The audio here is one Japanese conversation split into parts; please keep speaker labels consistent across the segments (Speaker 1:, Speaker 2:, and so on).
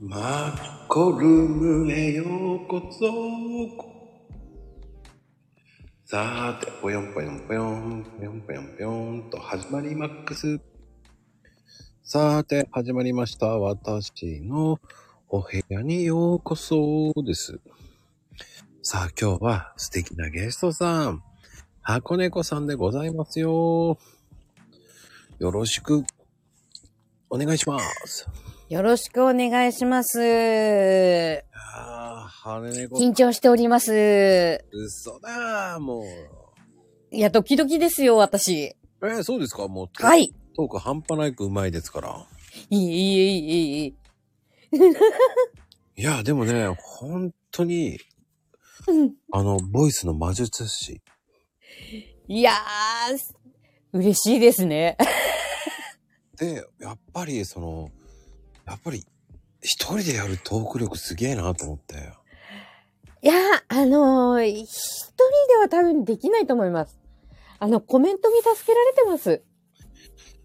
Speaker 1: マッコルームへようこそ。さーて、ぽよんぽよんぽよん、ぽよんぽよんぽよんと始まりマックス。さーて、始まりました。私のお部屋にようこそです。さあ、今日は素敵なゲストさん、箱猫さんでございますよ。よろしく、お願いします。
Speaker 2: よろしくお願いします。緊
Speaker 1: ああ、箱猫
Speaker 2: 張しております。
Speaker 1: 嘘だー、も
Speaker 2: いや、ドキドキですよ、私。
Speaker 1: う。えーそうですかもう、
Speaker 2: はい。い
Speaker 1: トーク半端ないくうまいですから。
Speaker 2: い、いい、いい、いい。
Speaker 1: いや、でもね、本当に、
Speaker 2: うん
Speaker 1: あの、ボイスの魔術師。
Speaker 2: いやー、嬉しいですね。
Speaker 1: で、やっぱり、その、やっぱり、一人でやるトーク力すげえなと思って。
Speaker 2: いやー、あのー、一人では多分できないと思います。あの、コメントに助けられてます。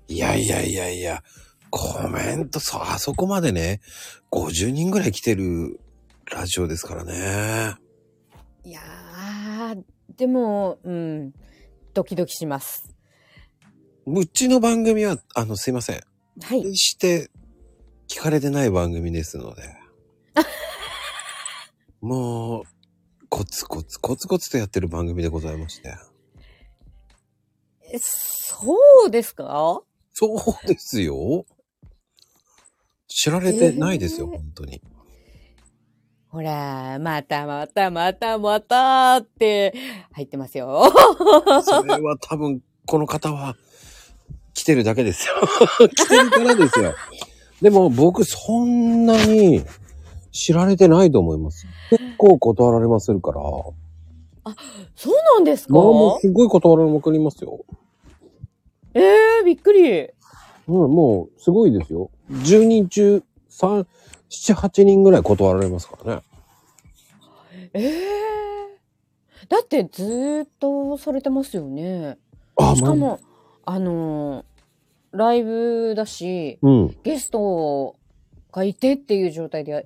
Speaker 1: いやいやいやいや、コメント、そ、あそこまでね、50人ぐらい来てるラジオですからね。
Speaker 2: いやー、でも、うん、ドキドキします。
Speaker 1: うちの番組は、あの、すいません。
Speaker 2: はい。
Speaker 1: 決して聞かれてない番組です ので。もう、コツコツコツコツとやってる番組でございまして。
Speaker 2: えそうですか
Speaker 1: そうですよ。知られてないですよ、
Speaker 2: えー
Speaker 1: 本当に。
Speaker 2: ほら、またまたまたまたって入ってますよ。
Speaker 1: それは多分、この方は、来てるだけですよ。 来てるからですよ。でも僕、そんなに知られてないと思います。結構断られまするから。
Speaker 2: そうなんですか
Speaker 1: まあもうすごい断られまくりますよ。
Speaker 2: ええー、びっくり。
Speaker 1: うん、もう、すごいですよ。10人中、3、7、8人ぐらい断られますからね。
Speaker 2: ええー。だってずーっとされてますよね。
Speaker 1: あ
Speaker 2: しかも、あのーライブだし、
Speaker 1: うん。
Speaker 2: ゲストがいてっていう状態でや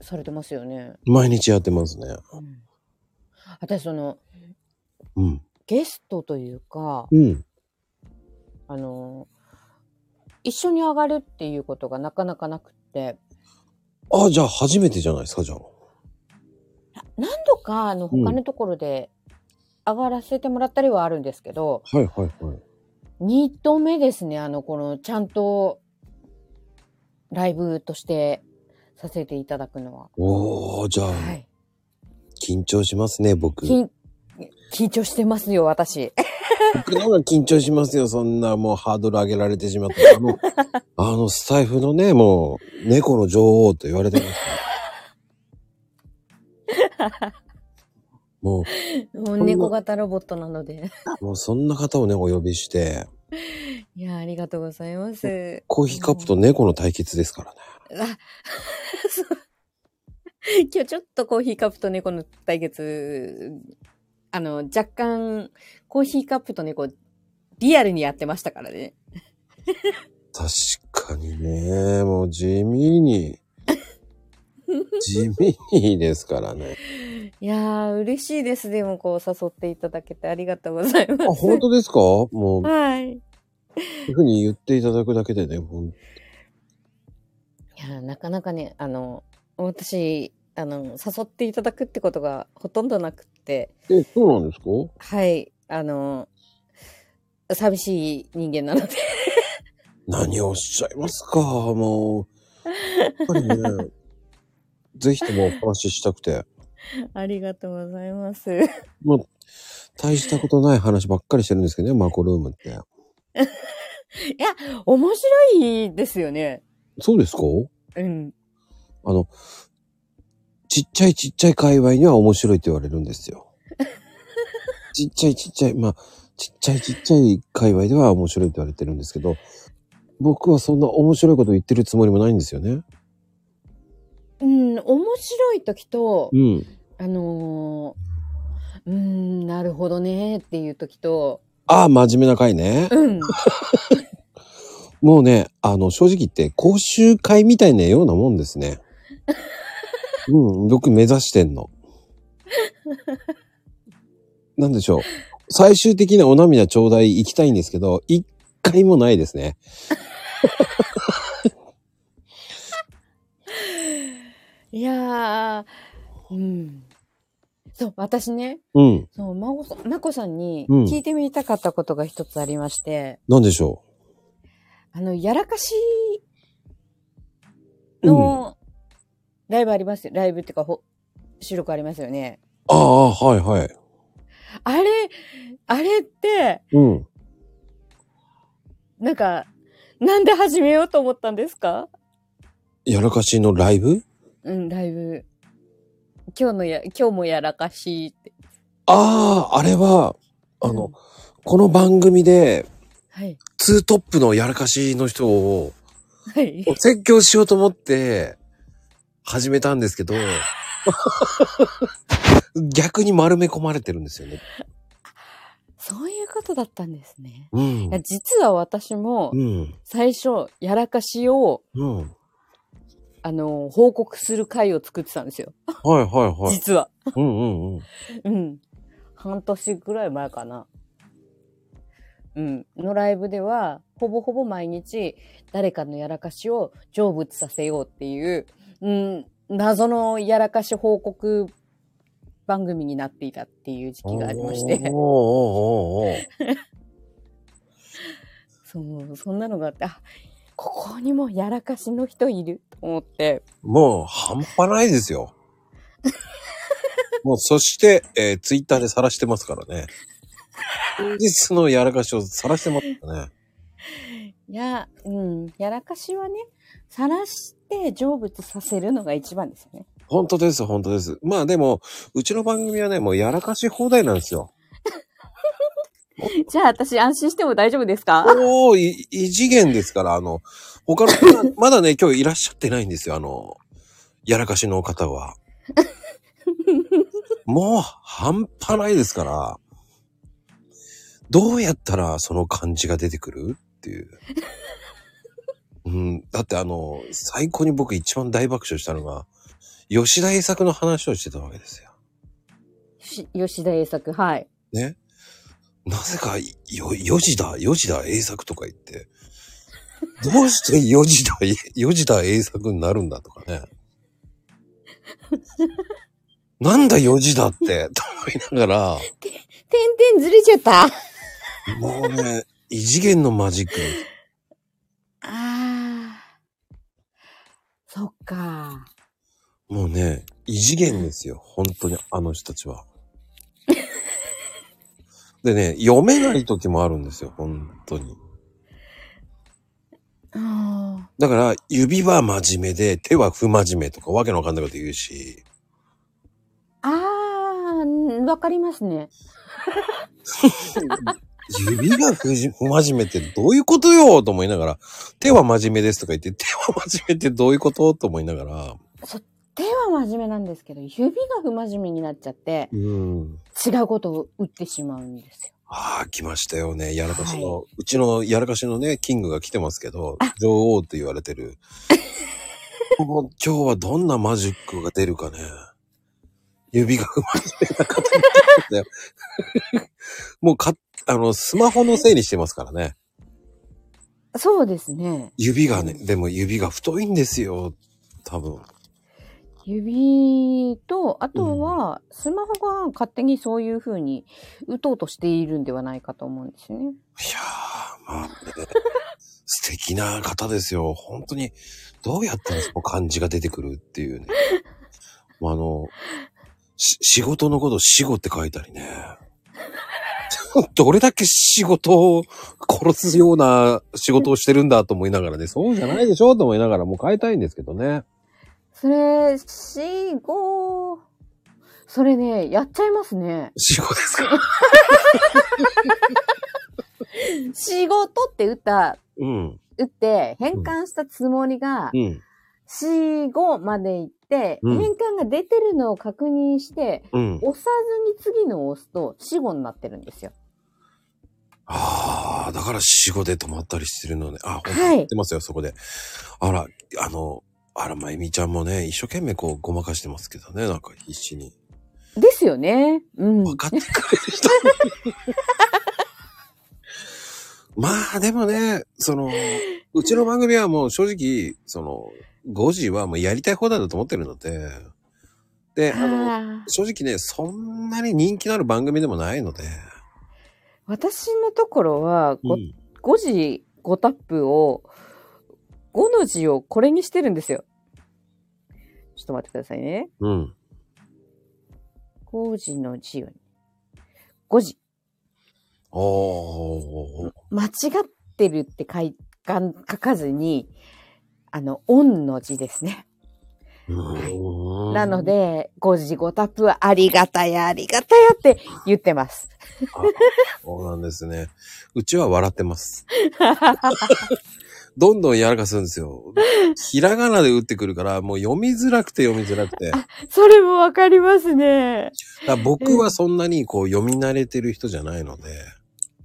Speaker 2: されてますよね。
Speaker 1: 毎日やってますね。
Speaker 2: うん、私、その、
Speaker 1: うん。
Speaker 2: ゲストというか、
Speaker 1: うん。
Speaker 2: あのー一緒に上がるっていうことがなかなかなくって、
Speaker 1: あ、じゃあ初めてじゃないですか、じゃあ。
Speaker 2: 何度かあの
Speaker 1: うん
Speaker 2: 他のところで上がらせてもらったりはあるんですけど、
Speaker 1: はいはいはい。
Speaker 2: 2度目ですね、あの、この、ちゃんと、ライブとしてさせていただくのは。
Speaker 1: おー、じゃあ、
Speaker 2: はい。
Speaker 1: 緊張しますね、僕。
Speaker 2: 緊、緊張してますよ、私。
Speaker 1: 僕の方が緊張しますよ、そんなもうハードル上げられてしまって。あ の、あのスタイフのね、もう、猫の女王と言われてます、ね。 も
Speaker 2: もう猫型ロボットなので。
Speaker 1: う、もうそんな方をね、お呼びして、
Speaker 2: いや、ありがとうござい ます。
Speaker 1: コーヒーカップと猫の対決ですからね。
Speaker 2: あ、 そう。今日ちょっとコーヒーカップと猫の対決、あの、若干、コーヒーカップと猫、リアルにやってましたからね。
Speaker 1: 確かにね、もう地味 に、地味にですからね。
Speaker 2: いやー、嬉しいです。でも、こう、誘っていただけてありがとうございます
Speaker 1: あ、。本当ですかもう、こ
Speaker 2: はい。いう
Speaker 1: いうふうに言っていただくだけでね、ほん
Speaker 2: や、なかなかね、あの、私、あの、誘っていただくってことがほとんどなくって、
Speaker 1: え、そうなんですか
Speaker 2: はい、あの、寂しい人間なので。
Speaker 1: 何をおっしゃいますかもう、やっぱり ね、ぜひともお話ししたくて、
Speaker 2: ありがとうございます。
Speaker 1: もう、大したことない話ばっかりしてるんですけどね、マコルームって。
Speaker 2: 面白いですよね。
Speaker 1: そうですか
Speaker 2: うん。
Speaker 1: あの、ちっちゃいちっちゃい界隈には面白いって言われるんです よ。ちっちゃいちっちゃい、まあ、ちっちゃいちっちゃい界隈では面白いって言われてるんですけど、僕はそんな面白いこと言ってるつもりもないんですよね。
Speaker 2: うん、面白い時と、
Speaker 1: うん。
Speaker 2: あのー、うーん、なるほどねっていう時と、
Speaker 1: ああ、真面目な回ね。
Speaker 2: うん。
Speaker 1: もうね、あの、正直言って、講習会みたいなようなもんですね。うん、僕目指してんの。なんでしょう。最終的にお涙ちょうだい行きたいんですけど、一回もないですね。
Speaker 2: いやー、うん。そう、私ね、
Speaker 1: うん。
Speaker 2: そう、まこさん、まこさんに
Speaker 1: うん
Speaker 2: 聞いてみたかったことが一つありまして、
Speaker 1: なんでしょ
Speaker 2: あの、やらかしの、ライブありますよ。ライブっていうか、ほ収録ありますよね。
Speaker 1: う。ああ、はいはい。
Speaker 2: あれ、あれって、
Speaker 1: うん。
Speaker 2: なんか、なんで始めようと思ったんですか
Speaker 1: やらかしのライブ
Speaker 2: うん、ライブ。今日のや、今日もやらかしって。
Speaker 1: ああ、あれは、あの、
Speaker 2: うん
Speaker 1: この番組で、
Speaker 2: はい。
Speaker 1: ツートップのやらかしの人を、
Speaker 2: はい。
Speaker 1: お説教しようと思って、始めたんですけど、 逆に丸め込まれてるんですよね。
Speaker 2: そういうことだったんですね。
Speaker 1: うん
Speaker 2: いや。実は私も
Speaker 1: う、ん。
Speaker 2: 最初、やらかしを、
Speaker 1: うん。
Speaker 2: あの、報告する会を作ってたんですよ。
Speaker 1: はいはい はい。
Speaker 2: 実は。
Speaker 1: うんうんうん。
Speaker 2: うん。半年ぐらい前かな。うん。のライブでは、ほぼほぼ毎日、誰かのやらかしを成仏させようっていう、うん、謎のやらかし報告番組になっていたっていう時期がありまして。
Speaker 1: おーおーおーおー
Speaker 2: そう、そんなのがあって、あ、ここにもやらかしの人いると思って。
Speaker 1: もう半端ないですよ。 もうそして、えー、ツイッターで晒してますからね。本日のやらかしを晒してますからね。
Speaker 2: いや、うん、やらかしはね、晒して成仏させるのが一番ですよね。
Speaker 1: 本当です、本当です。まあでも、うちの番組はね、もうやらかし放題なんですよ。
Speaker 2: じゃあ私安心しても大丈夫ですか
Speaker 1: おー、い異次元ですから、あの、他の、まだまだね、今日いらっしゃってないんですよ、あの、やらかしの方は。もう、半端ないですから、どうやったらその感じが出てくるっていう。うん、だってあの、最高に僕一番大爆笑したのが、吉田栄作の話をしてたわけですよ。
Speaker 2: し吉田栄作、はい。
Speaker 1: ね。なぜか、よ、4時だ、4時だ、栄作とか言って、どうして4時だ、4時だ、栄作になるんだとかね。なんだ4時だって、と思いなが
Speaker 2: てんてんずれちゃった。あ
Speaker 1: ら、もうね、異次元のマジックです。
Speaker 2: あ。そっか。
Speaker 1: もうね、異次元ですよ。本当に、あの人たちは。でね、読めない時もあるんですよ、本当に。
Speaker 2: うん。
Speaker 1: だから、指は真面目で、手は不真面目とか、わけのわかんないこと言うし。
Speaker 2: ああ、んわかりますね。
Speaker 1: 指が不じ不真面目ってどういうことよと思いながら、手は真面目ですとか言って、手は真面目ってどういうことと思いながら、
Speaker 2: 手は真面目なんですけど、指が不真面目になっちゃって、
Speaker 1: うん。
Speaker 2: 違うことを打ってしまうんですよ。
Speaker 1: ああ、来ましたよね。やらかしの、うちのやらかしのね、キングが来てますけど、女王と言われてる。もう今日はどんなマジックが出るかね。指が不真面目な方になってんだよ。 もうか、あの、スマホのせいにしてますからね。
Speaker 2: そうですね。
Speaker 1: 指がね、でも指が太いんですよ。多分。
Speaker 2: 指と、あとは、スマホが勝手にそういう風に打とうとしているんではないかと思うんですよね。
Speaker 1: いやー、まあ、ね、 素敵な方ですよ。本当に、どうやったらその感じが出てくるっていうね。まあ、あの、し仕事のこと、死後って書いたりね。どれだけ仕事を殺すような仕事をしてるんだと思いながらね、そうじゃないでしょと思いながらもう変えたいんですけどね。
Speaker 2: それ、死後、それね、やっちゃいますね。
Speaker 1: 死後ですか
Speaker 2: 仕事って打った、
Speaker 1: うん。
Speaker 2: 打って変換したつもりが、
Speaker 1: うん。
Speaker 2: 死後まで行って、
Speaker 1: うん
Speaker 2: 変換が出てるのを確認して、
Speaker 1: うん。
Speaker 2: 押さずに次のを押すと死後になってるんですよ。
Speaker 1: ああ、だから死後で止まったりしてるのね。あ、ほんと
Speaker 2: はい
Speaker 1: 言ってますよ、そこで。あら、あの、あら、まゆみちゃんもね、一生懸命こう、ごまかしてますけどね、なんか必死に。
Speaker 2: ですよね。うん。
Speaker 1: 分かってくれる人。 まあ、でもね、その、うちの番組はもう正直、その、5時はもうやりたい放題だと思ってるので、で、あの、
Speaker 2: あー
Speaker 1: 正直ね、そんなに人気のある番組でもないので、
Speaker 2: 私のところは、
Speaker 1: う
Speaker 2: ご
Speaker 1: ん、
Speaker 2: 5時5タップを、5の字をこれにしてるんですよ。ちょっと待ってくださいね。
Speaker 1: うん、
Speaker 2: 5時の字を。5時。
Speaker 1: おー、
Speaker 2: 間違ってるって書いかん書かずに、あの、オンの字ですね。
Speaker 1: うん
Speaker 2: なの、で、5時5タップはありがたや、ありがたやって言ってます。
Speaker 1: そうなんですね。うちは笑ってます。 どんどんやらかすんですよ。ひらがなで打ってくるから、もう読みづらくて読みづらくて。だか
Speaker 2: それもわかりますね。
Speaker 1: ら僕はそんなにこう読み慣れてる人じゃないので。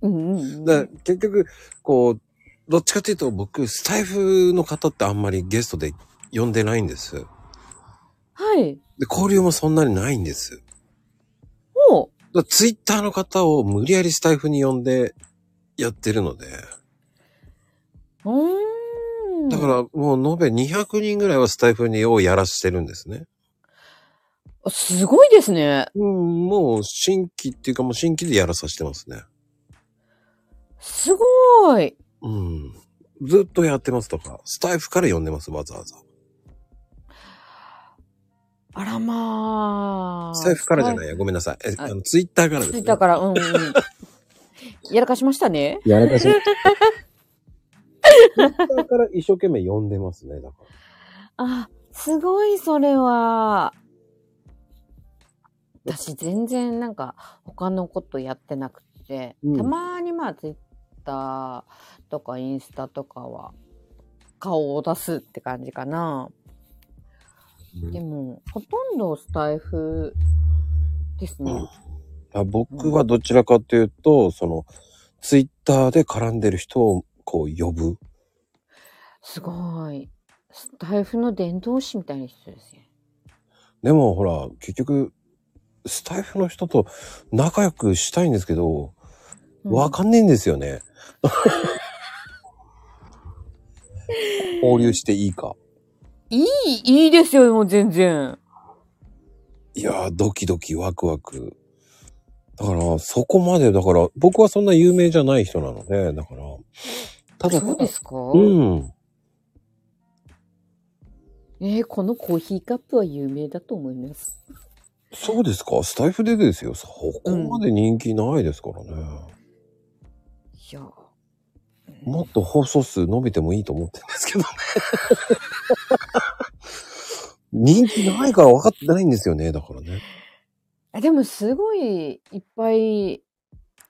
Speaker 2: うんうんう
Speaker 1: だから
Speaker 2: ん。
Speaker 1: 結局、こう、どっちかというと僕、スタイフの方ってあんまりゲストで呼んでないんです。
Speaker 2: はい。
Speaker 1: で、交流もそんなにないんです。
Speaker 2: もう、
Speaker 1: だツイッターの方を無理やりスタイフに呼んでやってるので。
Speaker 2: うーん。
Speaker 1: だからもう延べ200人ぐらいはスタイフにをやらしてるんですね。
Speaker 2: ら、すごいですね。
Speaker 1: うん、もう新規っていうかもう新規でやらさせてますね。
Speaker 2: すごーい。
Speaker 1: うん。ずっとやってますとか、スタイフから呼んでます、わざわざ。
Speaker 2: あらまあ。
Speaker 1: スタイフからじゃないいや、ごめんなさい。え、
Speaker 2: あ
Speaker 1: あの、ツイッターからです、
Speaker 2: つ
Speaker 1: ね。
Speaker 2: いたから、 うん、うん。やらかしましたね。
Speaker 1: やらかしました。ツイッターから一生懸命呼んでますね、だか
Speaker 2: あ、すごい、それは。私、全然、なんか、他のことやってなくて、
Speaker 1: うん
Speaker 2: たまにまあ、ツイッターとかインスタとかは、顔を出すって感じかな。
Speaker 1: ら。
Speaker 2: でも、ほとんどスタイフですね。
Speaker 1: あ僕はどちらかというと、その、ツイッターで絡んでる人をこう呼ぶ。
Speaker 2: すごい。スタイフの伝道師みたいな人ですね。
Speaker 1: でもほら、結局、スタイフの人と仲良くしたいんですけど、
Speaker 2: うん
Speaker 1: わかんねえんですよね。交流していいか。
Speaker 2: いい、いいですよ、もう全然。
Speaker 1: いやー、ドキドキワクワク。だから、そこまで、だから、僕はそんな有名じゃない人なので、だから、ただ、
Speaker 2: そうですか、
Speaker 1: うん。
Speaker 2: えーこのコーヒーカップは有名だと思います。
Speaker 1: そうですかスタイフでですよ。そこまで人気ないですからね。
Speaker 2: いや、
Speaker 1: もっと放送数伸びてもいいと思ってるんですけどね。人気ないから分かってないんですよね、だからね。
Speaker 2: あでもすごいいっぱい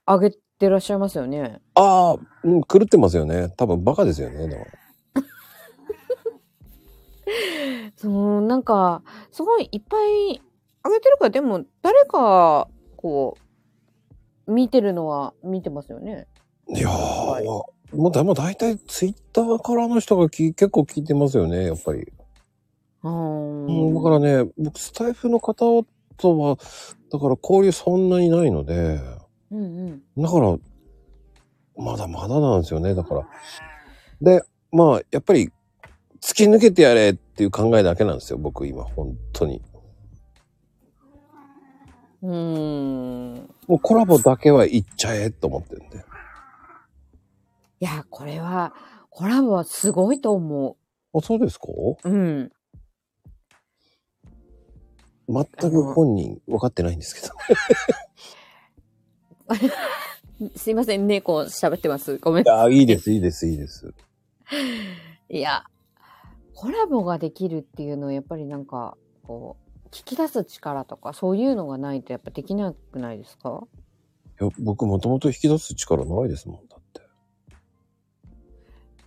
Speaker 2: あげてらっしゃいますよね。
Speaker 1: ああ、うん、狂ってますよね。多分バカですよね、だから。
Speaker 2: そのなんか、すごいいっぱいあげてるから、でも誰か、こう、見てるのは見てますよね。
Speaker 1: いやー、
Speaker 2: はい
Speaker 1: もうでも大体ツイッターからの人がき結構聞いてますよね、やっぱり。
Speaker 2: う
Speaker 1: うん、
Speaker 2: ん
Speaker 1: だからね、僕スタイフの方とは、だから交流そんなにないので、
Speaker 2: うんうん。
Speaker 1: だから、まだまだなんですよね、だから。で、まあ、やっぱり、突き抜けてやれっていう考えだけなんですよ、僕今、本当に。
Speaker 2: うーん。
Speaker 1: もうコラボだけは行っちゃえと思ってるんで。
Speaker 2: いや、これは、コラボはすごいと思
Speaker 1: あ、そうですか
Speaker 2: う。うん。
Speaker 1: 全く本人分かって ないんですけど。
Speaker 2: すいません、猫喋ってます。ごめん
Speaker 1: い。や、いいです、いいです、いいです。
Speaker 2: いや、コラボができるっていうのはやっぱりなんか、こう、聞き出す力とかそういうのがないとやっぱできなくないですか
Speaker 1: いや僕もともと引き出す力ないですもんだって
Speaker 2: い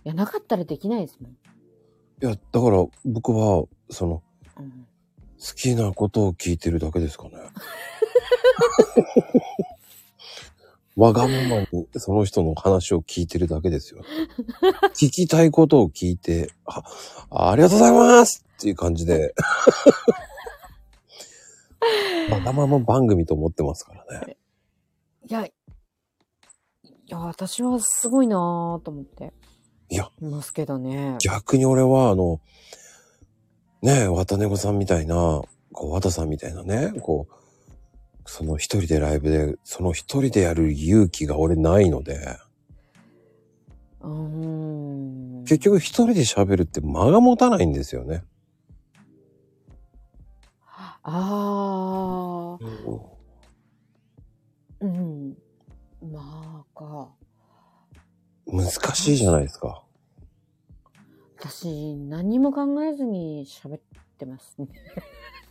Speaker 2: や、なかったらできないですもん。
Speaker 1: いやだから僕はその
Speaker 2: うん、
Speaker 1: 好きなことを聞いてるだけですかね わがままにその人の話を聞いてるだけですよ。聞きたいことを聞いて、あ、ありがとうございますっていう感じで。わがまま番組と思ってますからね。
Speaker 2: いや、いや、私はすごいなぁと思って。
Speaker 1: いや。
Speaker 2: ますけどね。
Speaker 1: 逆に俺は、あの、ねえ、渡猫さんみたいな、こう、渡さんみたいなね、こう、その一人でライブで、その一人でやる勇気が俺ないので、
Speaker 2: うーん。
Speaker 1: 結局一人で喋るって間が持たないんですよね。
Speaker 2: ああー、うん。まあか。
Speaker 1: 難しいじゃないですか。
Speaker 2: 私、何も考えずに喋ってますね。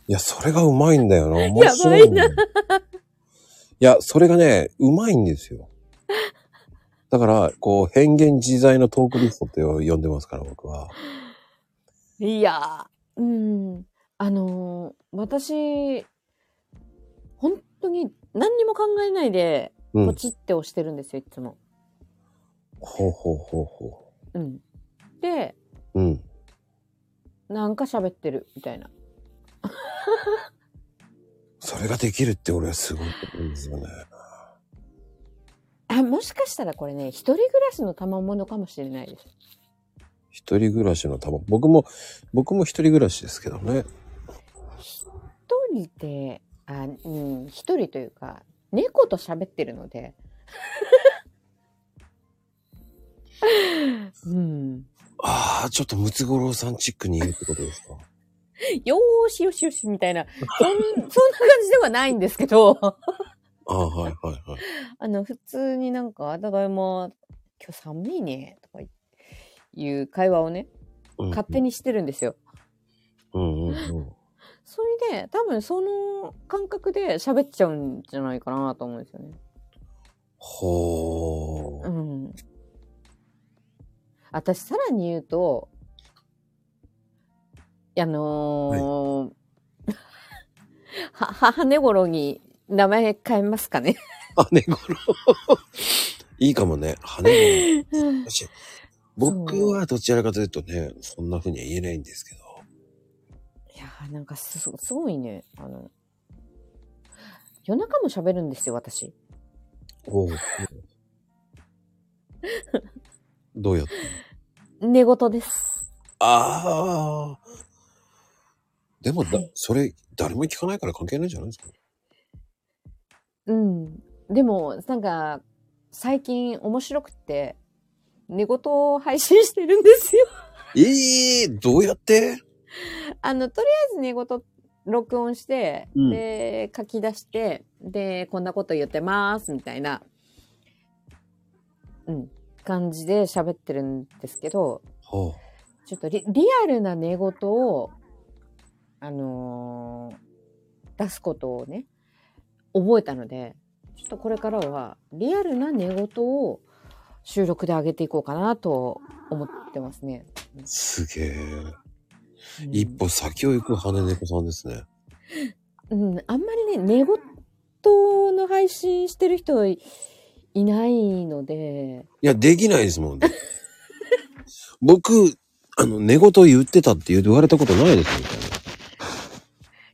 Speaker 1: いや、それがうまいんだよな。面白いんだよ。いや、それがね、うまいんですよ。だから、こう、変幻自在のトークリストって呼んでますから、僕は。
Speaker 2: いやー、うん。あのー私、本当に何にも考えないで、
Speaker 1: うん
Speaker 2: ポ。チって押してるんですよ、いつも。
Speaker 1: ほうほうほうほ
Speaker 2: うん。で、
Speaker 1: う。うん。
Speaker 2: なんか喋ってる、みたいな。
Speaker 1: それができるって俺はすごいと思うんですよね。
Speaker 2: あ、もしかしたらこれね、一人暮らしの賜物かもしれないです。
Speaker 1: 一人暮らしのたま、僕も、僕も一人暮らしですけどね。
Speaker 2: 一人で、あ、うん、一人というか、猫と喋ってるの で。うん。
Speaker 1: ああ、ちょっとムツゴロウさんチックに言うってことですか。
Speaker 2: よーしよしよしみたいな、そんそんな感じではないんですけど、
Speaker 1: ああ、はいはいはい。
Speaker 2: あの、普通になんか、ただいま、今日寒いね、とかいう会話をね、
Speaker 1: うん
Speaker 2: 勝手。にしてるんですよ。
Speaker 1: うんうんうん。
Speaker 2: それで、多分その感覚で喋っちゃうんじゃないかなと思うんですよね。
Speaker 1: ほ
Speaker 2: う
Speaker 1: う。
Speaker 2: ん。私、さらに言うと、いやあのーは、母寝頃に名前変えますか ね。
Speaker 1: 羽衣。いいかもね。羽衣。 だし僕はどちらかというとね、そんな風には言えないんですけど。
Speaker 2: いやーなんかす、すごいね。あの、夜中も喋るんですよ、私。
Speaker 1: おうどうやって
Speaker 2: 寝言です。
Speaker 1: ああ。でもだ
Speaker 2: はい、
Speaker 1: それ、誰も聞かないから関係ないんじゃないですか。
Speaker 2: うん。でも、なんか、最近面白くって、寝言を配信してるんですよ。
Speaker 1: ええどうやって
Speaker 2: あの、とりあえず寝言録音して、
Speaker 1: うん
Speaker 2: で、書き出して、で、こんなこと言ってます、みたいな、うん、感じで喋ってるんですけど、
Speaker 1: は
Speaker 2: ちょっとリリアルな寝言を、あのー出すことをね、覚えたので、ちょっとこれからは、リアルな寝言を収録で上げていこうかなと思ってますね。
Speaker 1: あ、すげえ。
Speaker 2: うん
Speaker 1: 一歩先を行く羽猫さんですね。
Speaker 2: うん、あんまりね、寝言の配信してる人いいないので、
Speaker 1: いや、できないですもん。 僕、あの、寝言言ってたって言われたことないですみ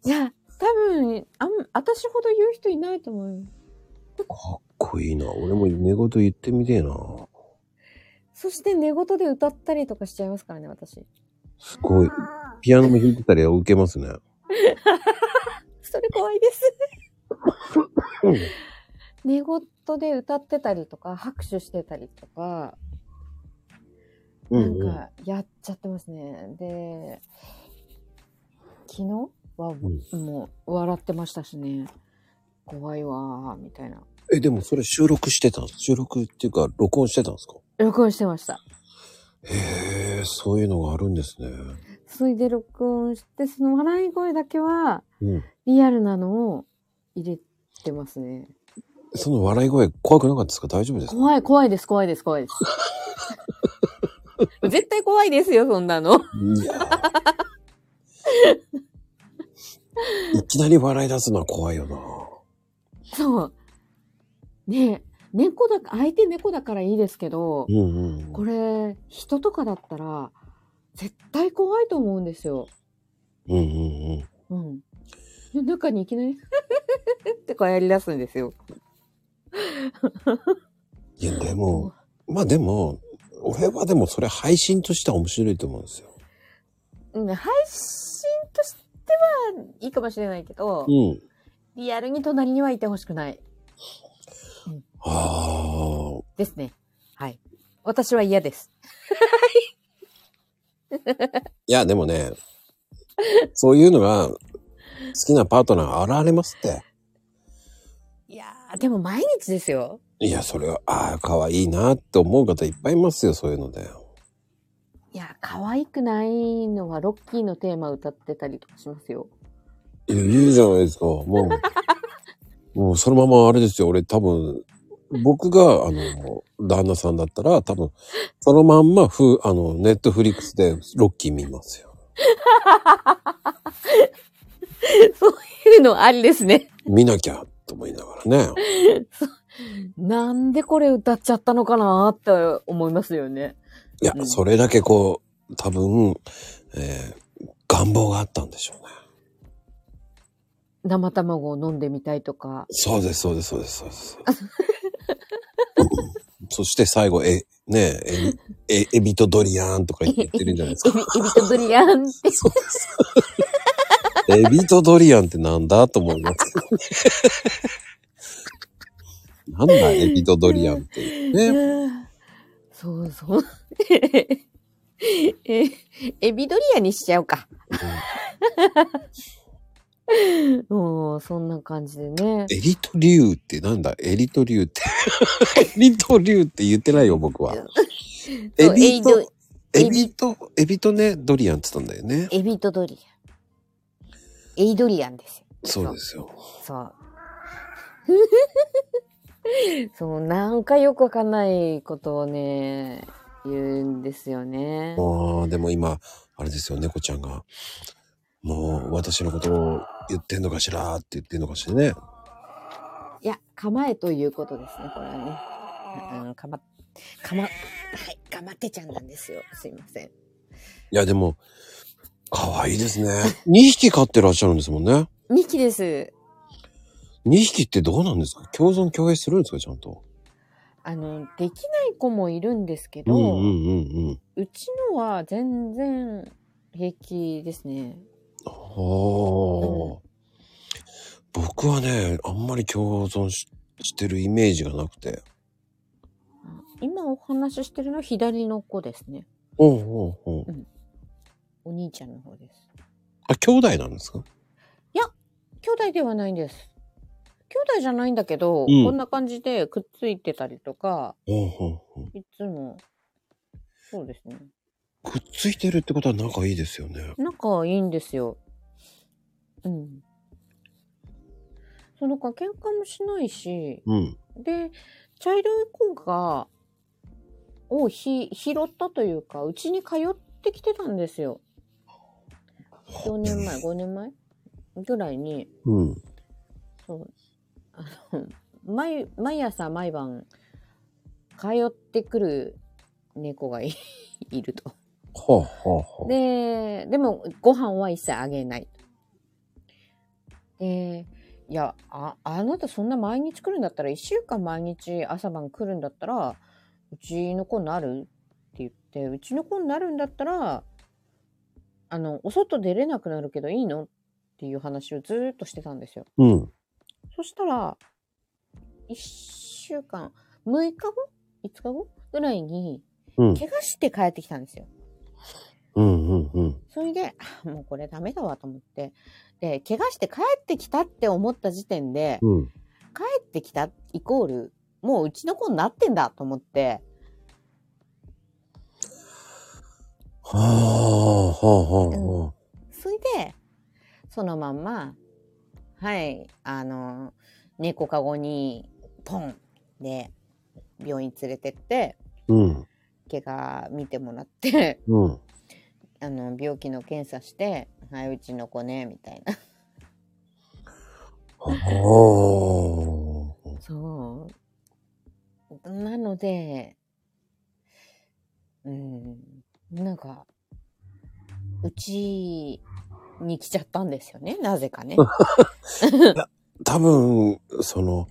Speaker 1: たいな。
Speaker 2: いや、多分、あん、私ほど言う人いないと思う。
Speaker 1: かっこいいな。俺も寝言言ってみてえな。
Speaker 2: そして寝言で歌ったりとかしちゃいますからね、私。
Speaker 1: すごい。ピアノも弾いてたら受けますね。
Speaker 2: それ怖いです。
Speaker 1: うん
Speaker 2: 寝言で歌ってたりとか、拍手してたりとか、なんかやっちゃってますね。で、昨日はもう笑ってましたしね。怖いわー、みたいな。
Speaker 1: え、でもそれ収録してたんです収録っていうか、録音してたんですか
Speaker 2: 録音してました。
Speaker 1: へえ、そういうのがあるんですね。
Speaker 2: それで録音して、その笑い声だけは、
Speaker 1: うん。
Speaker 2: リアルなのを入れてますね。
Speaker 1: その笑い声怖くなかったですか大丈夫ですか
Speaker 2: 怖い、怖いです、怖いです、怖い です。絶対怖いですよ、そんなの。
Speaker 1: いやー いきなり笑い出すのは怖いよな。
Speaker 2: そう。ねえ、寝言からいいですけど、
Speaker 1: うんうん。
Speaker 2: これ、人とかだったら、絶対怖いと思うんですよ。
Speaker 1: うんうんうん。
Speaker 2: うん。で中にいきなり、 ってこうやり出すんですよ。
Speaker 1: いや、でも、まあでも、俺はでもそれ配信としては面白いと思うんですよ。
Speaker 2: うん、配信としてはいいかもしれないけど、
Speaker 1: うん。
Speaker 2: リアルに隣にはいてほしくない。
Speaker 1: ああ、
Speaker 2: ですね。はい。私は嫌です。
Speaker 1: いや、でもね、そういうのが好きなパートナーが現れますって。
Speaker 2: いやー、でも毎日ですよ。
Speaker 1: いや、それは、ああ、可愛いなって思う方いっぱいいますよ、そういうので。
Speaker 2: いや、可愛くないのはロッキーのテーマ歌ってたりとかしますよ。
Speaker 1: いや、いいじゃないですか。もう、も うそのままあれですよ。俺多分、僕が、あの、旦那さんだったら、多分、そのまんま、ふ、あの、ネットフリックスでロッキー見ますよ。
Speaker 2: そういう のありですね。
Speaker 1: 見なきゃ、と思いながらね。
Speaker 2: なんでこれ歌っちゃったのかなーって思いますよね。
Speaker 1: いや
Speaker 2: う、ん
Speaker 1: それだけこう、多分、えー願望があったんでしょうね。
Speaker 2: 生卵を飲んでみたいとか。
Speaker 1: そうです、そうです、そうです、そうです。 そして最後、え、ねえ、え、え エビとドリアンとか言ってるんじゃないです
Speaker 2: エ
Speaker 1: か。
Speaker 2: ビ、エビとドリアンって。
Speaker 1: そうです。エビとドリアンってなんだと思い ますけどね。なんだ、エビとドリアンって。ね。
Speaker 2: そうそう。え、エビドリアンにしちゃおうか。もう、そんな感じでね。
Speaker 1: エリとリュウってなんだエリとリュウ って。エリとリュウって言ってないよ、僕は。エ
Speaker 2: そう
Speaker 1: ビと、
Speaker 2: エ
Speaker 1: エ
Speaker 2: イド
Speaker 1: ビと、エビとね、ドリアンって言ったんだよね。
Speaker 2: エビとドリアン。エイドリアンですよ。
Speaker 1: そうですよ。
Speaker 2: そう。そう、なんかよくわかんないことをね、言うんですよね。
Speaker 1: ああ、でも今、あれですよ、猫ちゃんが。もう、私のことを言ってんのかしらって言ってんのかしらね。
Speaker 2: いや、構えということですね、これはね。あの、かま、かま、はい、かまってちゃんなんですよ。すいません。
Speaker 1: いや、でも、可愛いですね。2匹飼ってらっしゃるんですもんね。
Speaker 2: ミキです。
Speaker 1: 2匹ってどうなんですか共存共栄するんですかちゃんと。
Speaker 2: あの、できない子もいるんですけ
Speaker 1: う
Speaker 2: ど、
Speaker 1: んう
Speaker 2: う
Speaker 1: んうんうん。
Speaker 2: ちのは全然平気ですね。
Speaker 1: あー僕はね、あんまり共存ししてるイメージがなくて。
Speaker 2: 今お話ししてるのは左の子ですね。
Speaker 1: おうおうおう
Speaker 2: お兄ちゃんの方です。
Speaker 1: あ、兄弟なんですか
Speaker 2: 兄弟ではないんです。兄弟じゃないんだけ
Speaker 1: う
Speaker 2: ど、
Speaker 1: ん
Speaker 2: こんな感じでくっついてたりとか、
Speaker 1: おうおうおう
Speaker 2: いつも、そうですね。
Speaker 1: くっついてるってことは仲いいですよね。
Speaker 2: 仲いいんですよ。うん。そのか喧嘩もしないし、
Speaker 1: うん。
Speaker 2: で、茶色い子が、をひ拾ったというか、うちに通ってきてたんですよ。4年前、5年前ぐらいに、
Speaker 1: うん。
Speaker 2: そう。あの、毎、毎朝毎晩、通ってくる猫がい いると。
Speaker 1: はあはあはあ。
Speaker 2: で、でも、ご飯は一切あげない。で、いや、あ、あなたそんな毎日来るんだったら、一週間毎日朝晩来るんだったら、うちの子になるって言って、うちの子になるんだったら、あの、お外出れなくなるけどいいのっていう話をずーっとしてたんですよ。
Speaker 1: うん。
Speaker 2: そしたら、1週間、6日後 ?5 日後ぐらいに、
Speaker 1: うん。
Speaker 2: 怪我して帰ってきたんですよ。
Speaker 1: うんうんうん。
Speaker 2: それで、あもうこれダメだわと思って。で、怪我して帰ってきたって思った時点で、
Speaker 1: うん。
Speaker 2: 帰ってきたイコール、もううちの子になってんだと思って、
Speaker 1: はあはあはあはあ。
Speaker 2: それで、そのまんま、はい、あの、猫かごに、ポンで、病院連れてって、
Speaker 1: うん。
Speaker 2: 怪我見てもらって、
Speaker 1: うん。
Speaker 2: あの病気の検査して「はいうちの子ね」みたいな
Speaker 1: はあ。
Speaker 2: そうなので、うん、なんか、うちに来ちゃったんですよね、なぜ かね。
Speaker 1: 多分、その、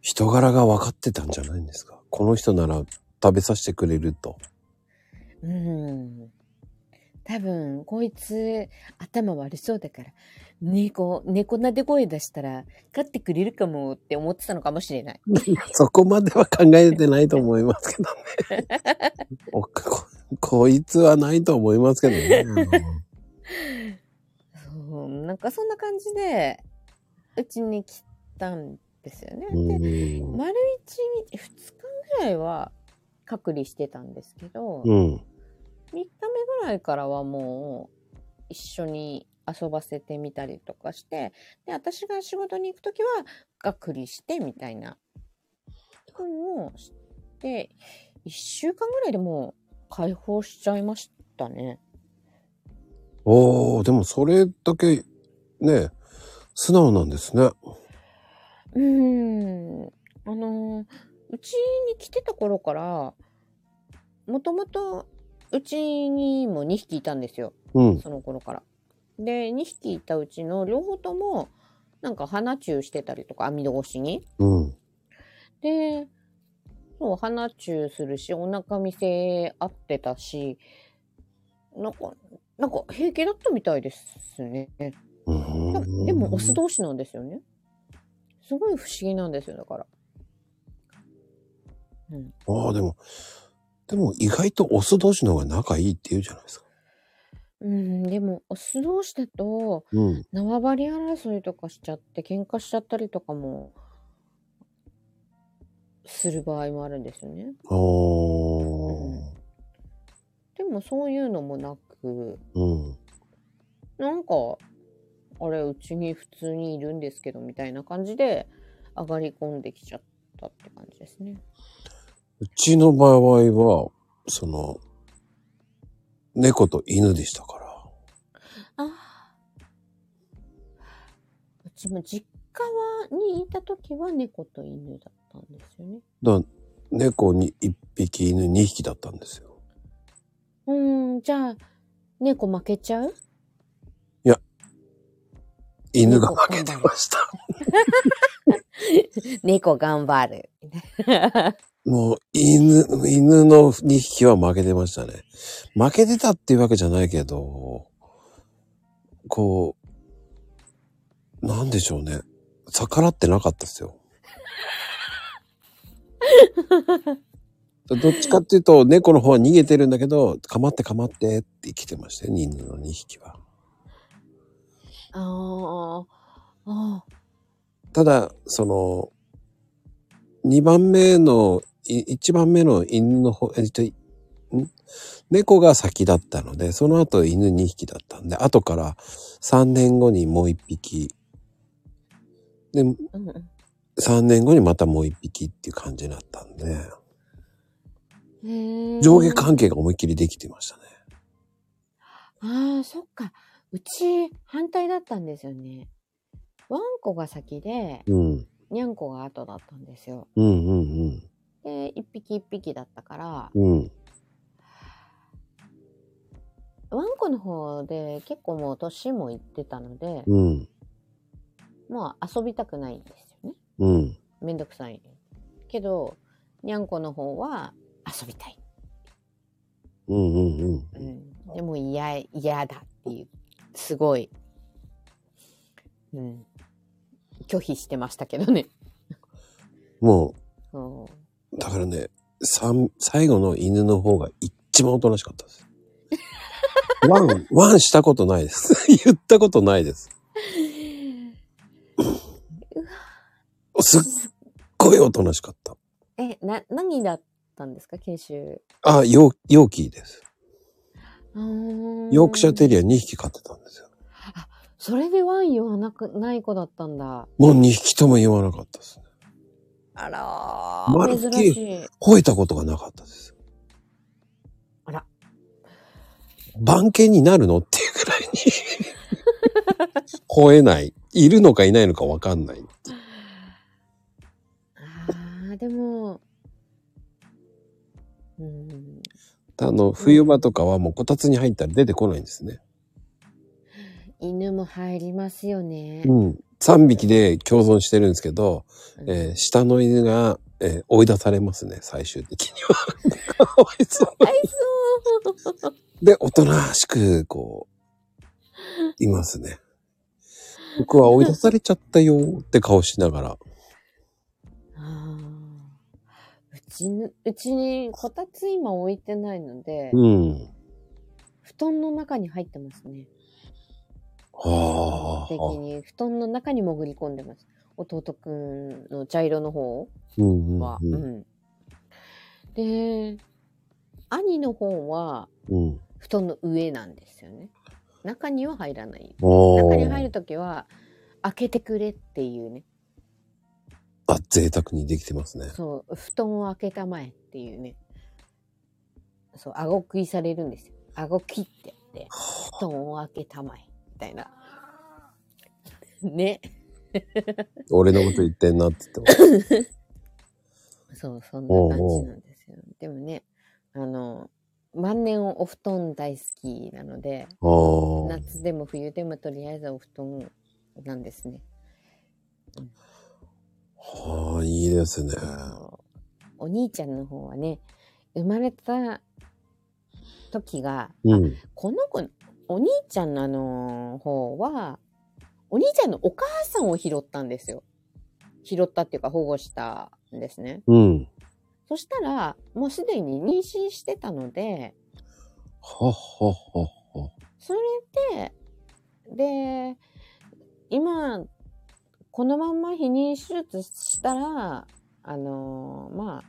Speaker 1: 人柄が分かってたんじゃないんですか。この人なら食べさせてくれると。
Speaker 2: うん。多分、こいつ、頭悪そうだから、猫、猫なで声出したら、飼ってくれるかもって思ってたのかもしれない。
Speaker 1: そこまでは考えてないと思いますけどね。おっかこ、こいつはないと思いますけどね。
Speaker 2: そう、なんかそんな感じで、うちに来たんですよね。
Speaker 1: う
Speaker 2: で、
Speaker 1: ん。
Speaker 2: 丸一日、二日ぐらいは隔離してたんですけど、
Speaker 1: う
Speaker 2: 三
Speaker 1: ん。
Speaker 2: 日目ぐらいからはもう、一緒に遊ばせてみたりとかして、で、私が仕事に行くときは、隔離してみたいな、のをして、一週間ぐらいでもう解放しちゃいましたね。
Speaker 1: おー、でもそれだけ、ね、素直なんですね。
Speaker 2: うーん。あのー、うちに来てた頃から、もともとうちにも2匹いたんですよ。
Speaker 1: うん。
Speaker 2: その頃から。で、2匹いたうちの両方とも、なんか鼻チューしてたりとか、網戸越しに。
Speaker 1: うん。
Speaker 2: で、そう、鼻チューするし、お腹見せ合ってたし、なんか、なんか平気だったみたいですね。でもでもオス同士なんですよね。すごい不思議なんですよ、だから。うん。
Speaker 1: ああ、でも、でも意外とオス同士の方が仲いいって言うじゃないですか。
Speaker 2: うん、でも、オス同士だと、
Speaker 1: うん。
Speaker 2: 縄張り争いとかしちゃって、喧嘩しちゃったりとかも、する場合もあるんですよね。
Speaker 1: ああ。
Speaker 2: でも、そういうのもなく、
Speaker 1: うん。
Speaker 2: なんか、あれ、うちに普通にいるんですけど、みたいな感じで、上がり込んできちゃったって感じですね。
Speaker 1: うちの場合は、その、猫と犬でしたから。
Speaker 2: あーうちも実家はにいた時は猫と犬だったんですよね。
Speaker 1: だ猫に1匹、犬2匹だったんですよ。
Speaker 2: うーん、じゃあ、猫負けちゃう
Speaker 1: 犬が負けてました。
Speaker 2: 猫頑張る。
Speaker 1: もう、犬、犬の2匹は負けてましたね。負けてたっていうわけじゃないけど、こう、なんでしょうね。逆らってなかったですよ。どっちかっていうと、猫の方は逃げてるんだけど、かまってかまってって来てましたよ、犬の2匹は。
Speaker 2: あーあ
Speaker 1: ただ、その、2番目の、1番目の犬の方、えっと、ん猫が先だったので、その後犬2匹だったんで、後から3年後にもう1匹、で、
Speaker 2: ー、うんう
Speaker 1: 3年後にまたもう1匹っていう感じだったんで、
Speaker 2: ん、へー
Speaker 1: 上下関係が思いっきりできてましたね。
Speaker 2: ああ、そっか。うち反対だったんですよね。ワンコが先で、
Speaker 1: うん。
Speaker 2: ニャンコが後だったんですよ。
Speaker 1: うんうん
Speaker 2: で、一匹一匹だったから、
Speaker 1: うん。うん。
Speaker 2: ワンコの方で結構もう年もいってたので、
Speaker 1: うん。
Speaker 2: まあ遊びたくないんですよね。
Speaker 1: うん。
Speaker 2: めんどくさい。けど、にゃんこの方は遊びたい。
Speaker 1: うんうんうん。
Speaker 2: うん。でも嫌い、嫌だっていう、すごい、うん。拒否してましたけどね。
Speaker 1: も、
Speaker 2: そう
Speaker 1: だからね、三、最後の犬の方が一番おとなしかった です。ワン、ワンしたことないです。 言ったことないです。すっごいおとなしかった。
Speaker 2: う。え、な、何だったんですか研修。
Speaker 1: あ、ヨーヨーキーです。ヨ
Speaker 2: よ
Speaker 1: ークシャーテリア2匹飼ってたんですよ。
Speaker 2: それでワン言わなく、ない子だったんだ。
Speaker 1: もう2匹とも言わなかったですね。
Speaker 2: あらー
Speaker 1: まるっきり
Speaker 2: 珍しい。
Speaker 1: 吠えたことがなかったです。
Speaker 2: あら。
Speaker 1: 番犬になるのっていうくらいに 吠えない。いるのかいないのかわかんない。
Speaker 2: あーでも、
Speaker 1: あの、冬場とかはもうこたつに入ったら出てこないんですね。
Speaker 2: 犬も入りますよね。
Speaker 1: うん。3匹で共存してるんですけど、えー下の犬が、えー追い出されますね、最終的には。 かわいそう
Speaker 2: かわいそう。
Speaker 1: で、おとなしく、こう、いますね。僕は追い出されちゃったよーって顔しながら。
Speaker 2: あーうちぬ、うちにこたつ今置いてないので、
Speaker 1: うん。
Speaker 2: 布団の中に入ってますね。
Speaker 1: は
Speaker 2: 的
Speaker 1: あ。
Speaker 2: に布団の中に潜り込んでます。弟くんの茶色の方
Speaker 1: うんうん
Speaker 2: は。う
Speaker 1: うん。
Speaker 2: ん。で、兄の方は
Speaker 1: うん。
Speaker 2: 布団の上なんですよね。中には入らない。
Speaker 1: お
Speaker 2: 中に
Speaker 1: ー
Speaker 2: 入るときは、開けてくれっていうね。
Speaker 1: あ、贅沢にできてますね。
Speaker 2: そう、布団を開けたまえっていうね。そう、顎食いされるんですよ。顎切ってやって、布団を開けたまえ、みたいな。ね。
Speaker 1: 俺のこと言ってんなって言っても。
Speaker 2: そう、そんな感じなんですよ。でもね、あの、万年お布団大好きなので、
Speaker 1: あー
Speaker 2: 夏でも冬でもとりあえずお布団なんですね。
Speaker 1: はあ、いいですね。
Speaker 2: お兄ちゃんの方はね、生まれた時が、
Speaker 1: うん。
Speaker 2: この子、お兄ちゃんのあの方は、お兄ちゃんのお母さんを拾ったんですよ。拾ったっていうか保護したんですね。
Speaker 1: うん。
Speaker 2: そしたら、もうすでに妊娠してたので、
Speaker 1: はっはっはっは。
Speaker 2: それで、で、今、このまんま避妊手術したら、あのーまあ、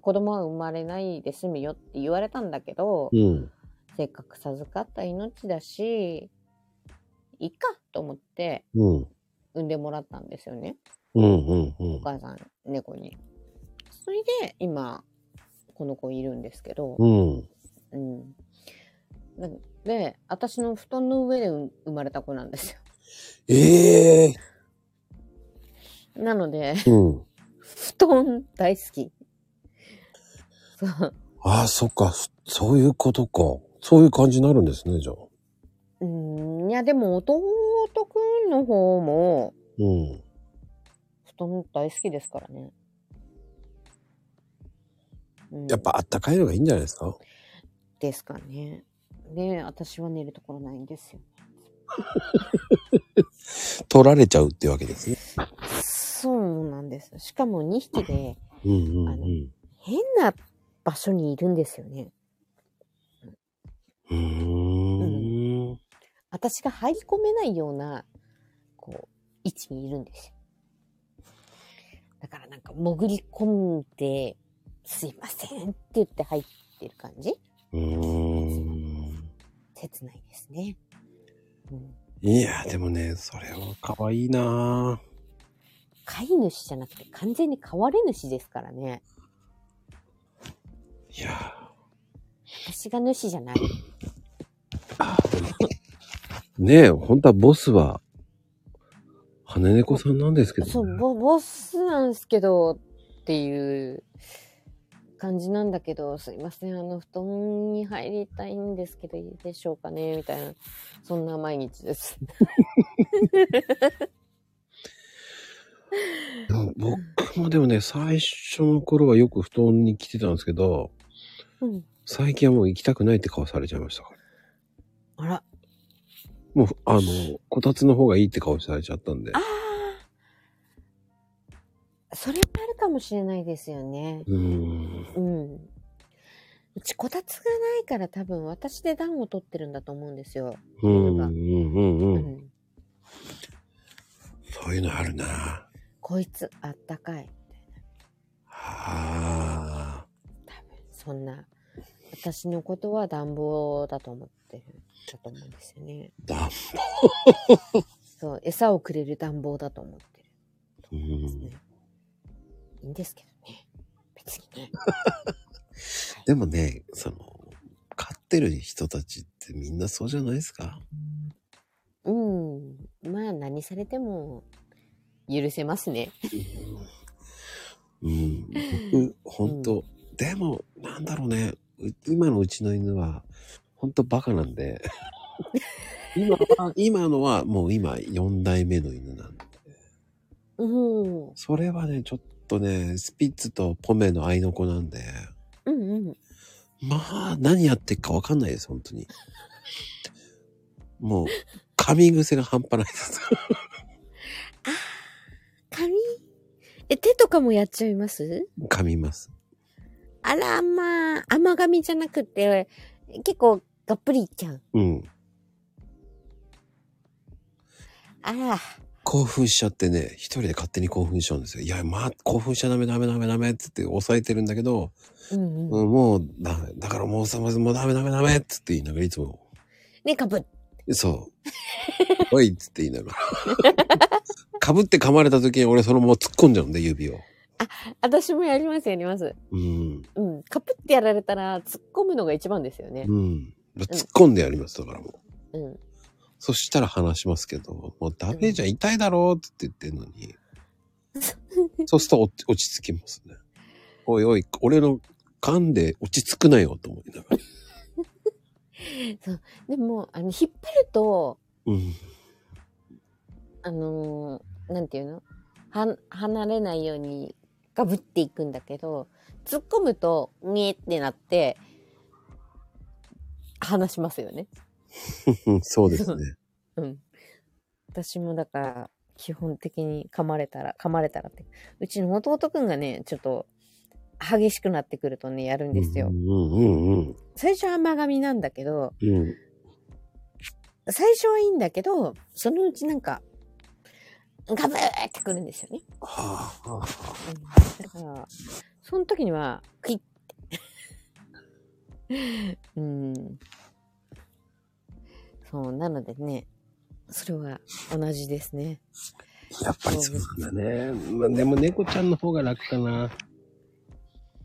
Speaker 2: 子供は生まれないで済むよって言われたんだけど、
Speaker 1: うん。
Speaker 2: せっかく授かった命だし、いいかと思って
Speaker 1: うん。
Speaker 2: 産んでもらったんですよね。
Speaker 1: うん。うん。うん
Speaker 2: お。母さん、猫に。それで、今、この子いるんですけど、
Speaker 1: うん。
Speaker 2: うん。なで、私の布団の上でう生まれた子なんです
Speaker 1: ええ
Speaker 2: よ。 なので、
Speaker 1: うん。
Speaker 2: 布団大好き。そう。
Speaker 1: ああ、そっか。そそういうことか。そういう感じになるんですね、じゃあ。
Speaker 2: うん、いや、でも弟くんの方も、
Speaker 1: うん。
Speaker 2: 布団大好きですからね。うん
Speaker 1: やっぱあったかいのがいいんじゃないですか
Speaker 2: ですかね。で、私は寝るところないんですよ。
Speaker 1: 取られちゃうってわけですね。
Speaker 2: そうなんです。しかも2匹で
Speaker 1: うんうんうん。
Speaker 2: 変な場所にいるんですよね。
Speaker 1: うーん。
Speaker 2: 私が入り込めないような、こう、位置にいるんですよ。だからなんか潜り込んで、すいませんって言って入ってる感じ
Speaker 1: うーん。
Speaker 2: 切ないですね。うん。
Speaker 1: いや、でもね、それは可愛いなぁ
Speaker 2: 飼い主じゃなくて完全に飼われ主ですからね。
Speaker 1: いや
Speaker 2: 私が主じゃない。
Speaker 1: ーねえ、本当はボスは、羽猫さんなんですけど、ね。
Speaker 2: そう、ボボスなんですけど、っていう感じなんだけど、すいません、あの、布団に入りたいんですけど、いいでしょうかね、みたいな、そんな毎日です。
Speaker 1: でも僕もでもね、最初の頃はよく布団に来てたんですけど、
Speaker 2: うん。
Speaker 1: 最近はもう行きたくないって顔されちゃいましたから。
Speaker 2: あら、
Speaker 1: もう、あの、こたつの方がいいって顔されちゃったんで
Speaker 2: あ。あそれもあるかもしれないですよね。
Speaker 1: うーん。
Speaker 2: うん。うちこたつがないから多分私で暖を取ってるんだと思うんですよ。
Speaker 1: うん、うん、うん、
Speaker 2: う
Speaker 1: うん。
Speaker 2: ん。
Speaker 1: そういうのあるなぁ
Speaker 2: こいつあったかい。
Speaker 1: あ
Speaker 2: 多分そんな私のことは暖房だと思ってるだと思うんですよね
Speaker 1: ー。だ、
Speaker 2: そう餌をくれる暖房だと思って
Speaker 1: う
Speaker 2: るんです
Speaker 1: ん
Speaker 2: ね。いいんですけどね別にね
Speaker 1: でもね、その、飼ってる人たちってみんなそうじゃないですか
Speaker 2: うんまあ何されても許せますね
Speaker 1: うん。僕、ほんと、でも、なんだろうね。う今のうちの犬は、ほんとバカなんで。今は、今のはもう今4代目の犬なんで。
Speaker 2: うん。
Speaker 1: それはね、ちょっとね、スピッツとポメの愛の子なんで。
Speaker 2: うんうん。
Speaker 1: まあ、何やってっかわかんないです、本当に。もう、噛み癖が半端ないです。
Speaker 2: 髪え、手とかもやっちゃいます
Speaker 1: 噛みます。
Speaker 2: あら、まあ、甘髪じゃなくて、結構がっぷりいっちゃう。
Speaker 1: うん。
Speaker 2: あら。
Speaker 1: 興奮しちゃってね、一人で勝手に興奮しちゃうんですよ。いや、まあ、興奮しちゃダメダメダメダメっつって抑えてるんだけど、
Speaker 2: うんうん。
Speaker 1: うん、もうダメ。だからもうさ、もうダメダメダメっつって言いながらいつも、
Speaker 2: ね、かぶっ
Speaker 1: そう。 おいっつって言いながら。 被って噛まれた時に俺そのまま突っ込んじゃうんで、指を。
Speaker 2: 私もやります、やります。
Speaker 1: うん。
Speaker 2: うん。かぶってやられたら、突っ込むのが一番ですよね。
Speaker 1: うん。突っ込んでやります、だからもう。
Speaker 2: うん。
Speaker 1: そしたら話しますけど、もうダメじゃん、痛いだろうって言ってんの に。そうすると落ち落ち着きますね。おいおい、俺の噛んで落ち着くなよと思いながら。
Speaker 2: でも、あの、引っ張ると、
Speaker 1: うん。
Speaker 2: あのーなんていうのは、離れないように、かぶっていくんだけど、突っ込むと、にえってなって、話しますよね。
Speaker 1: うんそうですね。
Speaker 2: うん。私もだから、基本的に噛まれたら、噛まれたらって。うちの弟くんがね、ちょっと、激しくなってくるとね、やるんですよ
Speaker 1: う。んうんうん
Speaker 2: 最初は甘噛みなんだけど、
Speaker 1: うん。うん。
Speaker 2: 最初はいいんだけど、そのうちなんか、ガブーってくるんですよね。
Speaker 1: はあ、はあ、
Speaker 2: うん、だから、その時には、クイッて。 うん。そう、なのでね、それは同じですね。
Speaker 1: やっぱりそうなんだね。まあ、でも猫ちゃんの方が楽かな。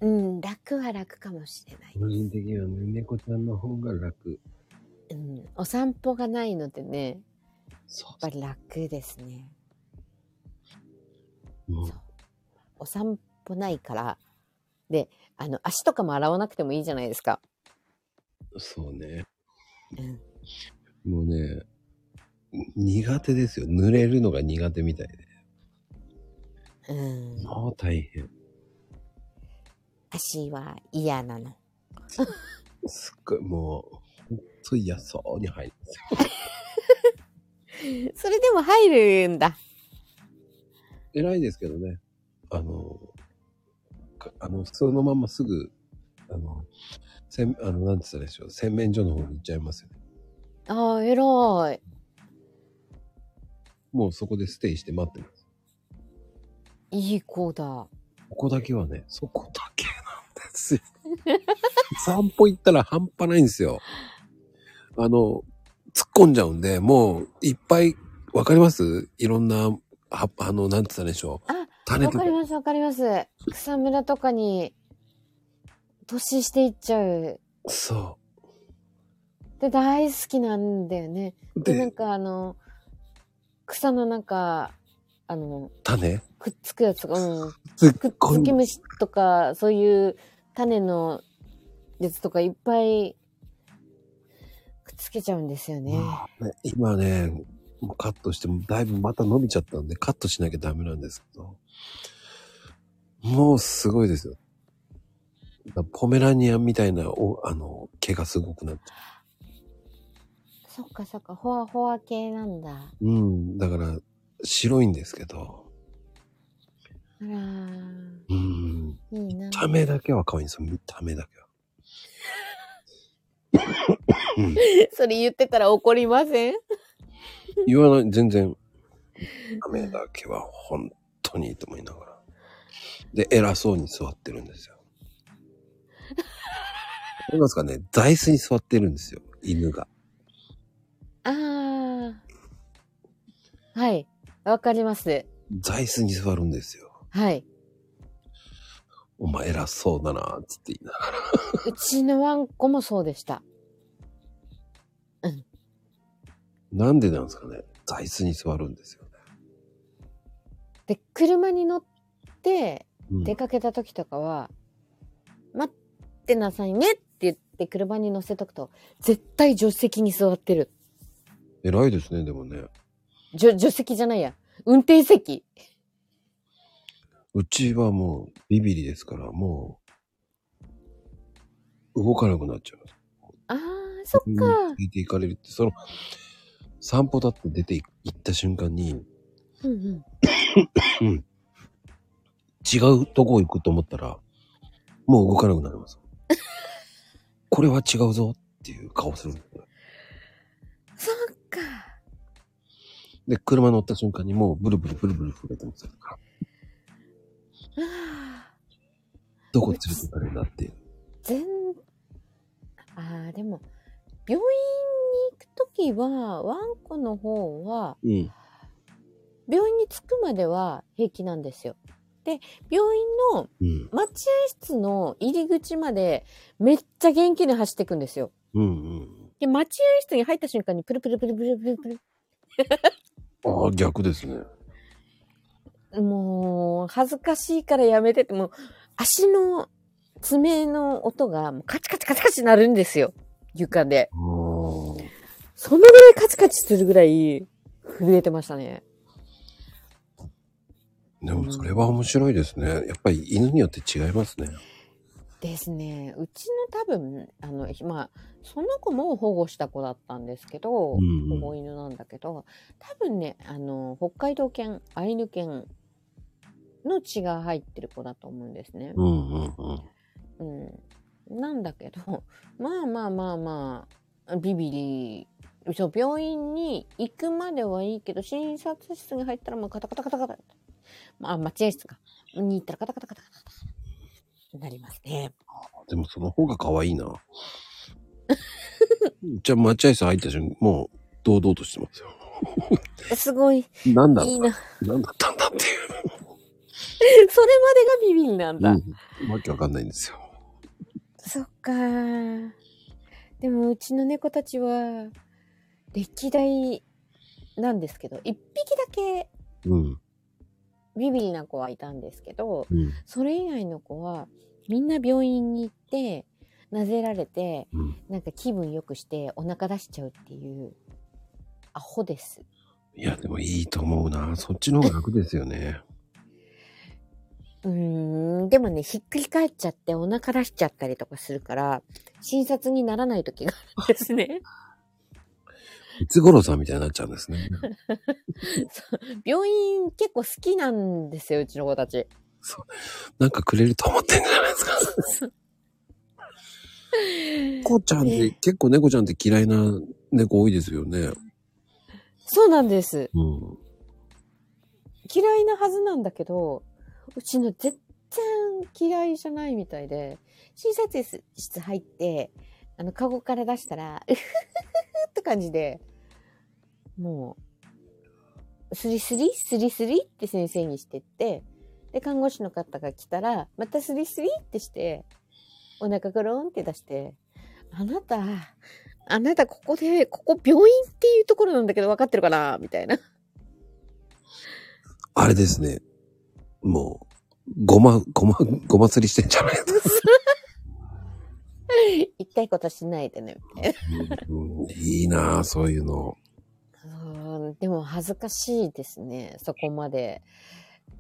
Speaker 2: うん、楽は楽かもしれない。
Speaker 1: 個人的にはね、猫ちゃんの方が楽。
Speaker 2: うん、お散歩がないのでね、
Speaker 1: そ
Speaker 2: やっぱり楽ですね。
Speaker 1: う。もう
Speaker 2: お散歩ないから、で、あの、足とかも洗わなくてもいいじゃないですか。
Speaker 1: そうね。
Speaker 2: うん
Speaker 1: もうね、苦手ですよ。濡れるのが苦手みたいで。
Speaker 2: うん、
Speaker 1: もう大変。
Speaker 2: 足は嫌なの。
Speaker 1: すっごい、もう、ほんと嫌そうに入るんですよ。
Speaker 2: それでも入るんだ。
Speaker 1: 偉いですけどね。あの、かあの、そのまますぐ、あの、せん、あの、なんて言ったらいいでしょう。洗面所の方に行っちゃいますよね。
Speaker 2: ああ、偉い。
Speaker 1: もうそこでステイして待ってます。
Speaker 2: いい子だ。
Speaker 1: ここだけはね、そこだけなんですよ。 散歩行ったら半端ないんですよ。あの、突っ込んじゃうんで、もう、いっぱい、わかりますいろんな、は、あの、なんて言ったらいいでしょう。
Speaker 2: あ
Speaker 1: 種
Speaker 2: わ
Speaker 1: と
Speaker 2: か
Speaker 1: か
Speaker 2: り。ます、わかります。草むらとかに、年していっちゃう。
Speaker 1: そ
Speaker 2: で、大好きなんだよね。
Speaker 1: う。
Speaker 2: で、なん
Speaker 1: で、
Speaker 2: かあの、草のなんか、あの、
Speaker 1: 種
Speaker 2: くっつくやつが、うん。
Speaker 1: すっ
Speaker 2: くっ
Speaker 1: ごい
Speaker 2: つき虫とか、そういう種のやつとかいっぱいくっつけちゃうんですよね。
Speaker 1: うんね今ね、もうカットして、だいぶまた伸びちゃったんで、カットしなきゃダメなんですけど。もうすごいですよ。だポメラニアンみたいな、お、あの、毛がすごくなっちゃ
Speaker 2: そっかそっか、ほわほわ系なんだ。あ
Speaker 1: う。うん。だから、白いんですけど、
Speaker 2: らー、
Speaker 1: うん。
Speaker 2: いいな。
Speaker 1: 見た目だけは可愛いんですよ。見た目だけは。
Speaker 2: それ言ってたら怒りません
Speaker 1: 言わない、全然。見た目だけは本当にいいと思いながら。で、偉そうに座ってるんですよ。なんですかね、座椅子に座ってるんですよ、犬が。
Speaker 2: ああ。はい、わかります。
Speaker 1: 座椅子に座るんですよ。
Speaker 2: はい。
Speaker 1: お前偉そうだな、つって言いながら。
Speaker 2: うちのワンコもそうでした。
Speaker 1: なんでなんですかね、座椅子に座るんですよね。
Speaker 2: で、車に乗って
Speaker 1: うん
Speaker 2: 出かけた時とかは、待ってなさいねって言って車に乗せとくと、絶対助手席に座ってる。
Speaker 1: 偉いですね、でもね。
Speaker 2: 助助手席じゃないや。運転席。
Speaker 1: うちはもうビビリですから、もう、動かなくなっちゃいます。
Speaker 2: あー、そっか。
Speaker 1: 出て行かれるって、その、散歩だって出て行った瞬間に、
Speaker 2: うんうん。
Speaker 1: 違うとこ行くと思ったら、もう動かなくなり ます。これは違うぞっていう顔するんですね。
Speaker 2: そっか。
Speaker 1: で、車乗った瞬間にもうブルブルブルブル震えてますから、
Speaker 2: あー
Speaker 1: どこ連れて行かれるんだっていう。
Speaker 2: 全、あー、でも、病院に行くときは、ワンコの方は、
Speaker 1: うん。
Speaker 2: 病院に着くまでは平気なんですよ。で、病院の
Speaker 1: うん。
Speaker 2: 待合室の入り口までめっちゃ元気に走っていくんですよ。
Speaker 1: うん
Speaker 2: で、待合室に入った瞬間にプルプルプルプルプルプ
Speaker 1: うん。ああ、逆ですね。
Speaker 2: ル。もう、恥ずかしいからやめてって、もう、足の爪の音がもうカチカチカチカチ鳴るんですよ。床で。
Speaker 1: あー
Speaker 2: そのぐらいカチカチするぐらい震えてましたね。
Speaker 1: でもそれは面白いですね。やっぱり犬によって違いますね。
Speaker 2: ですね。うちの多分、あの、まあ、その子も保護した子だったんですけど、
Speaker 1: うんう
Speaker 2: 保
Speaker 1: ん
Speaker 2: 護犬なんだけど、多分ね、あの、北海道犬、アイヌ犬の血が入ってる子だと思うんですね。
Speaker 1: うんうんうん。
Speaker 2: うん。なんだけど、まあまあまあまあ、ビビリ、そう、病院に行くまではいいけど、診察室に入ったらもうカタカタカタカタ。まあ、待合室か。に行ったらカタカタカタカタ。なりますね。
Speaker 1: でもその方が可愛いな。じゃあ待合室入った瞬間、もう堂々としてますよ。
Speaker 2: すごい、
Speaker 1: 何だ
Speaker 2: いいな。
Speaker 1: 何だったんだっていう。
Speaker 2: それまでがビビりなんだ。
Speaker 1: うん、わけわかんないんですよ。
Speaker 2: そっかーでもうちの猫たちは歴代なんですけど一匹だけ
Speaker 1: うん。
Speaker 2: ビビリな子はいたんですけど
Speaker 1: うん。
Speaker 2: それ以外の子はみんな病院に行ってなぜられて
Speaker 1: うん、
Speaker 2: なんか気分良くしてお腹出しちゃうっていうアホです
Speaker 1: いや、でもいいと思うな。そっちの方が楽ですよね。
Speaker 2: うーんでもねひっくり返っちゃってお腹出しちゃったりとかするから診察にならない時があるんですね
Speaker 1: いつ頃さんみたいになっちゃうんです ね。
Speaker 2: そう病院結構好きなんですよ、うちの子たち。
Speaker 1: なんかくれると思ってんじゃないですか。猫ちゃんって、結構猫ちゃんって嫌いな猫多いですよね。
Speaker 2: そうなんです。
Speaker 1: うん。
Speaker 2: 嫌いなはずなんだけど、うちの全然嫌いじゃないみたいで、診察室入って、あの、カゴから出したら、うふふふって感じで、もう、スリスリスリスリって先生にしてって、で、看護師の方が来たら、またスリスリってして、お腹ゴロンって出して、あなた、あなたここで、ここ病院っていうところなんだけど分かってるかなみた いな。
Speaker 1: あれですね。もう、ごま、ごま、ごま釣りしてんじゃないですか。
Speaker 2: 痛いことしないでね。
Speaker 1: うん いいなあそういうの。
Speaker 2: うーんでも恥ずかしいですね。そこまで、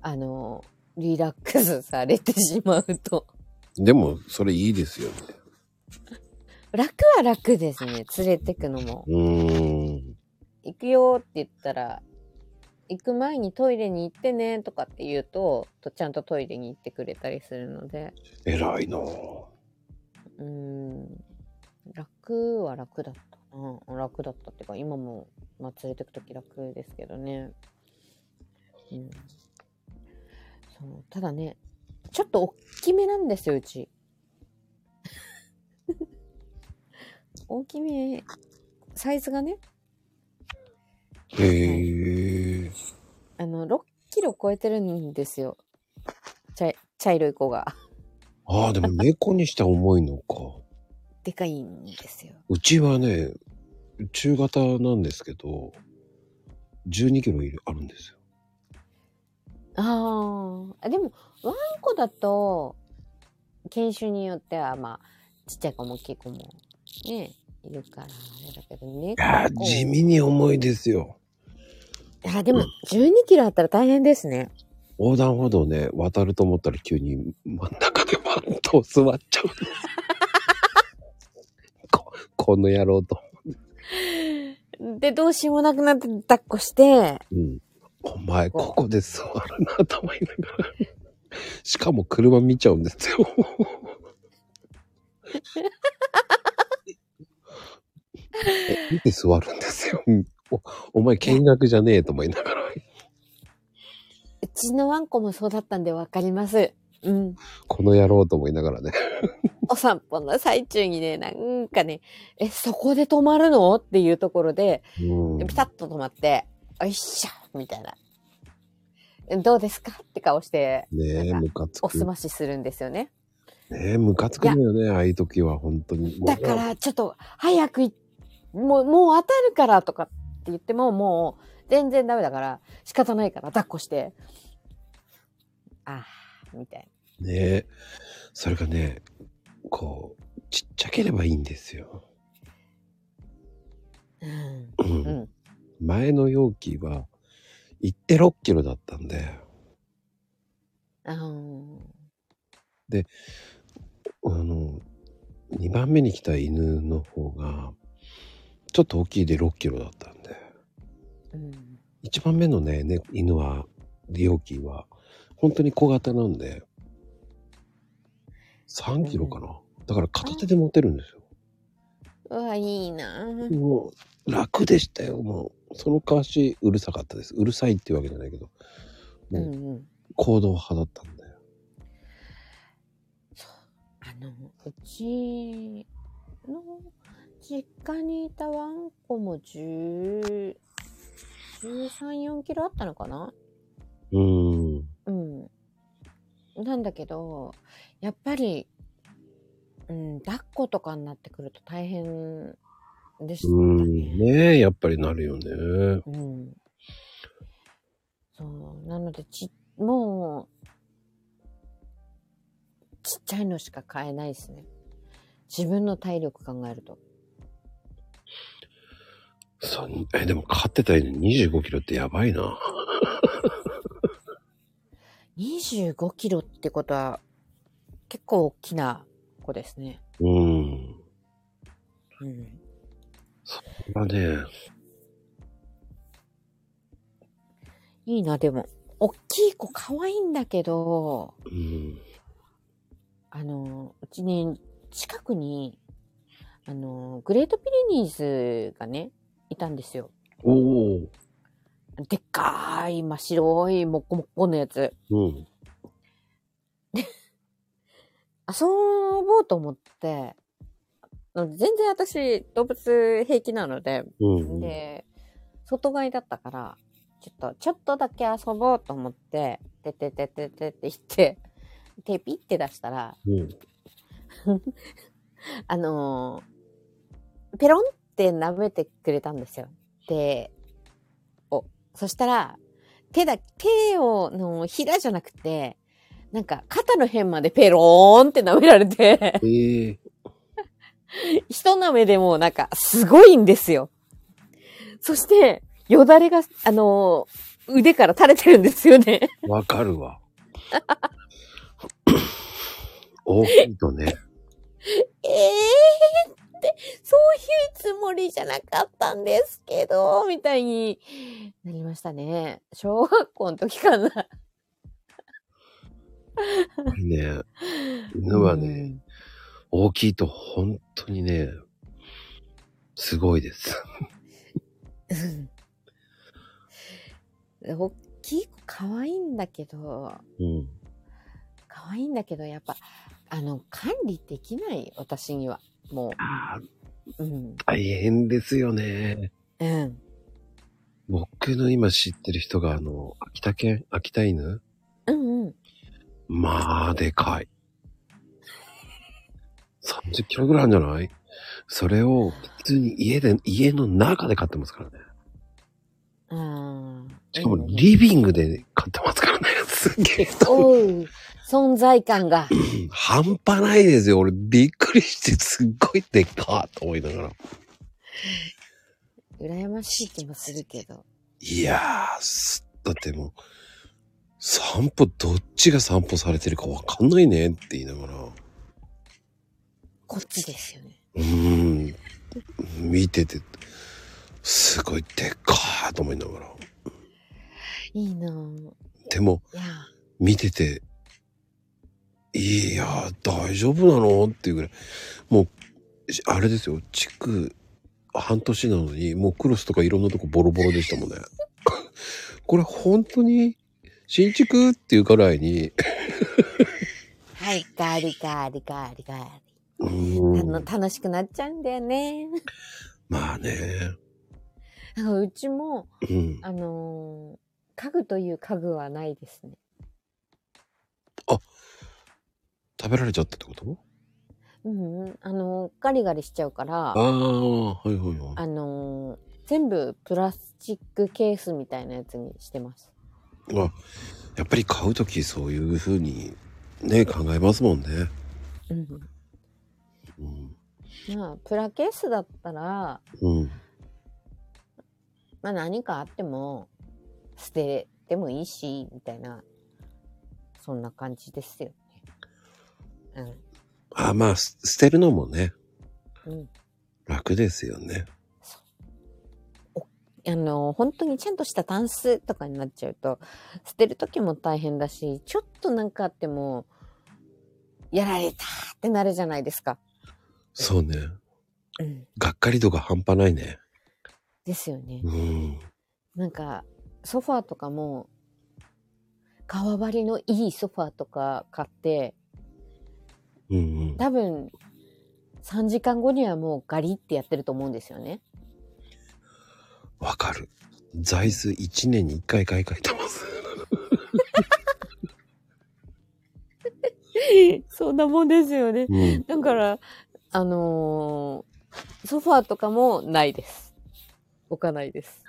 Speaker 2: あの、リラックスされてしまうと。
Speaker 1: でも、それいいですよね。
Speaker 2: 楽は楽ですね。連れてくのも。
Speaker 1: うーん。
Speaker 2: 行くよって言ったら、行く前にトイレに行ってねとかって言うと、とちゃんとトイレに行ってくれたりするので、
Speaker 1: 偉いなあ
Speaker 2: うーん、楽は楽だったな。楽だったっていうか、今も、まあ、連れてくとき楽ですけどね。うん。そう、ただね、ちょっと大きめなんですよ、うち。 大きめ、サイズがね、
Speaker 1: へえ。
Speaker 2: あの、6キロ超えてるんですよ。茶い茶色い子が。
Speaker 1: ああ、でも猫にしては重いのか。
Speaker 2: でかいんですよ。
Speaker 1: うちはね、中型なんですけど、12キロいる、あるんですよ。
Speaker 2: あーあ。でも、ワンコだと、犬種によっては、まあ、ちっちゃい子も大きい子も、ね、いるから、あれだけどね。
Speaker 1: やー、
Speaker 2: こう
Speaker 1: 地味に重いですよ。
Speaker 2: あ、でも、12キロあったら大変ですね。
Speaker 1: 横断歩道ね、渡ると思ったら急に真ん中でバンと座っ ちゃう。ここの野郎と。
Speaker 2: で、どうしようもなくなって抱っこして、
Speaker 1: うん。お前、ここで座るな、と思いながら。しかも車見ちゃうん ですよ。え見て座るんですよ。うんおお前、見学じゃねえと思いながら。
Speaker 2: うちのワンコもそうだったんでわかります。うん。
Speaker 1: この野郎と思いながらね。
Speaker 2: お散歩の最中にね、なんかね、え、そこで止まるのっていうところで、
Speaker 1: うん
Speaker 2: ピタッと止まって、よいしょみたいな。えどうですかって顔して、
Speaker 1: ねえ、
Speaker 2: なんか
Speaker 1: ムカつ
Speaker 2: お
Speaker 1: く。
Speaker 2: す
Speaker 1: ね
Speaker 2: ましするんですよね。
Speaker 1: え、ムカつくのよね、ああいう時は、本当に。
Speaker 2: だから、ちょっと、早くい、もう、もう当たるからとかって言っても、もう、全然ダメだから、仕方ないから、抱っこして、ああ、みたい
Speaker 1: ねえ。それがね、こう、ちっちゃければいいんですよ。
Speaker 2: な。うん。
Speaker 1: うん
Speaker 2: うん。
Speaker 1: 前の容器は行って6キロだったんで、
Speaker 2: あの
Speaker 1: あの、2番目に来た犬の方が、ちょっと大きいで6キロだったんで、
Speaker 2: ーうん。
Speaker 1: 1番目のね、ね犬は、容器は、本当に小型なんで、3キロかな。だから片手で持てるんですよ。
Speaker 2: うわ、いいなぁ
Speaker 1: もう楽でしたよ。もう、そのかわし、うるさかったです。うるさいっていうわけじゃないけど、
Speaker 2: う
Speaker 1: うん
Speaker 2: んうん。
Speaker 1: 行動派だったんで。
Speaker 2: あの、うちの実家にいたワンコも10 13、4キロあったのかな
Speaker 1: うーん。
Speaker 2: うん。なんだけど、やっぱり、うん、抱っことかになってくると大変でし
Speaker 1: う
Speaker 2: た
Speaker 1: ん。
Speaker 2: ね。
Speaker 1: ねえ、やっぱりなるよね。
Speaker 2: うん。そう。なので、ち、もう、ちっちゃいのしか買えないですね。自分の体力考えると。
Speaker 1: そう、え、でも飼ってた犬25キロってやばいな。
Speaker 2: 25キロってことは、結構大きな子ですね。
Speaker 1: うん。
Speaker 2: うん。
Speaker 1: まあね、
Speaker 2: いいな、でも。大きい子可愛いんだけど、
Speaker 1: うん。
Speaker 2: あの、うちね、近くに、あの、グレートピリニーズがね、いたんですよ。
Speaker 1: おお。
Speaker 2: でっかい、真っ白い、もっこもっこのやつ。
Speaker 1: うん。
Speaker 2: 遊ぼうと思って、あの全然私、動物平気なので、
Speaker 1: うん。
Speaker 2: で、外買いだったから、ちょっと、ちょっとだけ遊ぼうと思って、てててててって言って、手ピって出したら、
Speaker 1: うん。
Speaker 2: あのーペロンって舐めてくれたんですよ。で、お、そしたら、手だ、手を、の、ひらじゃなくて、なんか、肩の辺までペローンって舐められて、
Speaker 1: ええ
Speaker 2: 一舐めでもうなんか、すごいんですよ。そして、よだれが、あのー腕から垂れてるんですよね。
Speaker 1: わかるわ。大きいとね。
Speaker 2: ええって、そういうつもりじゃなかったんですけど、みたいになりましたね。小学校の時かな。
Speaker 1: やっぱりね、犬はね、大きいと本当にね、すごいです。
Speaker 2: うん。うん大きい子可愛いんだけど、
Speaker 1: うん。
Speaker 2: 可愛いんだけど、やっぱ、あの、管理できない、私には。も
Speaker 1: ああ、
Speaker 2: う、うん。
Speaker 1: 大変ですよね。
Speaker 2: うん。
Speaker 1: 僕の今知ってる人が、あの、秋田県、秋田犬
Speaker 2: うんうん。
Speaker 1: まあ、でかい。30キロぐらいあるんじゃないそれを普通に家で、家の中で飼ってますからね。
Speaker 2: あー
Speaker 1: しかも
Speaker 2: うんうん
Speaker 1: リビングで飼ってますからね。 すげえと。
Speaker 2: おう、存在感が。
Speaker 1: 半端ないですよ。俺びっくりしてすっごいでっかーと思いながら。
Speaker 2: 羨ましい気もするけど。
Speaker 1: いやーす、だってもう、散歩、どっちが散歩されてるかわかんないねって言いながら、う
Speaker 2: こっちですよね。
Speaker 1: ーん、見てて、すごいでっかーと思いながら。
Speaker 2: いいなぁ。
Speaker 1: でも、
Speaker 2: いや
Speaker 1: 見てて、いやー、大丈夫なのっていうぐらい。もう、しあれですよ、地区、半年なのに、もうクロスとかいろんなとこボロボロでしたもんね。 これ本当に、新築っていうぐらいに、
Speaker 2: はい、ガリガリガリガ
Speaker 1: う
Speaker 2: リ。あ
Speaker 1: ー
Speaker 2: の、
Speaker 1: ん
Speaker 2: 楽しくなっちゃうんだよね。
Speaker 1: まあね、
Speaker 2: あのうちも、
Speaker 1: うん。
Speaker 2: あのー家具という家具はないですね。
Speaker 1: 食べられちゃったってこと
Speaker 2: うんうん、あのガリガリしちゃうから
Speaker 1: あ、あ、はいはいは
Speaker 2: あのー全部プラスチックケースみたいなやつにしてます。
Speaker 1: い。まあ、やっぱり買うときそういうふうに、ね、考えますもんね。
Speaker 2: うん。
Speaker 1: うん。
Speaker 2: まあ、プラケースだったら、
Speaker 1: うん。
Speaker 2: まあ何かあっても捨ててもいいし、みたいな、そんな感じですよね。
Speaker 1: あーまあ、す捨てるのもね、
Speaker 2: うん。うん。
Speaker 1: 楽ですよね。
Speaker 2: あの、本当にちゃんとしたタンスとかになっちゃうと、捨てる時も大変だし、ちょっとなんかあっても、やられたってなるじゃないですか。
Speaker 1: そうね。
Speaker 2: うん。
Speaker 1: がっかり度が半端ないね。
Speaker 2: ですよね。
Speaker 1: うん。
Speaker 2: なんか、ソファーとかも、革張りのいいソファーとか買って、
Speaker 1: うんうん。
Speaker 2: 多分、3時間後にはもうガリってやってると思うんですよね。
Speaker 1: わかる。座椅子1年に1回買い替えてます。
Speaker 2: そんなもんですよね。
Speaker 1: うん。
Speaker 2: だから、あのーソファーとかもないです。置かないです。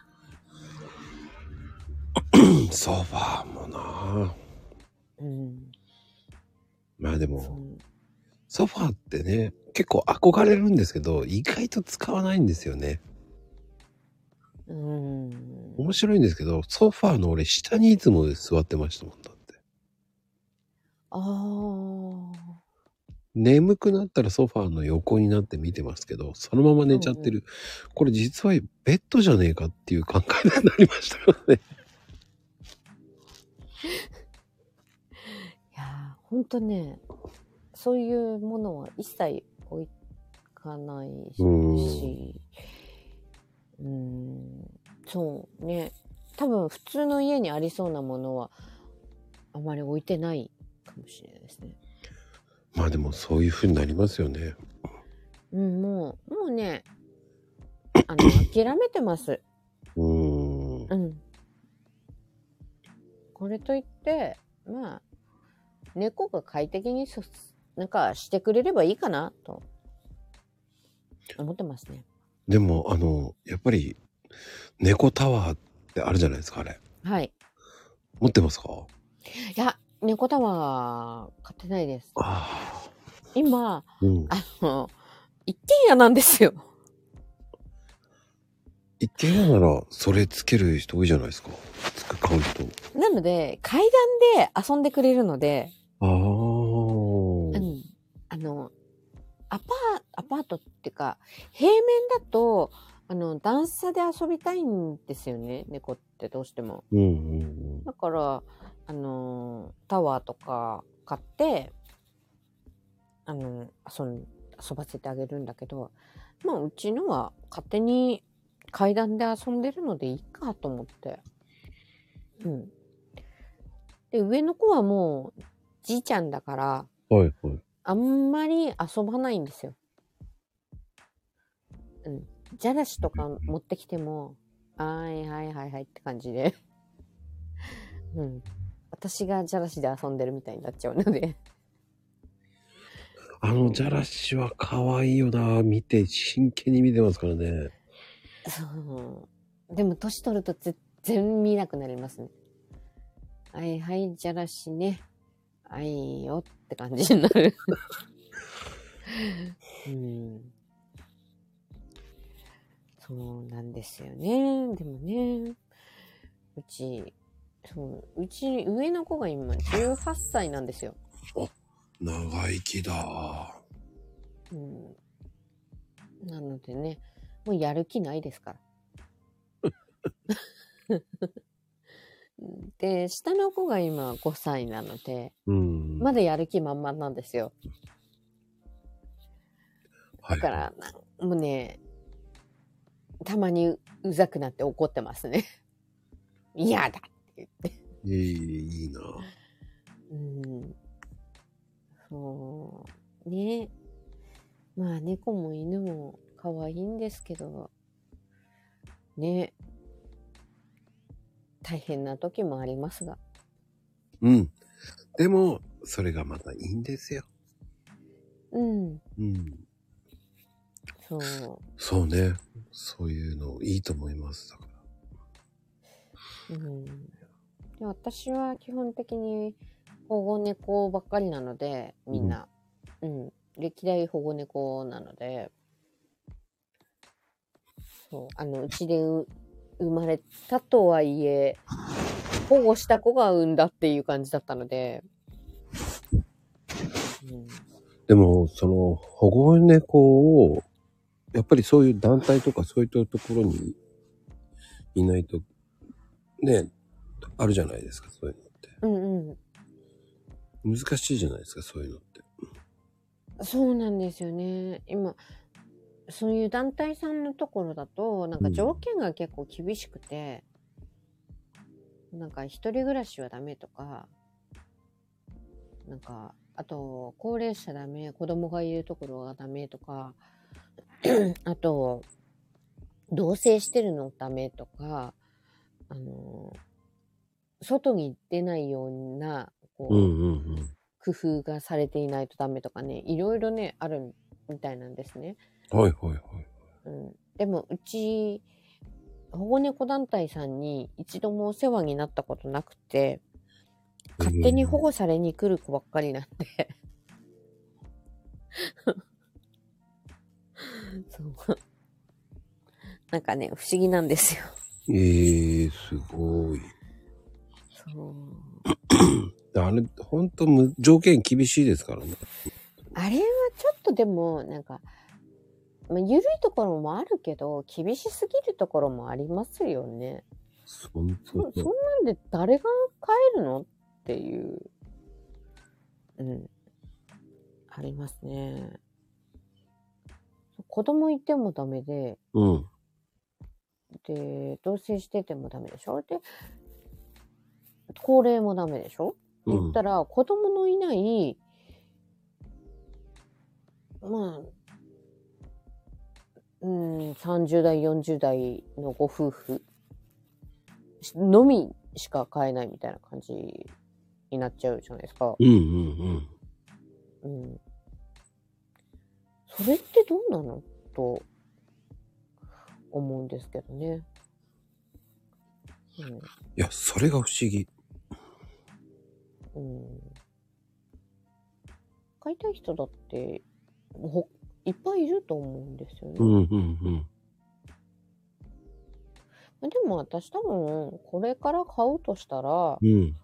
Speaker 1: ソファーもな
Speaker 2: うん。
Speaker 1: まあで
Speaker 2: そ
Speaker 1: も、
Speaker 2: う
Speaker 1: ソファーってね、結構憧れるんですけど、意外と使わないんですよね。
Speaker 2: うん。
Speaker 1: 面白いんですけど、ソファーの俺下にいつも座ってましたもんだって。
Speaker 2: ああ。
Speaker 1: 眠くなったらソファーの横になって見てますけど、そのまま寝ちゃってる。これ実はベッドじゃねえかっていう考えになりましたからね。
Speaker 2: いやー、ほんとね、そういうものは一切置かないし、うん、そうね、多分普通の家にありそうなものはあまり置いてないかもしれないですね。
Speaker 1: まあでもそういう風になりますよね。
Speaker 2: うん、もう、もうね、あの、諦めてます。
Speaker 1: うーん。
Speaker 2: うん。これといって、まあ、猫が快適にそなんかしてくれればいいかなと思ってますね。
Speaker 1: でも、あの、やっぱり、猫タワーってあるじゃないですか、あれ。
Speaker 2: はい。
Speaker 1: 持ってますか
Speaker 2: いや、猫タワー買ってないです。
Speaker 1: ああ。
Speaker 2: 今、
Speaker 1: うん。
Speaker 2: あの、一軒家なんですよ。
Speaker 1: 一軒家なら、それつける人多いじゃないですか。つく買う人。
Speaker 2: なので、階段で遊んでくれるので、
Speaker 1: ああ。
Speaker 2: うん、あの、アパー、アパートっていうか、平面だと、あの、段差で遊びたいんですよね、猫ってどうしても。
Speaker 1: うんうん
Speaker 2: だから、あのータワーとか買って、あの遊ん、遊ばせてあげるんだけど、まあ、うちのは勝手に階段で遊んでるのでいいかと思って。うん。で、上の子はもう、じいちゃんだから、
Speaker 1: うん。はいはい。
Speaker 2: あんまり遊ばないんですよ。うん。じゃらしとか持ってきても、はいはいはいはいって感じで。うん。私がじゃらしで遊んでるみたいになっちゃうので。
Speaker 1: あの、じゃらしは可愛いよな。見て、真剣に見てますからね。
Speaker 2: そう。でも年取ると全然見なくなりますね。はいはい、じゃらしね。はいよって感じになる。うん。そうなんですよね。でもね、うち、そう、うち、上の子が今18歳なんですよ。
Speaker 1: 長生きだ。
Speaker 2: うん。なのでね、もうやる気ないですから。 で、下の子が今5歳なので、
Speaker 1: うん。
Speaker 2: まだやる気満々なんですよ。
Speaker 1: はい
Speaker 2: だから、なんもうね、たまにうざくなって怒ってますね。 嫌だ
Speaker 1: いい、いいな。
Speaker 2: うん。そう。ね。まあ、猫も犬も可愛いんですけど、ね。大変な時もありますが。
Speaker 1: うん。でも、それがまたいいんですよ。
Speaker 2: うん。
Speaker 1: うん。
Speaker 2: そう。
Speaker 1: そうね。そういうのいいと思います。だから。
Speaker 2: うん、で私は基本的に保護猫ばっかりなのでみんな、うん歴代保護猫なのでそうあのうちでう生まれたとはいえ保護した子が産んだっていう感じだったので、うん、
Speaker 1: でも、その、保護猫を、やっぱりそういう団体とかそういったところにいないと、ね、あるじゃないですか、そういうのって。
Speaker 2: うんうん
Speaker 1: 難しいじゃないですか、そういうのって。
Speaker 2: そうなんですよね今そういう団体さんのところだとなんか条件が結構厳しくて、なんか一人暮らしはダメとかなんかあと高齢者ダメ子供がいるところがダメとか あと同棲してるのダメとかあの外に出ないようなこう、
Speaker 1: うんうん
Speaker 2: 工夫がされていないとダメとかねいろいろねあるみたいなんですね。
Speaker 1: うん。はいはいはい。
Speaker 2: うん、でもうち保護猫団体さんに一度もお世話になったことなくて勝手に保護されに来る子ばっかりなんで。 そうなんかね不思議なんですよ。
Speaker 1: ええー、すごい。
Speaker 2: そう
Speaker 1: あれ、ほんとむ、条件厳しいですからね。
Speaker 2: あれはちょっとでもなんか、まあ、緩いところもあるけど厳しすぎるところもありますよね。
Speaker 1: そん
Speaker 2: そそんなんで誰が帰るのっていう、うん、ありますね。子供いてもダメで、
Speaker 1: うん。
Speaker 2: で、同棲しててもダメでしょで、高齢もダメでしょ
Speaker 1: う
Speaker 2: 言
Speaker 1: ん
Speaker 2: った。ら、子供のいない、まあ、うん、30代、40代のご夫婦のみしか買えないみたいな感じになっちゃうじゃないですか。
Speaker 1: うんうんうん。
Speaker 2: うん。それってどうなのと思うんですけどね。うん
Speaker 1: いや、それが不思議。
Speaker 2: うん買いたい人だってほいっぱいいると思うんですよね。
Speaker 1: うんうんうん。
Speaker 2: まあでも私多分これから買うとしたら、
Speaker 1: うん。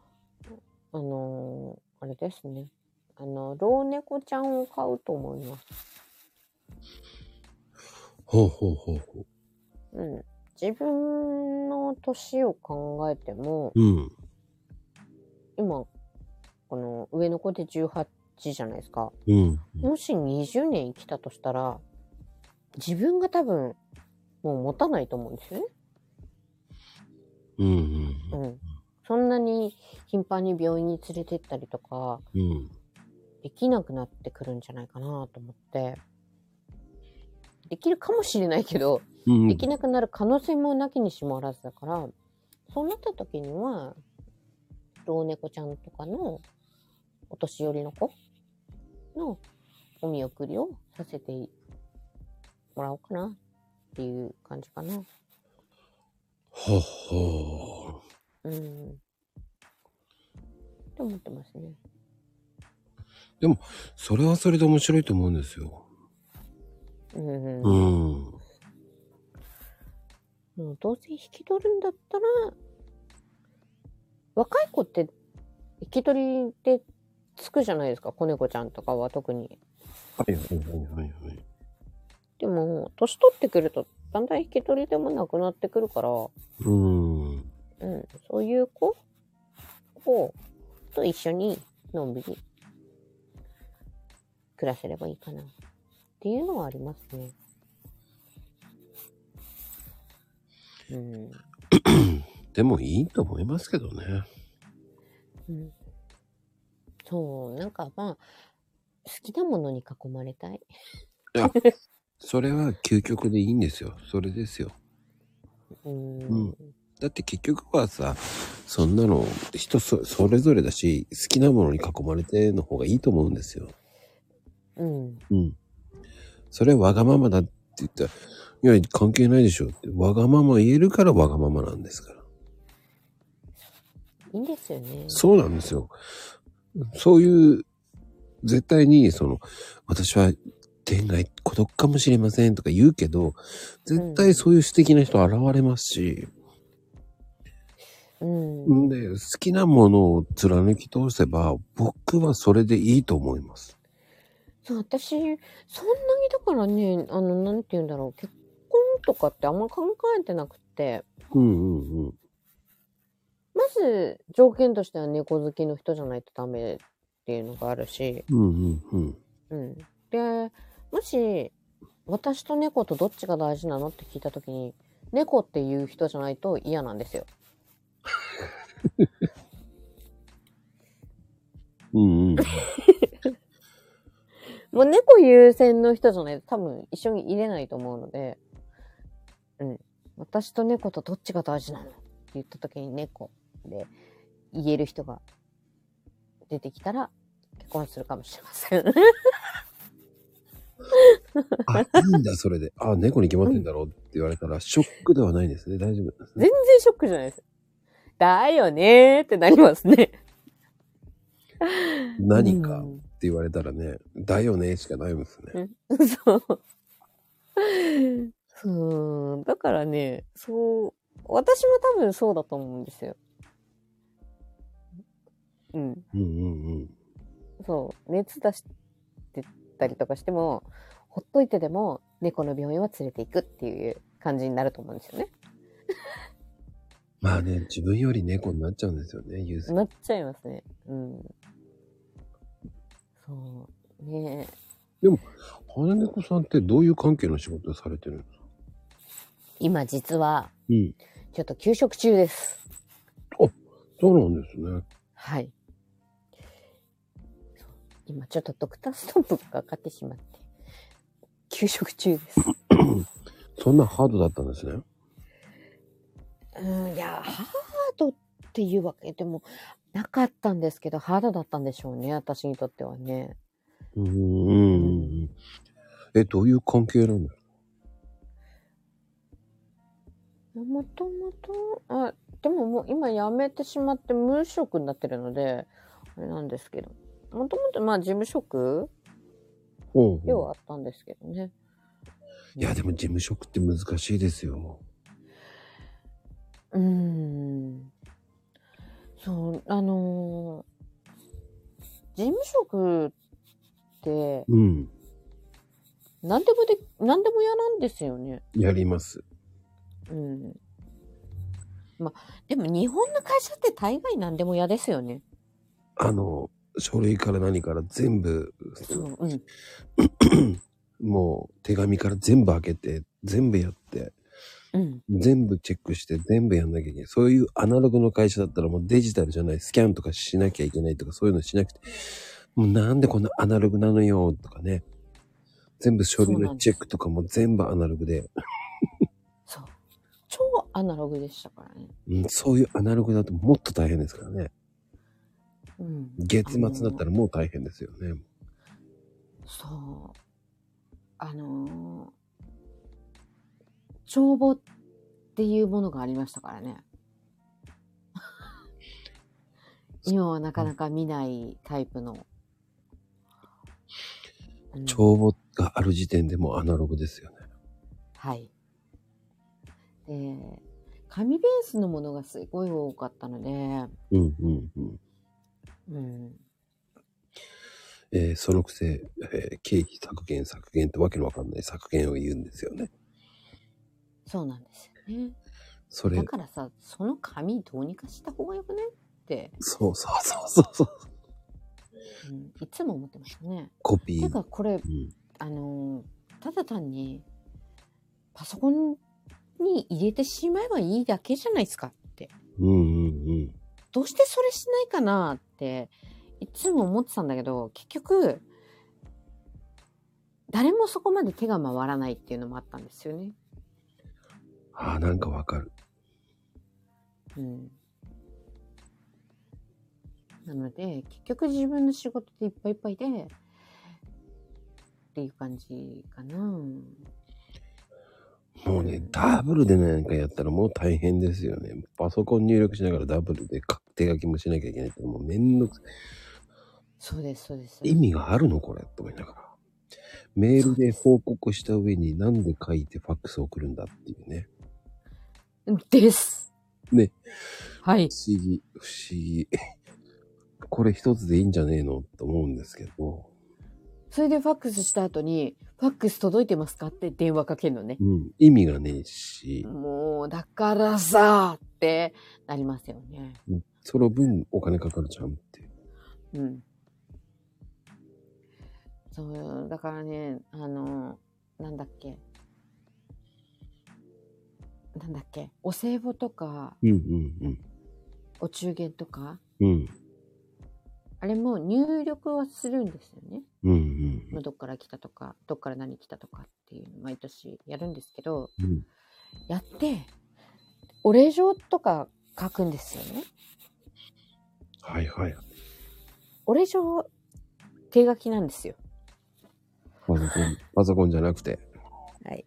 Speaker 2: あのーあれですね。あの、老猫ちゃんを買うと思います。
Speaker 1: ほうほうほうほ
Speaker 2: うん。自分の年を考えても、
Speaker 1: う。うん。
Speaker 2: 今、この上の子で18じゃないですか。
Speaker 1: うん。
Speaker 2: もし20年生きたとしたら、自分が多分、もう持たないと思うんですよね。
Speaker 1: うんうん
Speaker 2: うん、そんなに頻繁に病院に連れてったりとか
Speaker 1: うん。うん。
Speaker 2: できなくなってくるんじゃないかなと思ってできるかもしれないけど、
Speaker 1: うん
Speaker 2: できなくなる可能性もなきにしもあらずだからそうなった時には老猫ちゃんとかのお年寄りの子のお見送りをさせてもらおうかなっていう感じかな。
Speaker 1: ほうほ
Speaker 2: うんと思ってますね。
Speaker 1: それはそれで面白いと思うんですよ。
Speaker 2: うん。
Speaker 1: う
Speaker 2: も
Speaker 1: ん。
Speaker 2: うどうせ引き取るんだったら、若い子って引き取りってつくじゃないですか、子猫ちゃんとかは特に。
Speaker 1: はいはいはいはいはい。
Speaker 2: でも、年取ってくると、だんだん引き取りでもなくなってくるから、
Speaker 1: うん。
Speaker 2: うん、そういう子を、と一緒に、のんびり、暮らせればいいかな。っていうのはありますね。うん。
Speaker 1: でもいいと思いますけどね。
Speaker 2: うん、そう、なんかまあ、好きなものに囲まれたい。
Speaker 1: それは究極でいいんですよ。それですよ。
Speaker 2: うん。
Speaker 1: うんだって結局はさ、そんなの人そそれぞれだし、好きなものに囲まれての方がいいと思うんですよ。
Speaker 2: うん。
Speaker 1: うん。それわがままだって言ったら、いや、関係ないでしょって。わがまま言えるからわがままなんですから。
Speaker 2: いいんですよね。
Speaker 1: そうなんですよ。そういう、絶対に、その、私は天外孤独かもしれませんとか言うけど、絶対そういう素敵な人現れますし、
Speaker 2: うん。
Speaker 1: んで、好きなものを貫き通せば、僕はそれでいいと思います。
Speaker 2: そう、私、そんなにだからね、あの、なんて言うんだろう、結婚とかってあんま考えてなくて、
Speaker 1: うんうんうん。
Speaker 2: まず条件としては猫好きの人じゃないとダメっていうのがあるし、
Speaker 1: うんうんうん。
Speaker 2: うん。で、もし、私と猫とどっちが大事なのって聞いたときに、猫っていう人じゃないと嫌なんですよ。
Speaker 1: うんうん。
Speaker 2: もう猫優先の人じゃないと多分一緒にいれないと思うので、うん。私と猫とどっちが大事なのって言った時に猫で言える人が出てきたら結婚するかもしれませ ん。
Speaker 1: あ、いいんだ、それで。あ、猫に決まってんだろうって言われたら、ショックではないんですね。大丈夫なんですね。
Speaker 2: 全然ショックじゃないです。だよねーってなりますね。
Speaker 1: 何か
Speaker 2: う
Speaker 1: って
Speaker 2: ん
Speaker 1: 言われたらね、だよね、しかないんですね。
Speaker 2: そう。そう。だからね、そう、私も多分そうだと思うんですよ。うん。
Speaker 1: うんうんうん。
Speaker 2: そう、熱出してたりとかしても、ほっといてでも、猫の病院は連れて行くっていう感じになると思うんですよね。
Speaker 1: まあね、自分より猫になっちゃうんですよね、優先。
Speaker 2: なっちゃいますね。うん。そう。ねえ
Speaker 1: 花猫さんってどういう関係の仕事をされてるんですか
Speaker 2: 今実は、
Speaker 1: うん。
Speaker 2: ちょっと休職中です。
Speaker 1: そうなんですね。
Speaker 2: はい。そう今ちょっとドクターストップがかかってしまって、休職中です。
Speaker 1: そんなハードだったんですね。
Speaker 2: うん、いや、ハードっていうわけでもなかったんですけど、ハードだったんでしょうね、私にとってはね。
Speaker 1: うんうんうん。え、どういう関係なんですか
Speaker 2: もともと、あ、でももう今辞めてしまって無職になってるので、あれなんですけど。もともとまあ事務職
Speaker 1: ほうほう
Speaker 2: ではあったんですけどね。
Speaker 1: いや、でも事務職って難しいですよ。
Speaker 2: うーん。そう、あのー事務職って
Speaker 1: うん。
Speaker 2: 何でもで、何でも嫌なんですよね。
Speaker 1: やります。
Speaker 2: うん。まあ、でも日本の会社って大概何でも嫌ですよね。
Speaker 1: あの、書類から何から全部、
Speaker 2: そう、うん。
Speaker 1: もう手紙から全部開けて、全部やって、
Speaker 2: うん。
Speaker 1: 全部チェックして、全部やんなきゃいけない。そういうアナログの会社だったらもうデジタルじゃない、スキャンとかしなきゃいけないとかそういうのしなくて、もうなんでこんなアナログなのよとかね。全部書類
Speaker 2: そうな
Speaker 1: の
Speaker 2: んです
Speaker 1: チェックとかも全部アナログで、
Speaker 2: そう。超アナログでしたからね。
Speaker 1: うん、そういうアナログだともっと大変ですからね。
Speaker 2: うん。
Speaker 1: 月末だったらもう大変ですよね。
Speaker 2: そう。あのー帳 簿っていうものがありましたからね。今はなかなか見ないタイプの。うん
Speaker 1: 帳簿がある時点でもうアナログですよね。
Speaker 2: はい。で、紙ベースのものがすごい多かったので、
Speaker 1: うんうんうん。
Speaker 2: うん。
Speaker 1: えーそのくせ、えー経費削減削減ってわけのわかんない削減を言うんですよね。
Speaker 2: そうなんですよね。
Speaker 1: それ
Speaker 2: だ、からさ、その紙どうにかした方がよくねって、
Speaker 1: そうそうそうそうそう。
Speaker 2: うん、いつも思ってましたね。
Speaker 1: コピ
Speaker 2: て
Speaker 1: ー。
Speaker 2: かこれ
Speaker 1: うん、
Speaker 2: あのーただ単にパソコンに入れてしまえばいいだけじゃないですかって
Speaker 1: うんうんうん。
Speaker 2: どうしてそれしないかなっていつも思ってたんだけど結局誰もそこまで手が回らないっていうのもあったんですよね。
Speaker 1: ああ、なんかわかる。
Speaker 2: うん、なので結局自分の仕事でいっぱいいっぱいでっていう感じかな。
Speaker 1: もうね、ダブルでなんかやったらもう大変ですよね。パソコン入力しながらダブルで確定書きもしなきゃいけないってもうめんどくさ
Speaker 2: そうですそうです。
Speaker 1: い。意味があるのこれと思いながら。メールで報告した上になんで書いてファックス送るんだっていうね。
Speaker 2: です。
Speaker 1: ね。
Speaker 2: はい。
Speaker 1: 不思議、不思議。これ一つでいいんじゃねえのと思うんですけど。
Speaker 2: それでファックスした後に、ファックス届いてますかって電話かけるのね。
Speaker 1: うん。意味がねえし、
Speaker 2: もう、だからさ、ってなりますよね。
Speaker 1: その分お金かかるじゃんっていう。
Speaker 2: うん。そう、だからね、あの、なんだっけ。なんだっけ。お歳暮とか、
Speaker 1: うんうん
Speaker 2: お中元とか、
Speaker 1: うん。うん。
Speaker 2: あれも入力はするんですよね。
Speaker 1: うんうんうん。
Speaker 2: どっから来たとか、どっから何来たとかっていうの毎年やるんですけど、
Speaker 1: うん
Speaker 2: やって、お礼状とか書くんですよね。
Speaker 1: はいはい。
Speaker 2: お礼状、手書きなんですよ。
Speaker 1: パソコン、パソコンじゃなくて。
Speaker 2: はい。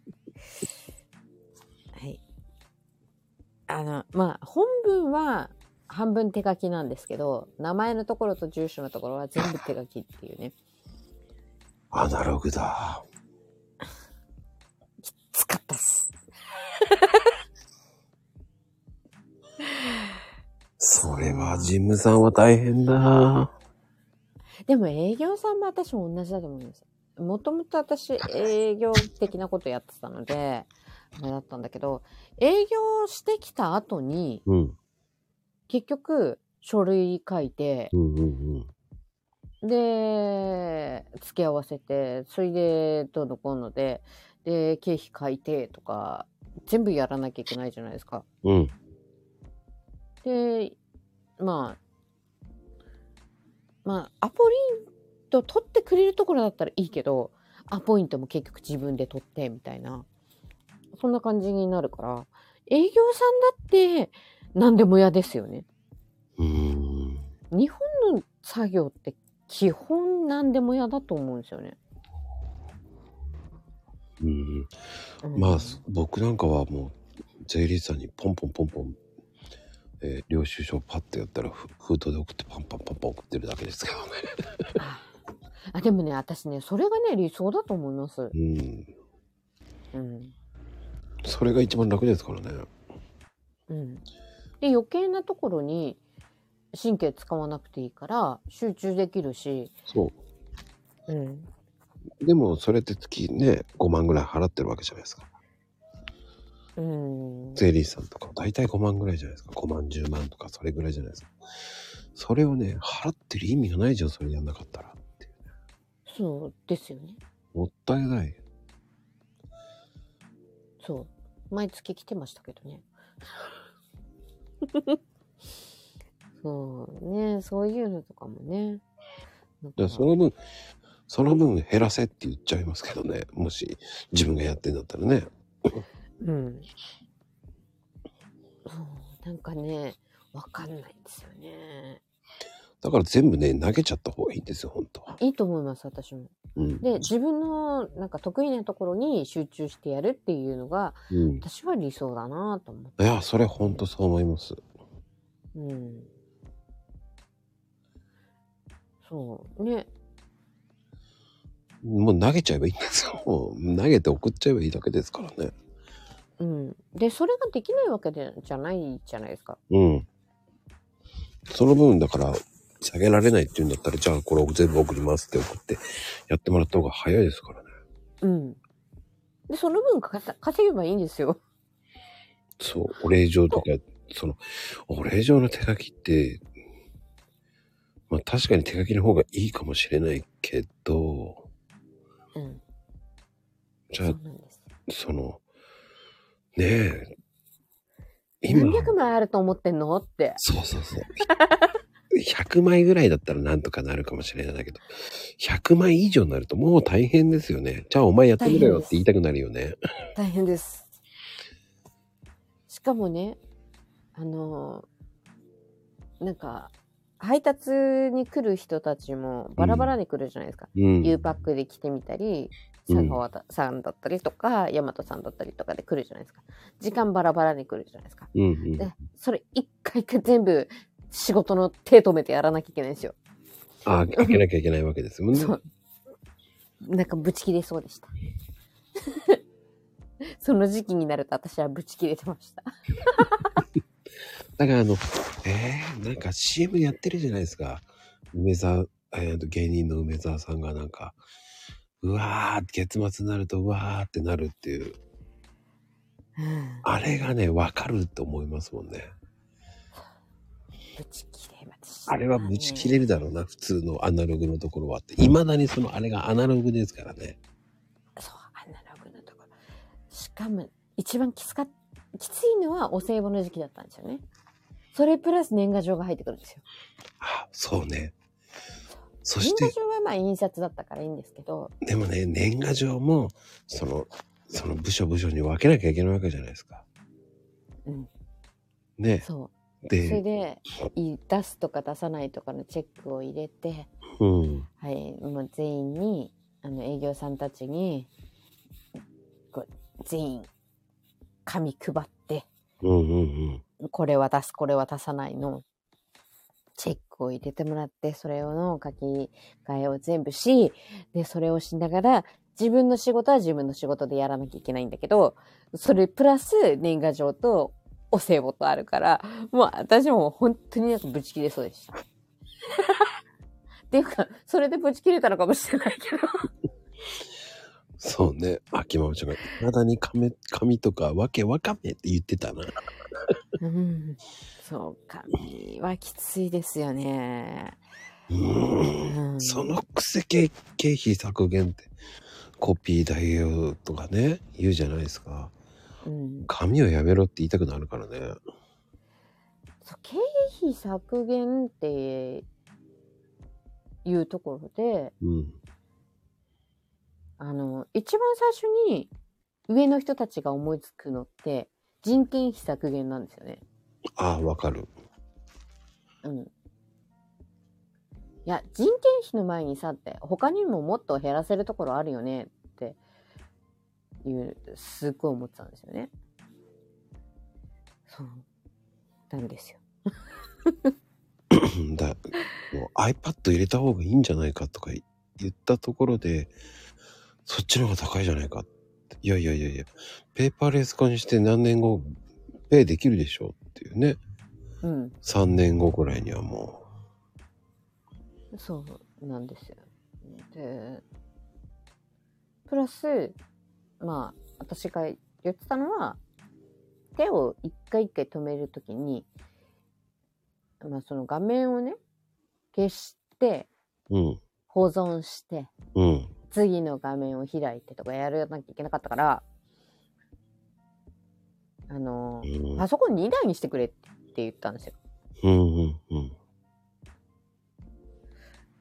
Speaker 2: あの、まあ、本文は半分手書きなんですけど、名前のところと住所のところは全部手書きっていうね。
Speaker 1: アナログだ。
Speaker 2: 使ったっす。
Speaker 1: それは、ジムさんは大変だ。
Speaker 2: でも営業さんも私も同じだと思います。もともと私営業的なことやってたので、あれだったんだけど、営業してきた後に、
Speaker 1: うん。
Speaker 2: 結局、書類書いて、
Speaker 1: うんうんうん。
Speaker 2: で、付け合わせて、それで、どうのこうので、で、経費書いてとか、全部やらなきゃいけないじゃないですか。
Speaker 1: うん。
Speaker 2: で、まあ、まあ、アポイント取ってくれるところだったらいいけど、アポイントも結局自分で取って、みたいな。そんな感じになるから、営業さんだって何でも嫌ですよね。
Speaker 1: うーん。
Speaker 2: 日本の作業って基本何でも嫌だと思うんですよね。
Speaker 1: うん。
Speaker 2: うん
Speaker 1: まあ、僕なんかはもう、税理士さんにポンポンポンポン、えー領収書をパッとやったら、ふ封筒で送ってパンパンパンパン送ってるだけですけどね。
Speaker 2: あでもね私ねそれがね理想だと思います、
Speaker 1: うん。
Speaker 2: うん
Speaker 1: それが一番楽ですからね。
Speaker 2: うん、で余計なところに神経使わなくていいから集中できるし、
Speaker 1: そ
Speaker 2: うん、
Speaker 1: う。でも、それって月ね、5万ぐらい払ってるわけじゃないですか。
Speaker 2: うん、
Speaker 1: 税理士さんとか、大体5万ぐらいじゃないですか。5万、10万とか、それぐらいじゃないですか。それをね、払ってる意味がないじゃん、それやんなかったら。っていう
Speaker 2: そうですよね
Speaker 1: もったいない。
Speaker 2: そう毎月来てましたけどね そうねそういうのとかもねだか
Speaker 1: で
Speaker 2: ら
Speaker 1: その分、その分減らせって言っちゃいますけどね。もし自分がやってんだったらね。
Speaker 2: うんそうなんかねわかんないんですよね
Speaker 1: だから全部ね、投げちゃった方がいいんですよ、本当は。
Speaker 2: いいと思います私も
Speaker 1: うん。
Speaker 2: で自分のなんか得意なところに集中してやるっていうのが
Speaker 1: うん、い
Speaker 2: 私は理想だなと思って、
Speaker 1: や、それ本当そう思います。
Speaker 2: うん、そう。ね。
Speaker 1: もう投げちゃえばいいんですよ。もう投げて送っちゃえばいいだけですからね。
Speaker 2: うん。で、それができないわけでじゃないじゃないですか。
Speaker 1: うん。その分だから、下げられないって言うんだったら、じゃあこれ全部送りますって送って、やってもらった方が早いですからね。
Speaker 2: うん。で、その分かさ稼げばいいんですよ。
Speaker 1: そう、お礼状とか、その、お礼状の手書きって、まあ確かに手書きの方がいいかもしれないけど、
Speaker 2: うん。
Speaker 1: じ
Speaker 2: そ
Speaker 1: ゃ
Speaker 2: う
Speaker 1: あ、
Speaker 2: なんです。
Speaker 1: その、ねえ、今
Speaker 2: 何、百枚あると思ってんのって。
Speaker 1: そうそうそう。100枚 ぐらいだったらなんとかなるかもしれないんだけど、100枚以上になるともう大変ですよね。じゃあお前やってみろよって言いたくなるよね。
Speaker 2: 大変です。しかもね、あのーなんか、配達に来る人たちもバラバラに来るじゃないですか。
Speaker 1: うん。
Speaker 2: U パックで来てみたり、
Speaker 1: うん
Speaker 2: 佐川さんだったりとか、大和さんだったりとかで来るじゃないですか。時間バラバラに来るじゃないですか。
Speaker 1: うんうん。
Speaker 2: で、それ一回一回全部仕事の手止めてやらなきゃいけないんですよ。
Speaker 1: あ、開けなきゃいけないわけですもんね。
Speaker 2: そう。なんかブチ切れそうでした。 その時期になると私はブチ切れてました。
Speaker 1: だからあの、えー、なんか CM やってるじゃないですか。梅沢、えーと、芸人の梅沢さんがなんか、うわーって月末になるとうわーってなるっていう、あれがね、わかると思いますもんね。
Speaker 2: ブチ切れました。
Speaker 1: あれはぶち切れるだろうな、普通のアナログのところはって。未だにそのあれがアナログですからね。
Speaker 2: そう、アナログなところ。しかも、一番きつかっきついのはお歳暮の時期だったんですよね。それプラス年賀状が入ってくるんですよ。
Speaker 1: あ、そうね。そ
Speaker 2: 年
Speaker 1: し
Speaker 2: 賀
Speaker 1: て、
Speaker 2: 状はまあ印刷だったからいいんですけど、
Speaker 1: でもね、年賀状も、その、その部署部署に分けなきゃいけないわけじゃないですか。
Speaker 2: うん、
Speaker 1: ね。
Speaker 2: そ
Speaker 1: で
Speaker 2: う。、それで、い出すとか出さないとかのチェックを入れて、
Speaker 1: うん。
Speaker 2: はい、もう全員に、あの営業さんたちに、こう全員、紙配って、
Speaker 1: うんうんうん。
Speaker 2: これは出す、これは出さないの、チェックを入れてもらって、それをの書き換えを全部し、で、それをしながら、自分の仕事は自分の仕事でやらなきゃいけないんだけど、それプラス年賀状とお歳暮とあるから、もう私も本当になんかブチ切れそうでした。っていうか、それでブチ切れたのかもしれないけど。
Speaker 1: そうね。秋間ちゃんが、未だに紙、紙とか、わけわかめって言ってたな。
Speaker 2: うん、そう、紙はきついですよね。
Speaker 1: う。
Speaker 2: うんん、
Speaker 1: そのくせ経経費削減って、コピー代用とかね、言うじゃないですか。
Speaker 2: うん
Speaker 1: 紙をやめろって言いたくなるからね。
Speaker 2: そう経費削減っていうところで
Speaker 1: うん。
Speaker 2: あの一番最初に上の人たちが思いつくのって人件費削減なんですよね。
Speaker 1: ああ、わかる。
Speaker 2: うん、いや人件費の前にさって他にももっと減らせるところあるよねっていうすっごい思ってたんですよね。そうなんですよ。
Speaker 1: だもう iPad 入れた方がいいんじゃないかとか言ったところで、そっちの方が高いじゃないかって。いやいやいやいや、ペーパーレス化にして何年後、ペイできるでしょうっていうね。
Speaker 2: うん
Speaker 1: 3年後くらいにはも
Speaker 2: そうなんですよ。で、プラス、まあ、私が言ってたのは、手を一回一回止めるときに、まあ、その画面をね、消して、
Speaker 1: う、うん、
Speaker 2: 保存して、
Speaker 1: うん、
Speaker 2: 次の画面を開いてとかやらなきゃいけなかったから、あの
Speaker 1: う、ん、
Speaker 2: パソコン2台にしてくれって言ったんですよ。
Speaker 1: うん、うん、うん。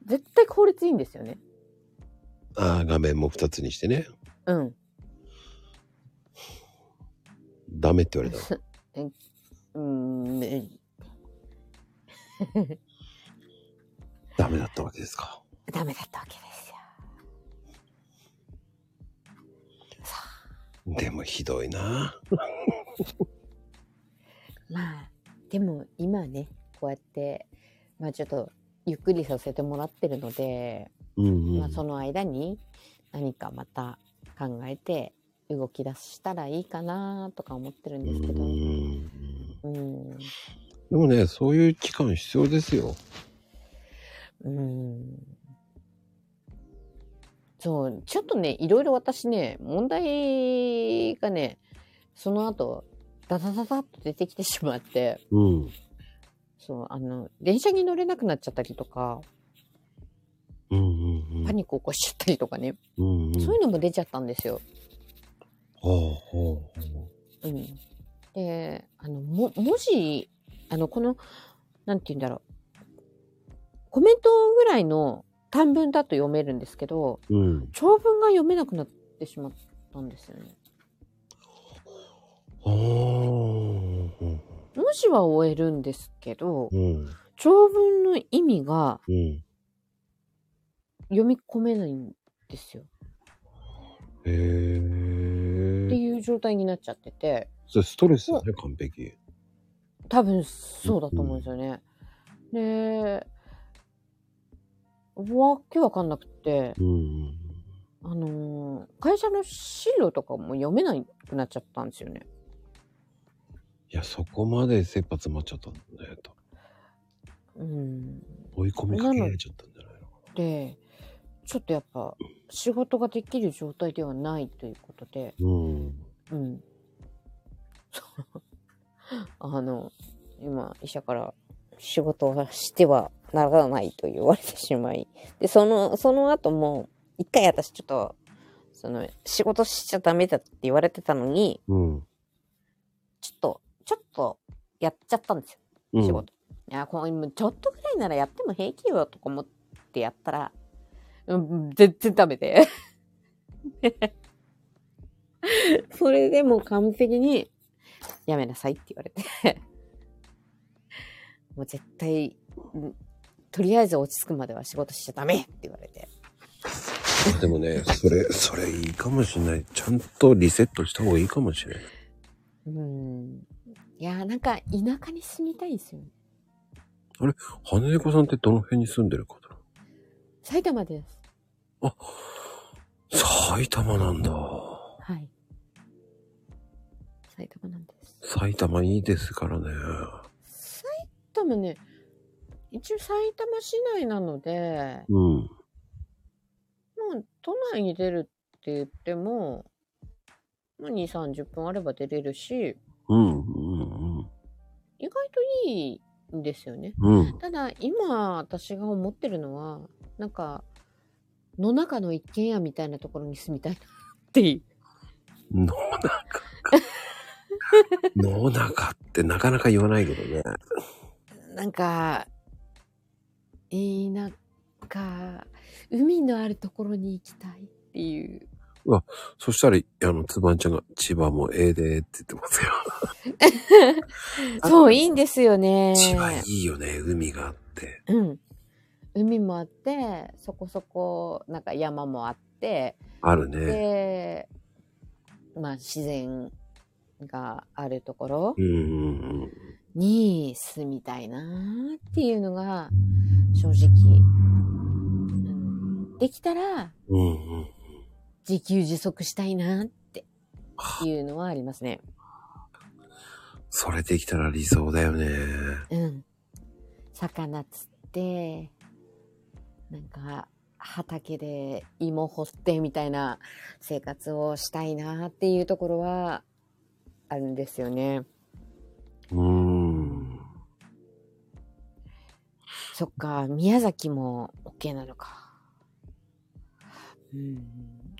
Speaker 2: 絶対効率いいんですよね。
Speaker 1: ああ、画面も2つにしてね。
Speaker 2: うん。
Speaker 1: ダメって言われた。
Speaker 2: え うーん、え
Speaker 1: ダメだったわけですか。
Speaker 2: ダメだったわけですよ。さ
Speaker 1: でもひどいな。
Speaker 2: あ、まあ、でも今はね、こうやって、まあちょっとゆっくりさせてもらってるので、
Speaker 1: うんう
Speaker 2: まあ、
Speaker 1: ん。
Speaker 2: その間に何かまた考えて動き出したらいいかなとか思ってるんですけど、
Speaker 1: うん
Speaker 2: うん、
Speaker 1: でもね、そういう期間必要ですよ。
Speaker 2: うん。そう、ちょっとね、いろいろ私ね、問題がね、その後、ダダダダっと出てきてしまって、
Speaker 1: うん。
Speaker 2: そう、あの、電車に乗れなくなっちゃったりとか、
Speaker 1: うんうんうん。
Speaker 2: パニック起こしちゃったりとかね、
Speaker 1: うんうん。
Speaker 2: そういうのも出ちゃったんですよ。
Speaker 1: ほうほうほ
Speaker 2: うん。で、あの、も、文字、あの、この、なんて言うんだろう。コメントぐらいの短文だと読めるんですけど、
Speaker 1: う。うん。
Speaker 2: 長文が読めなくなってしまったんですよね。
Speaker 1: ほう。
Speaker 2: 文字は終えるんですけど
Speaker 1: う、ん。
Speaker 2: 長文の意味が
Speaker 1: うん。
Speaker 2: 読み込めないんですよ。
Speaker 1: へえ
Speaker 2: って。いう状態になっちゃってて、
Speaker 1: それストレスだね、完璧。
Speaker 2: 多分そうだと思うんですよね。で、わけわかんなくて、
Speaker 1: うんうん。
Speaker 2: あのー会社の資料とかも読めなくなっちゃったんですよね。
Speaker 1: いや、そこまで切羽詰まっちゃったんだね、と。
Speaker 2: うん。
Speaker 1: 追い込みかけられちゃったんじゃないのか
Speaker 2: で、ちょっとやっぱ仕事ができる状態ではないということで、
Speaker 1: な。うん。
Speaker 2: うん。 あの、今、医者から仕事はしてはならないと言われてしまい。で、その、その後も、一回私ちょっと、その、仕事しちゃダメだって言われてたのに、
Speaker 1: うん。
Speaker 2: ちょっと、ちょっと、やっちゃったんです
Speaker 1: う
Speaker 2: よ、
Speaker 1: ん
Speaker 2: 仕事。いや、こう、ちょっとぐらいならやっても平気よ、とか思ってやったら、うん、全然ダメで。 それでもう完璧に、やめなさいって言われて。 もう絶対、うんとりあえず落ち着くまでは仕事しちゃダメって言われて。
Speaker 1: でもね、それ、それいいかもしれない。ちゃんとリセットした方がいいかもしれない。
Speaker 2: うん。いやー、なんか、田舎に住みたいですよね。
Speaker 1: 羽猫さんってどの辺に住んでる方な
Speaker 2: 埼玉です。
Speaker 1: の埼玉なんだ。
Speaker 2: はい。埼玉なんです。
Speaker 1: 埼玉いいですからね。
Speaker 2: 埼玉ね、一応埼玉市内なので、
Speaker 1: うん。
Speaker 2: もう都内に出るって言っても、もう2、30分あれば出れるし、
Speaker 1: うん、うん、
Speaker 2: 意外といいんですよね。
Speaker 1: うん。うん。
Speaker 2: ただ、今私が思ってるのは、なんか、野中の一軒家みたいなところに住みたいなっていう。
Speaker 1: 野中か。野中ってなかなか言わないけどね。
Speaker 2: なんか、いいなんか、海のあるところに行きたいっていう。
Speaker 1: そしたら、あの、つばんちゃんが、千葉もええでって言ってますよ。
Speaker 2: そう、いいんですよね。
Speaker 1: 千葉いいよね、海があって。
Speaker 2: うん。海もあって、そこそこ、なんか山もあって、
Speaker 1: あるね。
Speaker 2: で、まあ自然があるところ
Speaker 1: うん、うん、うん。
Speaker 2: に住みたいなーっていうのが、正直。うんできたら、
Speaker 1: うん、うん。
Speaker 2: 自給自足したいなっていうのはありますね。
Speaker 1: それできたら理想だよね。
Speaker 2: うん。魚釣って、なんか、畑で芋掘ってみたいな生活をしたいなっていうところはあるんですよね。
Speaker 1: うーん。
Speaker 2: そっか、宮崎も OK なのか。うん。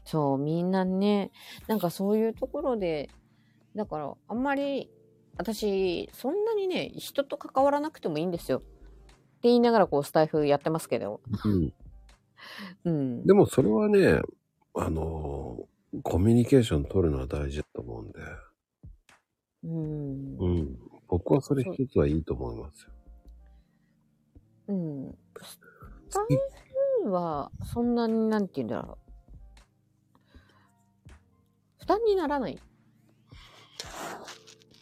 Speaker 2: そう、みんなね、なんかそういうところで、だからあんまり、私、そんなにね、人と関わらなくてもいいんですよ。って言いながらこうスタイフやってますけど。
Speaker 1: うん、
Speaker 2: うん。
Speaker 1: でもそれはね、あのーコミュニケーション取るのは大事だと思うんで。
Speaker 2: うん
Speaker 1: う。ん。僕はそれ一つはいいと思いますよ。
Speaker 2: うん。スタイフは、そんなに、なんて言うんだろう。負担にならない。っ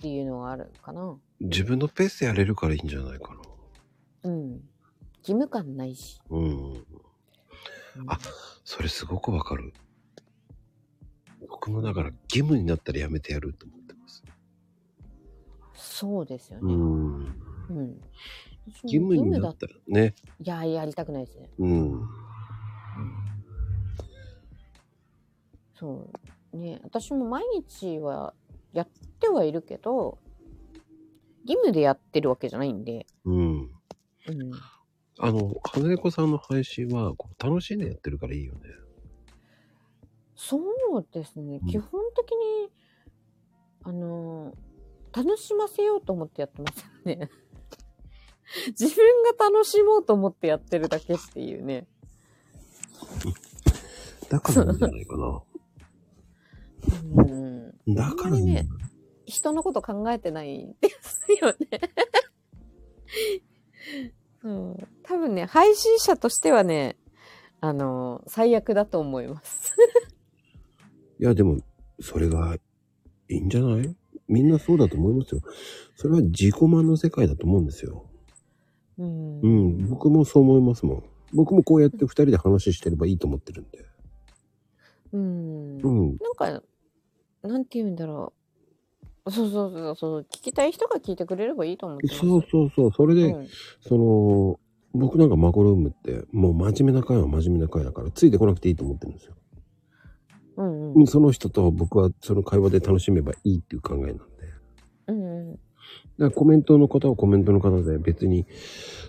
Speaker 2: ていうのがあるかな。
Speaker 1: 自分のペースでやれるからいいんじゃないかな。
Speaker 2: うん。義務感ないし。
Speaker 1: うん。あそれすごくわかる。僕もだから義務になったらやめてやると思ってます。
Speaker 2: そうですよ
Speaker 1: う
Speaker 2: ね。
Speaker 1: ん。
Speaker 2: うん。
Speaker 1: 義務にな
Speaker 2: だ
Speaker 1: っ
Speaker 2: い
Speaker 1: たらね。
Speaker 2: や、やりたくないですね。
Speaker 1: うん。
Speaker 2: そう。ね、私も毎日はやってはいるけど、義務でやってるわけじゃないんで。
Speaker 1: うん。
Speaker 2: うん。
Speaker 1: あの、花猫さんの配信はこう楽しんでやってるからいいよね。
Speaker 2: そうですね
Speaker 1: う。ん
Speaker 2: 基本的に、あのー楽しませようと思ってやってますよ ね。自分が楽しもうと思ってやってるだけっていうね。
Speaker 1: だからなんじゃないかな。
Speaker 2: うん。
Speaker 1: だからいいんだよ
Speaker 2: 人のこと考えてないですよね。うん。多分ね、配信者としてはね、あのー最悪だと思います。
Speaker 1: いや、でも、それがいいんじゃないみんなそうだと思いますよ。それは自己満の世界だと思うんですよ。
Speaker 2: うん
Speaker 1: うん、僕もそう思いますもん。僕もこうやって二人で話してればいいと思ってるんで。
Speaker 2: うん。
Speaker 1: うん、
Speaker 2: なんか、なんて言うんだろう。そうそうそうそう、聞きたい人が聞いてくれればいいと思ってます。
Speaker 1: そうそうそう。それで、
Speaker 2: うん
Speaker 1: その、僕なんかマコルームって、もう真面目な会は真面目な会だから、ついてこなくていいと思ってるんですよ。
Speaker 2: うん
Speaker 1: うんその人と僕はその会話で楽しめばいいっていう考えなんで。
Speaker 2: うんうん
Speaker 1: だからコメントの方はコメントの方で別に、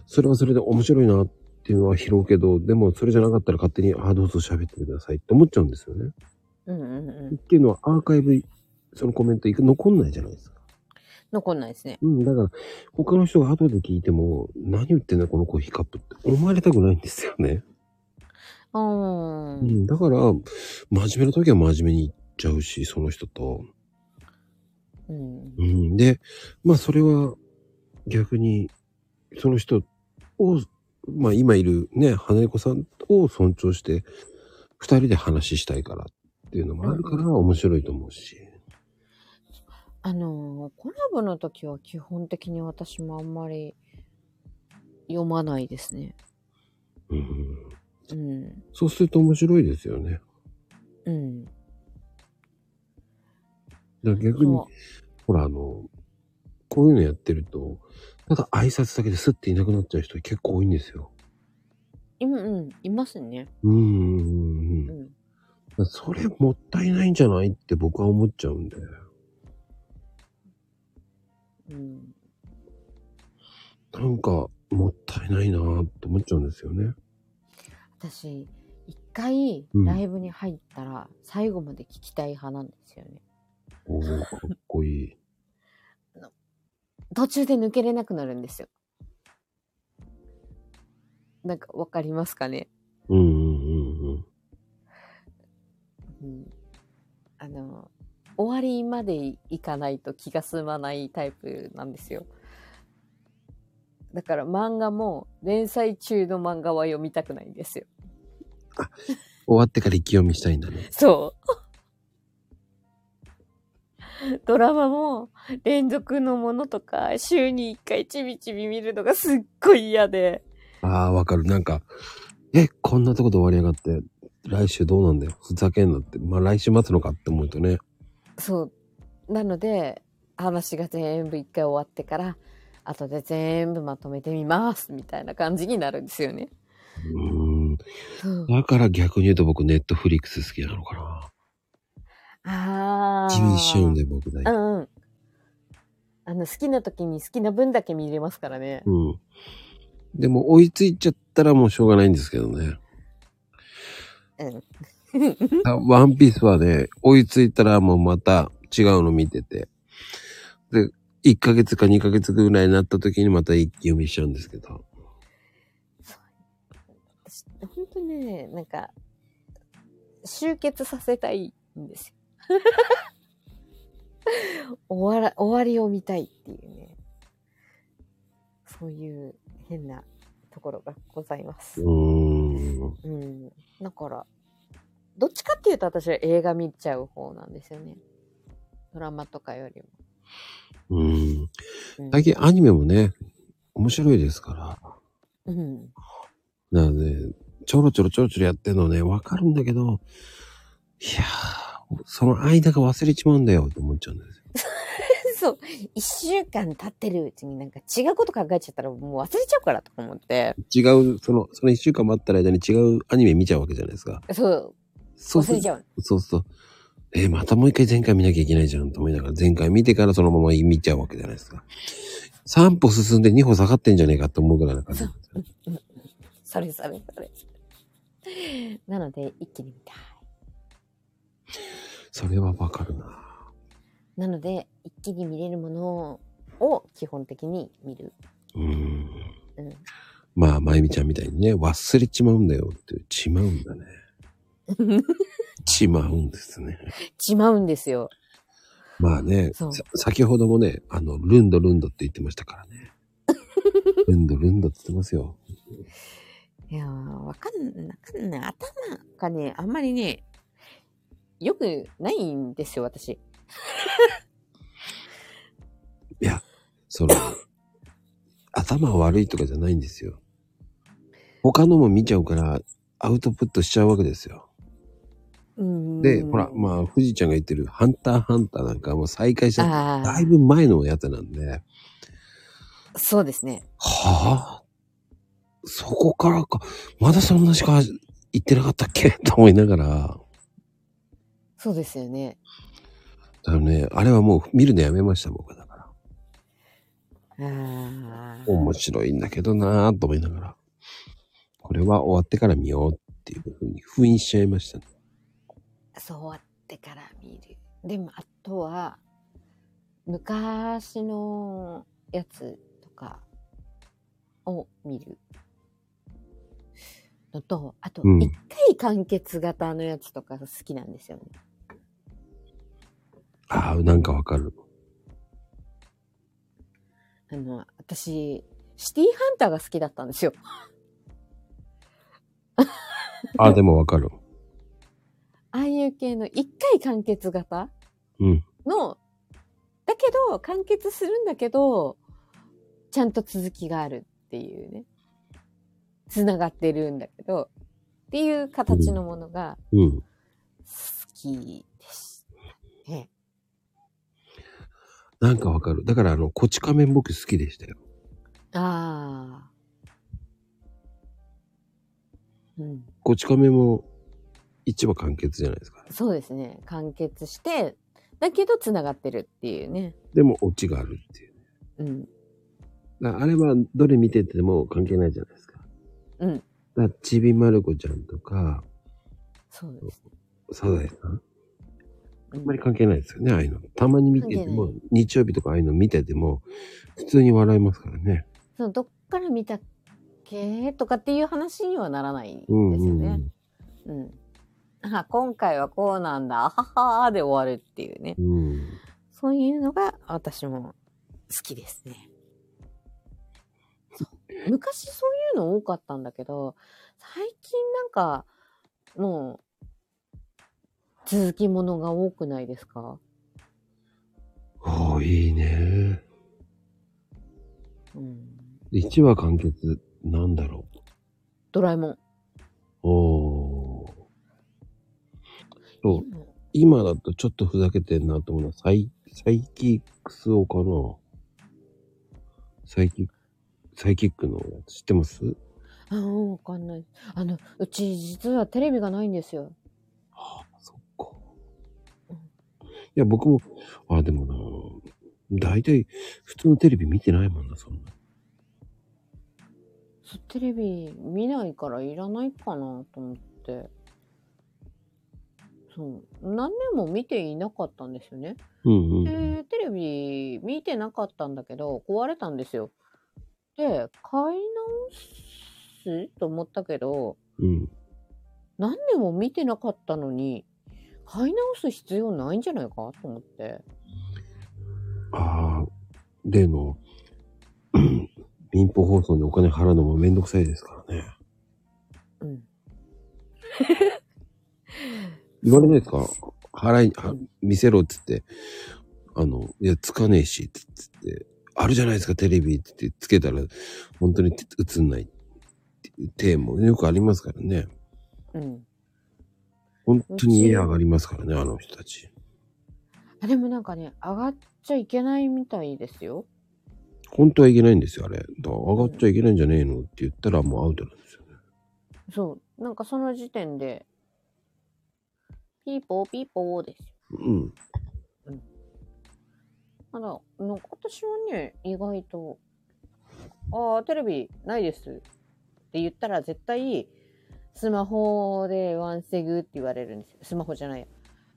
Speaker 1: それはそれで面白いなっていうのは拾うけど、でもそれじゃなかったら勝手に、ああ、どうぞ喋ってくださいって思っちゃうんですよね。
Speaker 2: うんうんうん。
Speaker 1: っていうのはアーカイブ、そのコメントいく残んないじゃないですか。
Speaker 2: 残んないですね。
Speaker 1: うん、だから他の人が後で聞いても、何言ってんだこのコーヒーカップって思われたくないんですよね。
Speaker 2: う。
Speaker 1: うんん、だから、真面目な時は真面目に言っちゃうし、その人と。
Speaker 2: うん
Speaker 1: う。ん、で、まあそれは逆に、その人を、まあ今いるね、花子さんを尊重して、二人で話したいからっていうのもあるから面白いと思うし。
Speaker 2: あのーコラボの時は基本的に私もあんまり読まないですね。
Speaker 1: うん、
Speaker 2: うん。
Speaker 1: そうすると面白いですよね。
Speaker 2: うん。
Speaker 1: だから逆に、
Speaker 2: そ
Speaker 1: ほらあの、こういうのやってると、ただ挨拶だけでスッていなくなっちゃう人結構多いんですよ。
Speaker 2: う。うんうん。いますね。
Speaker 1: うんうんうん
Speaker 2: う
Speaker 1: うん
Speaker 2: ん。
Speaker 1: だからそれもったいないんじゃないって僕は思っちゃうんで。
Speaker 2: うん。
Speaker 1: なんか、もったいないなぁと思っちゃうんですよね。
Speaker 2: 私、一回
Speaker 1: うん
Speaker 2: ライブに入ったら最後まで聞きたい派なんですよね。
Speaker 1: おおかっこいい。
Speaker 2: 途中で抜けれなくなるんですよ。なんかわかりますかね、
Speaker 1: うんうんうんうん。
Speaker 2: うん、あの、終わりまでいかないと気が済まないタイプなんですよ。だから漫画も連載中の漫画は読みたくないんですよ。
Speaker 1: 終わってから意気読みしたいんだね。
Speaker 2: そう。 ドラマも連続のものとか週に1回ちびちび見るのがすっごい嫌で。
Speaker 1: ああ、わかる。なんか、え、こんなとこで終わりやがって、来週どうなんだよ。ふざけんなって。まあ来週待つのかって思うとね。
Speaker 2: そう。なので、話が全部一回終わってから、後で全部まとめてみます、みたいな感じになるんですよね。
Speaker 1: うーん。
Speaker 2: そう
Speaker 1: だから逆に言うと僕、ネットフリックス好きなのかな。
Speaker 2: ああ。
Speaker 1: ジミーシューンで僕大好
Speaker 2: う
Speaker 1: き。
Speaker 2: んうん。あの、好きな時に好きな分だけ見れますからね。
Speaker 1: うん。でも追いついちゃったらもうしょうがないんですけどね。
Speaker 2: うん。
Speaker 1: あワンピースはね、追いついたらもうまた違うの見てて。で、1ヶ月か2ヶ月ぐらいになった時にまた一気読みしちゃうんですけど。
Speaker 2: 私、本当にね、なんか、集結させたいんですよ。 終わら、終わりを見たいっていうね。そういう変なところがございます。
Speaker 1: うーん。
Speaker 2: うん。だから、どっちかっていうと私は映画見ちゃう方なんですよね。ドラマとかよりも。
Speaker 1: うん。
Speaker 2: うん
Speaker 1: 最近アニメもね、面白いですから。
Speaker 2: うん。
Speaker 1: なので、ちょろちょろちょろちょろやってるのね、わかるんだけど、いやー、その間が忘れちまうんだよって思っちゃうんですよ。
Speaker 2: そう。一週間経ってるうちになんか違うこと考えちゃったらもう忘れちゃうからとか思って。
Speaker 1: 違う、その、その一週間待った間に違うアニメ見ちゃうわけじゃないですか。
Speaker 2: そう。
Speaker 1: そう
Speaker 2: 忘
Speaker 1: する
Speaker 2: れちゃう。
Speaker 1: そうすると、えーまたもう一回前回見なきゃいけないじゃんと思いながら、前回見てからそのまま見ちゃうわけじゃないですか。3歩進んで2歩下がってんじゃねえかと思うぐらいな感じなんですよね。
Speaker 2: それそれそれ。なので、一気に見たい。
Speaker 1: それはわかるな。
Speaker 2: なので、一気に見れるものを基本的に見る。
Speaker 1: うん。
Speaker 2: うん。
Speaker 1: まあ、まゆみちゃんみたいにね、忘れちまうんだよって、ちまうん だね。ちまうんですね。
Speaker 2: ちまうんですよ。
Speaker 1: まあね、
Speaker 2: そう
Speaker 1: さ先ほどもね、あの、ルンドルンドって言ってましたから ね。ルンドルンドって言ってますよ。
Speaker 2: いやー、わかんなかんない。頭がね、あんまりね、よくないんですよ、私。
Speaker 1: その、頭悪いとかじゃないんですよ。他のも見ちゃうから、アウトプットしちゃうわけですよ。
Speaker 2: うん。
Speaker 1: で、ほら、まあ、富士ちゃんが言ってる、ハンターハンターなんかもう再開した、
Speaker 2: あ
Speaker 1: だ
Speaker 2: あ
Speaker 1: い、ぶ前のやつなんで、
Speaker 2: そうですね。
Speaker 1: はあそこからか、まだそんなしか言ってなかったっけ と思いながら、
Speaker 2: そうですよね。
Speaker 1: だからね、あれはもう見るのやめました、僕だから。
Speaker 2: ああ。
Speaker 1: 面白いんだけどなぁと思いながら、これは終わってから見ようっていうふうに封印しちゃいましたね。
Speaker 2: そうやってから見る。でも、あとは、昔のやつとかを見るのと、あと、
Speaker 1: うん
Speaker 2: 一回完結型のやつとか好きなんですよね。
Speaker 1: ああ、なんかわかる。
Speaker 2: あの、私、シティーハンターが好きだったんですよ。
Speaker 1: ああ、でもわかる。
Speaker 2: ああいう系の一回完結型
Speaker 1: うん。
Speaker 2: の、だけど、完結するんだけど、ちゃんと続きがあるっていうね。つながってるんだけど、っていう形のものが
Speaker 1: うん。
Speaker 2: 好きです。ね。
Speaker 1: なんかわかる。だから、あの、こち亀僕好きでしたよ。
Speaker 2: ああ。うん。
Speaker 1: こち亀も一話完結じゃないですか。
Speaker 2: そうですね。完結して、だけどつながってるっていうね。
Speaker 1: でも、オチがあるっていう。
Speaker 2: うん。
Speaker 1: だからあれは、どれ見てても関係ないじゃないですか。
Speaker 2: うん。
Speaker 1: だからちびまる子ちゃんとか、
Speaker 2: そうです。
Speaker 1: サザエさん。
Speaker 2: あん
Speaker 1: あんまり関係ないですよね、ああいうの。たまに見てて
Speaker 2: 関
Speaker 1: も
Speaker 2: 係、
Speaker 1: 日曜日とかああいうの見てても、普通に笑いますからね。
Speaker 2: そのどっから見たっけとかっていう話にはならないんです
Speaker 1: う
Speaker 2: よ
Speaker 1: ん
Speaker 2: ね。
Speaker 1: うん、うん
Speaker 2: うん。あ、今回はこうなんだ、あははーで終わるっていうね。
Speaker 1: うん。
Speaker 2: そういうのが私も好きですね。そう昔そういうの多かったんだけど、最近なんか、もう、続きものが多くないですか
Speaker 1: おーいいね。
Speaker 2: うん。
Speaker 1: 1話完結、なんだろ
Speaker 2: ドラえもん。
Speaker 1: う。おー。そう、
Speaker 2: 今
Speaker 1: 今だとちょっとふざけてんなと思うのは、サイ、サイキックスをかな。サイキック、サイキックのやつ知ってます
Speaker 2: あーわかんない。あの、うち実はテレビがないんですよ。
Speaker 1: そっか
Speaker 2: うん。
Speaker 1: いや、僕も、あ、でもな、大体、普通のテレビ見てないもんな、そんな。
Speaker 2: そうテレビ見ないからいらないかなと思ってそう何年も見ていなかったんですよね、
Speaker 1: うんうん。
Speaker 2: でテレビ見てなかったんだけど壊れたんですよで買い直すと思ったけど
Speaker 1: うん。
Speaker 2: 何年も見てなかったのに買い直す必要ないんじゃないかと思って
Speaker 1: ああ、例の、うん民放放送にお金払うのもめんどくさいですからね。
Speaker 2: うん
Speaker 1: 言われないですか払い、は
Speaker 2: うん
Speaker 1: 見せろっつって、あの、いや、つかねえし、つつって、あるじゃないですか、テレビって言ってつけたら、本当につ映んない。テーマよくありますからね。
Speaker 2: うん。
Speaker 1: 本当に家上がりますからね、あの人たち。
Speaker 2: あ、でもなんかね、上がっちゃいけないみたいですよ。
Speaker 1: 本当はいけないんですよ、あれ。だから上がっちゃいけないんじゃねえのって言ったらもうアウトなんですよね。
Speaker 2: そう。なんかその時点で、ピーポーピーポーですよ。
Speaker 1: うん。
Speaker 2: あら、なんか私はね、意外と、ああ、テレビないですって言ったら絶対、スマホでワンセグって言われるんですよ。スマホじゃない。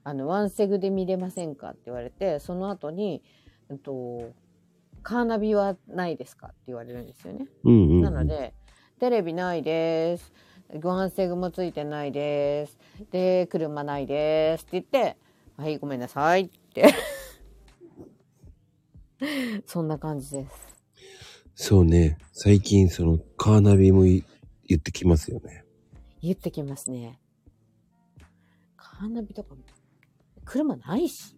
Speaker 2: あの、ワンセグで見れませんかって言われて、その後に、えっと、カーナビはないですかって言われるんですよね。
Speaker 1: うんうん、うん。
Speaker 2: なので、テレビないです。ご飯セグもついてないです。で、車ないです。って言って、はい、ごめんなさいって。 そんな感じです。
Speaker 1: そうね。最近、その、カーナビもい言ってきますよね。
Speaker 2: 言ってきますね。カーナビとかも、車ないし。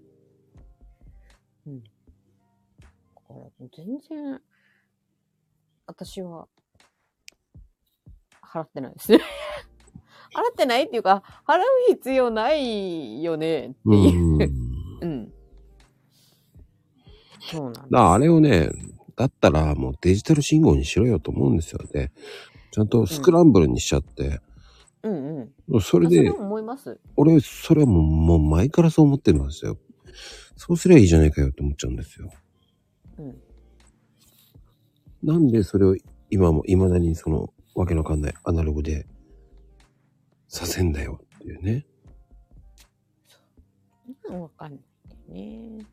Speaker 2: うん。だから、全然、私は、払ってないですね。 払ってないっていうか、払う必要ないよねって
Speaker 1: う
Speaker 2: いう。
Speaker 1: ん。だか
Speaker 2: うん。そうなんだ。
Speaker 1: らあれをね、だったらもうデジタル信号にしろよと思うんですよね。ちゃんとスクランブルにしちゃって。
Speaker 2: うんうん。
Speaker 1: それ
Speaker 2: あそ
Speaker 1: で
Speaker 2: れ、も思います。
Speaker 1: 俺、それはもうもう前からそう思ってるんですよ。そうすりゃいいじゃないかよって思っちゃうんですよ。
Speaker 2: うん。
Speaker 1: なんでそれを今も、未だにその、わけのわかんないアナログで、させんだよっていうね。
Speaker 2: うんわかんないね。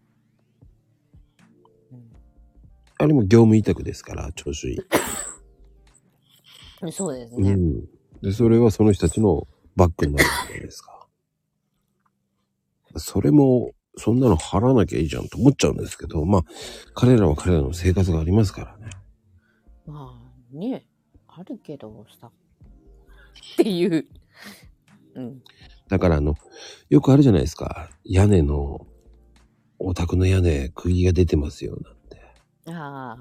Speaker 1: あれも業務委託ですから、聴取
Speaker 2: うん、そうです
Speaker 1: う
Speaker 2: ね。
Speaker 1: ん。で、それはその人たちのバックになるじゃないです か。それも、そんなの払わなきゃいいじゃんと思っちゃうんですけど、まあ、彼らは彼らの生活がありますからね。
Speaker 2: まあね、あるけどさ。っていう。うん。
Speaker 1: だから、あの、よくあるじゃないですか。屋根の、お宅の屋根、釘が出てますよ、なんて。
Speaker 2: あ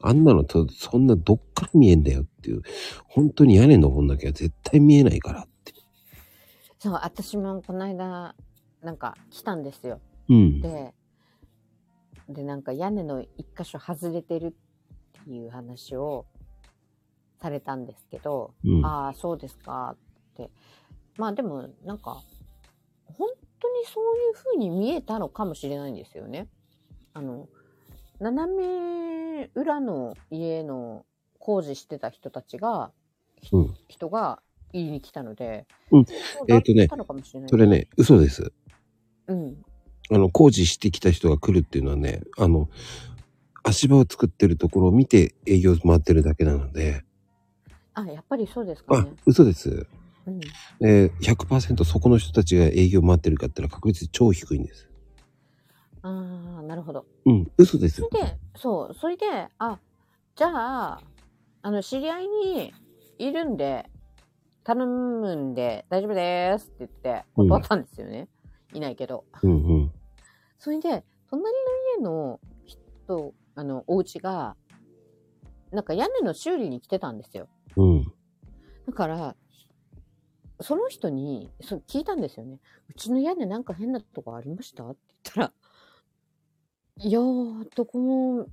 Speaker 2: あ、
Speaker 1: あんなのと、そんなどっから見えんだよっていう。本当に屋根登んなきゃ絶対見えないからって。
Speaker 2: そう、私もこの間、なんか来たんですよ。
Speaker 1: うん。
Speaker 2: で、で、なんか屋根の一箇所外れてるっていう話をされたんですけど、
Speaker 1: うん。
Speaker 2: ああ、そうですかって。まあでも、なんか、本当にそういう風に見えたのかもしれないんですよね。あの、斜め裏の家の工事してた人たちが、ひ
Speaker 1: うん
Speaker 2: 人が言いに来たので、
Speaker 1: うん
Speaker 2: そう
Speaker 1: えーとね
Speaker 2: だたのかもしれない
Speaker 1: それね、嘘です。
Speaker 2: うん。
Speaker 1: あの、工事してきた人が来るっていうのはね、あの、足場を作ってるところを見て営業回ってるだけなので、
Speaker 2: あ、やっぱりそうですか
Speaker 1: あ
Speaker 2: ね。、
Speaker 1: 嘘です。
Speaker 2: うん。
Speaker 1: えー、100%そこの人たちが営業回ってるかってのは確率超低いんです。
Speaker 2: ああ、なるほど。
Speaker 1: うん、嘘です
Speaker 2: そ
Speaker 1: よ。
Speaker 2: れで、そう、それで、あ、じゃあ、あの、知り合いにいるんで、頼むんで大丈夫ですって言って
Speaker 1: うん
Speaker 2: 断ったんですよね。いないけど。
Speaker 1: うんうん。
Speaker 2: それで、隣の家の人、あの、お家が、なんか屋根の修理に来てたんですよ。
Speaker 1: うん。
Speaker 2: だから、その人に、そう聞いたんですよね。うちの屋根なんか変なとこありましたって言ったら、いやー、どこも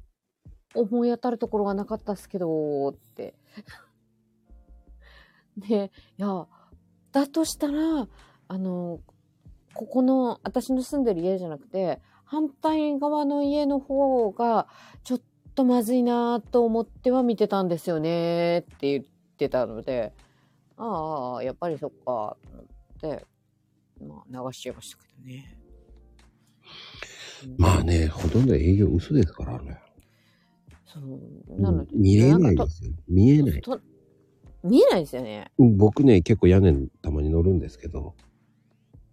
Speaker 2: 思い当たるところがなかったっすけどーって。 で、いや、だとしたら、あの、ここの、私の住んでる家じゃなくて、反対側の家の方が、ちょっとまずいなーと思っては見てたんですよねーって言ってたので、ああ、やっぱりそっか、と思って、まあ、流しちゃいましたけどね。
Speaker 1: まあね、ほとんど営業嘘ですからね。
Speaker 2: そう、なので、
Speaker 1: うん見えない
Speaker 2: んか
Speaker 1: ですよ。見えない。
Speaker 2: とと見えないですよね。
Speaker 1: うん僕ね、結構屋根にたまに乗るんですけど、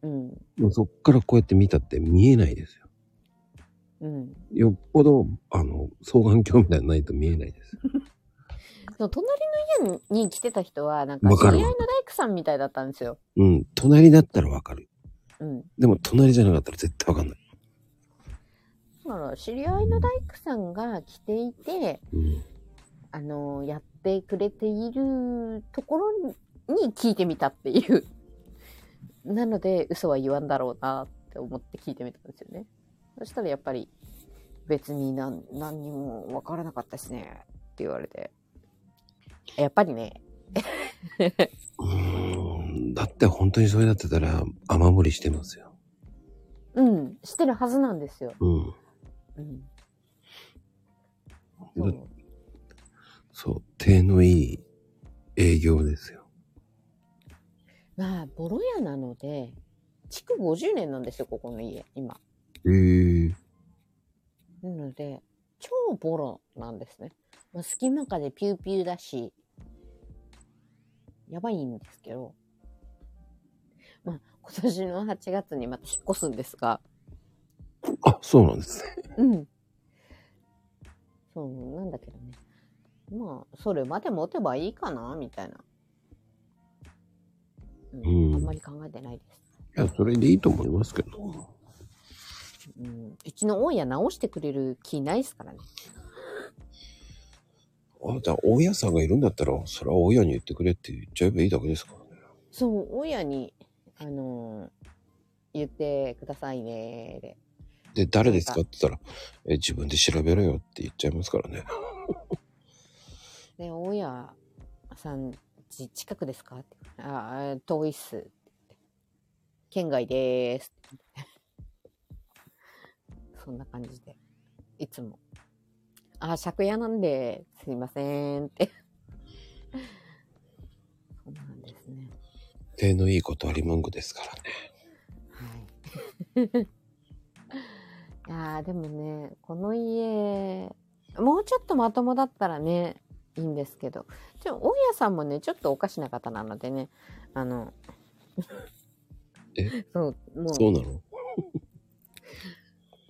Speaker 2: うん。
Speaker 1: もうそっからこうやって見たって見えないですよ。
Speaker 2: うん。
Speaker 1: よっぽど、あの、双眼鏡みたいなのないと見えないです。
Speaker 2: その隣の家に来てた人は、なんか、
Speaker 1: わ
Speaker 2: 知り
Speaker 1: か
Speaker 2: 合い
Speaker 1: る
Speaker 2: の大工さんみたいだったんですよ。
Speaker 1: うん、隣だったらわかる。
Speaker 2: うん。
Speaker 1: でも隣じゃなかったら絶対わかんない。
Speaker 2: だから、知り合いの大工さんが来ていて、
Speaker 1: うん。
Speaker 2: ああの、やってくれているところにに聞いてみたっていう。なので、嘘は言わんだろうなって思って聞いてみたんですよね。そしたらやっぱり、別に何、何にもわからなかったしね、って言われて。やっぱりね、
Speaker 1: うーんだって本当にそれだってたら雨漏りしてますよ。
Speaker 2: うん、してるはずなんですよ。
Speaker 1: うん。
Speaker 2: うん。
Speaker 1: だ
Speaker 2: そう
Speaker 1: そう。手のいい営業ですよ。
Speaker 2: まあ、ボロ屋なので、築50年なんですよ、ここの家、今。
Speaker 1: ええ
Speaker 2: なので、超ボロなんですね。まあ、隙間風ピューピューだし、やばいんですけど、まあ、今年の8月にまた引っ越すんですが、
Speaker 1: あ、そうなんですね。
Speaker 2: うん。そう、なんだけどね。まあ、それまで持てばいいかな、みたいな。うん
Speaker 1: うん
Speaker 2: あんまり考えてないです。
Speaker 1: いや、それでいいと思いますけど。
Speaker 2: うん、うちの大家直してくれる気ないですからね。
Speaker 1: あ、じゃあ、大家さんがいるんだったら、それは大家に言ってくれって言っちゃえばいいだけですからね。
Speaker 2: そう、親に、あのー言ってくださいねーで。
Speaker 1: で、誰ですかって言ったら、え自分で調べろよって言っちゃいますからね。
Speaker 2: で、親さん、ち近くですかって。ああ、遠いっす。県外でーす。そんな感じで。いつも。あ、借家なんで、すいませんって。 そうなんですね。
Speaker 1: 手のいいことあり文句ですからね。
Speaker 2: はい。ああ、でもね、この家、もうちょっとまともだったらね、いいんですけど、ちょ、大家さんもね、ちょっとおかしな方なのでね、あの、
Speaker 1: え
Speaker 2: そう、もう、
Speaker 1: そうなの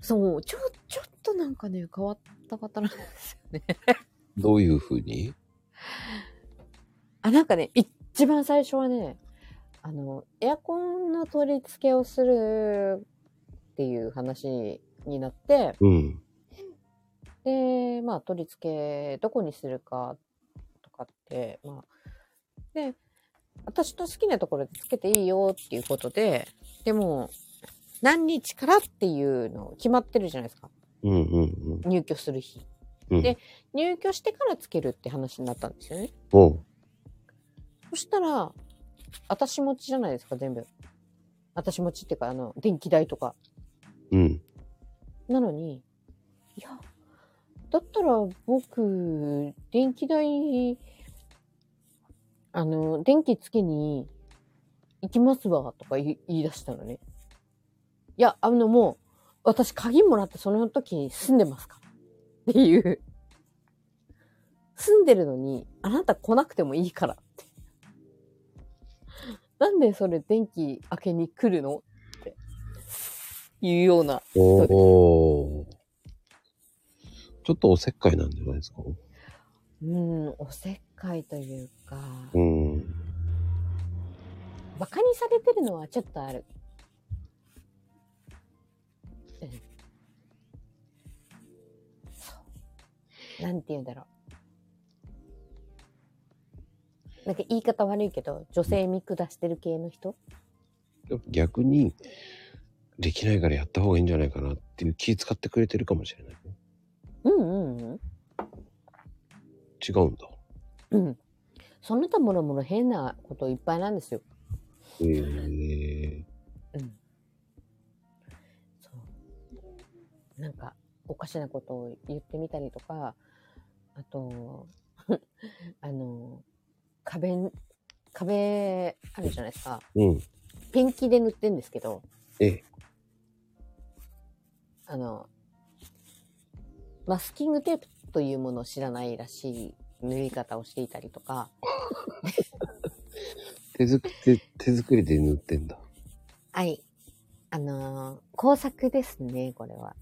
Speaker 2: そう、ちょ、ちょっとなんかね、変わった方なんですよね。
Speaker 1: どういうふうに
Speaker 2: あ、なんかね、一番最初はね、あの、エアコンの取り付けをするっていう話になって、
Speaker 1: うん。
Speaker 2: で、まあ、取り付け、どこにするかとかって、まあ、で、私の好きなところでつけていいよっていうことで、でも、何日からっていうの決まってるじゃないですか。
Speaker 1: うんうん
Speaker 2: 入居する日。
Speaker 1: うん。
Speaker 2: で入居してからつけるって話になったんですよね。
Speaker 1: おう
Speaker 2: そしたら、私持ちじゃないですか、全部。私持ちっていうか、あの、電気代とか。
Speaker 1: うん。
Speaker 2: なのに、いや、だったら僕、電気代、あの、電気つけに行きますわ、とか言い言い出したのね。いや、あのもう、私鍵もらってその時に住んでますから。っていう。住んでるのに、あなた来なくてもいいからって。なんでそれ電気明けに来るのって。いうような。
Speaker 1: おお。ちょっとおせっかいなんじゃないですか
Speaker 2: うん、おせっかいというか、
Speaker 1: うん。
Speaker 2: バカにされてるのはちょっとある。うん。そう。なんて言うんだろう。なんか言い方悪いけど、女性見下してる系の人
Speaker 1: 逆に、できないからやった方がいいんじゃないかなっていう気使ってくれてるかもしれない。
Speaker 2: うんうん
Speaker 1: 違うんだ。
Speaker 2: うん。うん。その他もろもろ変なこといっぱいなんですよ。
Speaker 1: へえ
Speaker 2: うん。そう。なんか、おかしなことを言ってみたりとか、あと、 あの、壁、壁あるじゃないですか。
Speaker 1: うん。
Speaker 2: ペンキで塗ってんですけど、
Speaker 1: ええ。
Speaker 2: あの、マスキングテープというものを知らないらしい塗り方をしていたりとか、
Speaker 1: 手作手手作りで塗ってんだ。
Speaker 2: はい。あのー工作ですね、これは。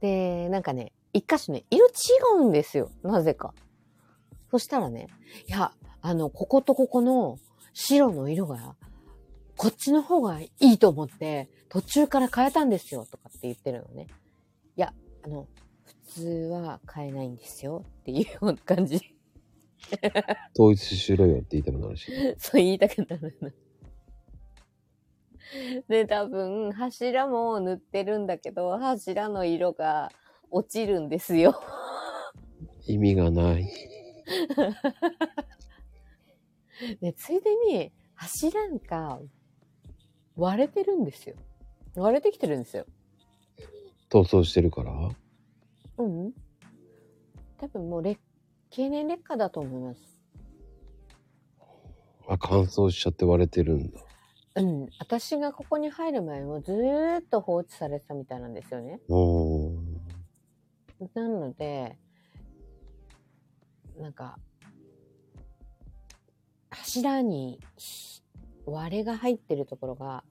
Speaker 2: で、なんかね、一箇所ね、色違うんですよ、なぜか。そしたらね、いや、あの、こことここの白の色が、こっちの方がいいと思って、途中から変えたんですよ、とかって言ってるのね。いや、あの、普つは買えないんですよっていう感じ。
Speaker 1: 統一しろよって言いたくなるし。
Speaker 2: そう言いたくなるな。で、多分、柱も塗ってるんだけど、柱の色が落ちるんですよ。
Speaker 1: 意味がない。
Speaker 2: で、ついでに、柱が割れてるんですよ。割れてきてるんですよ。
Speaker 1: 逃走してるから
Speaker 2: うん。多分もう劣、経年劣化だと思います。
Speaker 1: あ、乾燥しちゃって割れてるんだ。
Speaker 2: うん。私がここに入る前もずーっと放置されてたみたいなんですよね。
Speaker 1: おー。
Speaker 2: なので、なんか、柱にひ割れが入ってるところが、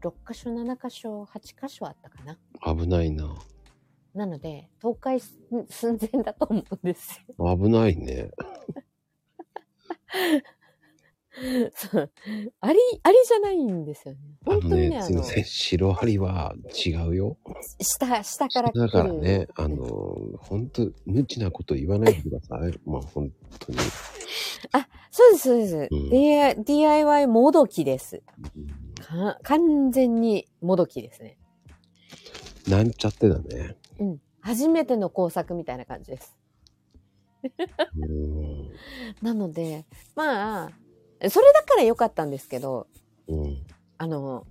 Speaker 2: 6箇所、7箇所、8箇所あったかな。
Speaker 1: 危ないな。
Speaker 2: なので、倒壊す寸前だと思うんですよ。
Speaker 1: 危ないね。
Speaker 2: そう。 あり、ありじゃないんですよね。
Speaker 1: あ
Speaker 2: 本当
Speaker 1: の
Speaker 2: にね、
Speaker 1: ね、
Speaker 2: あ
Speaker 1: すい
Speaker 2: の、
Speaker 1: ません。シロアリは違うよ。
Speaker 2: 下、下から
Speaker 1: だからね、
Speaker 2: 来る
Speaker 1: あの、本当無知なこと言わないでください。 まあ、本当に。
Speaker 2: そうです、そうです。
Speaker 1: うん
Speaker 2: DI- DIY もどきです。
Speaker 1: うん
Speaker 2: か完全にもどきですね。
Speaker 1: なんちゃってだね。
Speaker 2: うん。初めての工作みたいな感じです。
Speaker 1: うん
Speaker 2: なので、まあ、それだから良かったんですけど、
Speaker 1: うん。
Speaker 2: あの、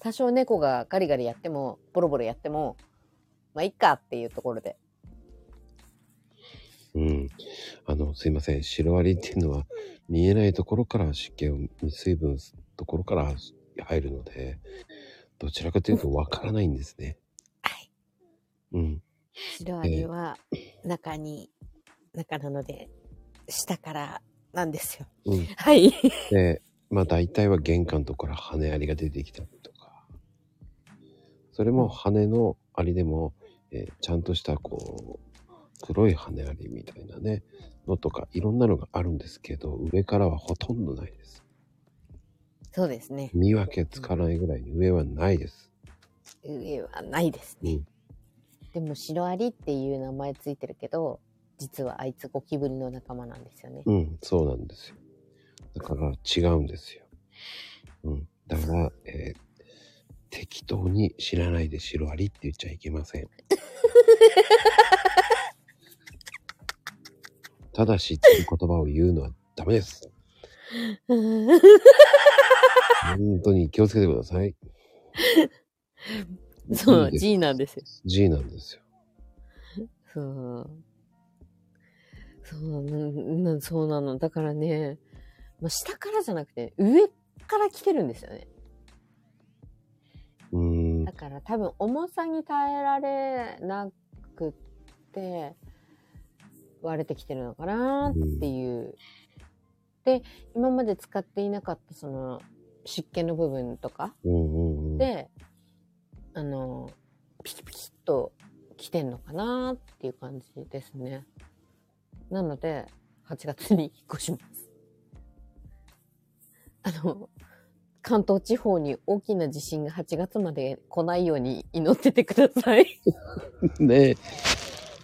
Speaker 2: 多少猫がガリガリやっても、ボロボロやっても、まあ、いっかっていうところで。
Speaker 1: うん。あの、すいません。シロアリっていうのは、見えないところから湿気を、水分を吸うところから入るので、どちらかというとわからないんですね。
Speaker 2: はい。
Speaker 1: うん。
Speaker 2: シロアリは中に、中なので、下からなんですよ。
Speaker 1: うん。
Speaker 2: はい。
Speaker 1: で、まあ大体は玄関のとこから羽アリが出てきたりとか、それも羽のアリでも、えーちゃんとしたこう、黒い羽アリみたいなね、のとかいろんなのがあるんですけど、上からはほとんどないです。
Speaker 2: そうですね。
Speaker 1: 見分けつかないぐらいに上はないです。
Speaker 2: 上はないです
Speaker 1: う
Speaker 2: ね。
Speaker 1: ん。
Speaker 2: でも、シロアリっていう名前ついてるけど、実はあいつゴキブリの仲間なんですよね。
Speaker 1: うん、そうなんですよ。だから違うんですよ。うん。だから、えー適当に知らないでシロアリって言っちゃいけません。ただしっていう言葉を言うのはダメです。本当に気をつけてください。
Speaker 2: そう、
Speaker 1: G
Speaker 2: G なんですよ。
Speaker 1: G なんですよ。
Speaker 2: そう。そうなな、そうなの。だからね、まあ、下からじゃなくて、上から来てるんですよね。
Speaker 1: うーん
Speaker 2: だ。から多分、重さに耐えられなくって、割れてきてるのかなっていう。で、今まで使っていなかったその、湿気の部分とか
Speaker 1: うんうんうん。
Speaker 2: で、あの、ピキピキっと来てんのかなっていう感じですね。なので、8月に引っ越します。あの、関東地方に大きな地震が8月まで来ないように祈っててください。
Speaker 1: ね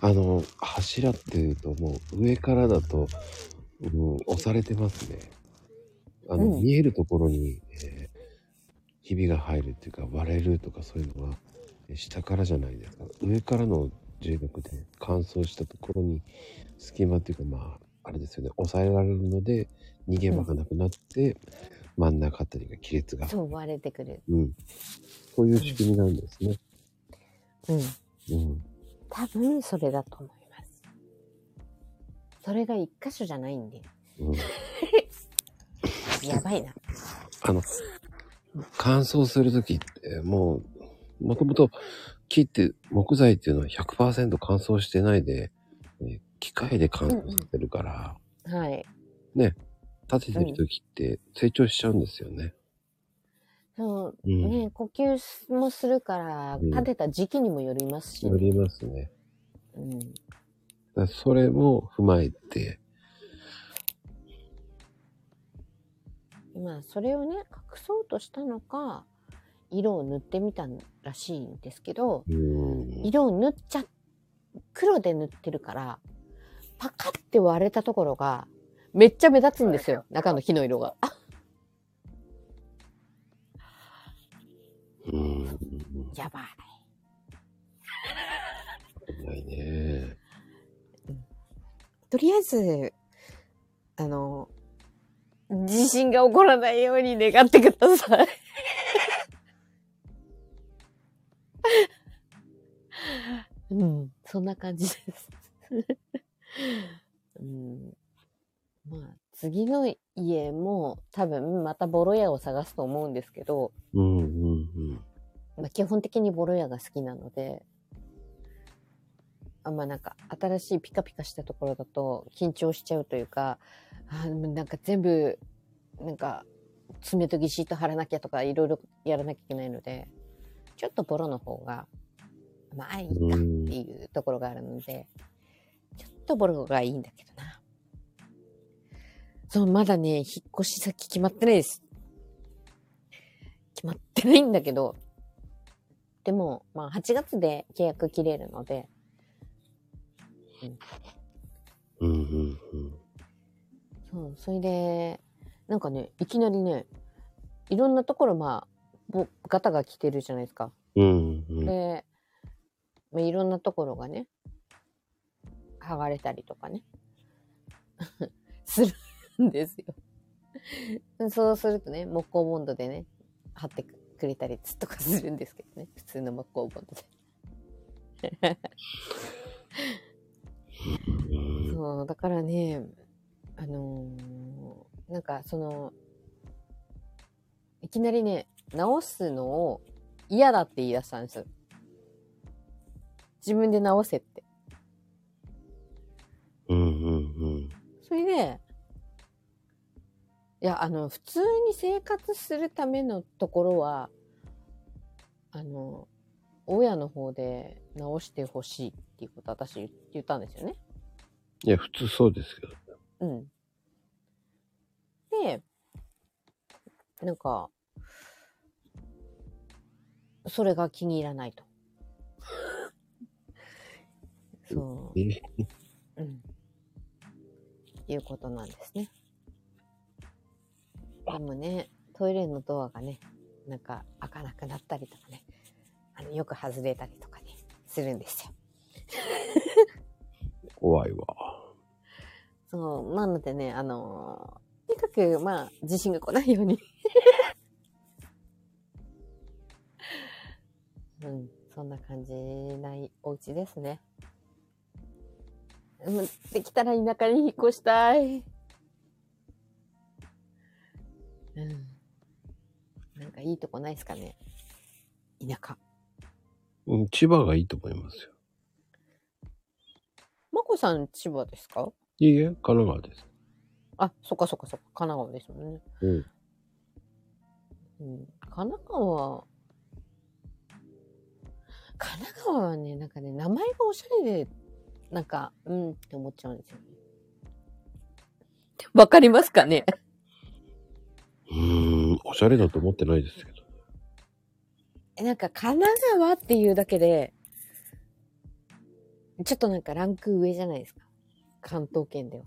Speaker 1: あの柱っていうともう上からだと、うん、押されてますねあの、
Speaker 2: うん
Speaker 1: 見えるところに、えーひびが入るっていうか割れるとかそういうのはえー下からじゃないですか上からの重力で乾燥したところに隙間っていうかまああれですよね抑えられるので逃げ場がなくなって、真ん中あたりが亀裂が
Speaker 2: そう、割れてくる。
Speaker 1: うんそういう仕組みなんですね
Speaker 2: うん。
Speaker 1: うん
Speaker 2: 多分、それだと思います。それが1箇所じゃないんで、
Speaker 1: うん
Speaker 2: やばいな。
Speaker 1: あの、乾燥するときって、もう、もともと木って、木材っていうのは100%乾燥してないで、ね機械で乾燥させてるから、
Speaker 2: はい。
Speaker 1: 立ててるときって成長しちゃうんですよね。
Speaker 2: そう、
Speaker 1: うん。
Speaker 2: ね、呼吸もするから、
Speaker 1: うん
Speaker 2: 立てた時期にもよりますし、
Speaker 1: よりますね。
Speaker 2: うん、
Speaker 1: だからそれも踏まえて、
Speaker 2: まあそれをね隠そうとしたのか色を塗ってみたらしいんですけど
Speaker 1: うん。
Speaker 2: 色を塗っちゃっ黒で塗ってるから、パカって割れたところが、めっちゃ目立つんですよ。中の火の色が。あ、
Speaker 1: うん。
Speaker 2: やばい。
Speaker 1: ないね。
Speaker 2: とりあえず、あの、地震が起こらないように願ってください。 うん、そんな感じです。 うん、まあ、次の家も多分またボロ屋を探すと思うんですけど、
Speaker 1: うんうん
Speaker 2: まあ、基本的にボロ屋が好きなので、あんまなんか新しいピカピカしたところだと緊張しちゃうというか、あーでもなんか全部、なんか爪とぎシート貼らなきゃとかいろいろやらなきゃいけないので、ちょっとボロの方が、まあいいかっていうところがあるので、ちょっとボロがいいんだけどな。そう、まだね、引っ越し先決まってないです。決まってないんだけど、でも、まあ、8月で契約切れるので、
Speaker 1: うん。うんうんうん。
Speaker 2: そう、それで、なんかね、いきなりね、いろんなところ、まあ、ぼガタが来てるじゃないですか。
Speaker 1: うんうん。
Speaker 2: で、まあ、いろんなところがね、剥がれたりとかね、 するんですよ。 そうするとね、木工ボンドでね、貼ってくれたりとかするんですけどね、普通の木工ボンドで。
Speaker 1: うん
Speaker 2: そう、だからね、あのーなんかその、いきなりね、直すのを嫌だって言い出したんです。自分で直せって。
Speaker 1: うんうん
Speaker 2: それで、いや、あの、普通に生活するためのところは、あの、親の方で直してほしいっていうこと私言言ったんですよね。
Speaker 1: いや、普通そうですけど。
Speaker 2: うん。で、なんか、それが気に入らないと。そ
Speaker 1: え
Speaker 2: う。うん。いうことなんですね。でもね、トイレのドアがね、なんか開かなくなったりとかね、あのよく外れたりとかね、するんですよ。
Speaker 1: 怖いわ。
Speaker 2: そう、なのでね、あのーとにかく、まあ、地震が来ないように。 うん、そんな感じないお家ですね。うん、できたら田舎に引っ越したい。うん。なんかいいとこないですかね田舎。
Speaker 1: うん、千葉がいいと思いますよ。
Speaker 2: まこさん、千葉ですか
Speaker 1: いいえ、神奈川です。
Speaker 2: あ、そっかそっかそっか、神奈川ですもんね。
Speaker 1: うん。
Speaker 2: うん神奈川、神奈川はね、なんかね、名前がおしゃれで、なんか、うんって思っちゃうんですよね。
Speaker 3: わかりますかね
Speaker 1: うーん、おしゃれだと思ってないですけど。
Speaker 2: えなんか、神奈川っていうだけで、ちょっとなんかランク上じゃないですか。関東圏では。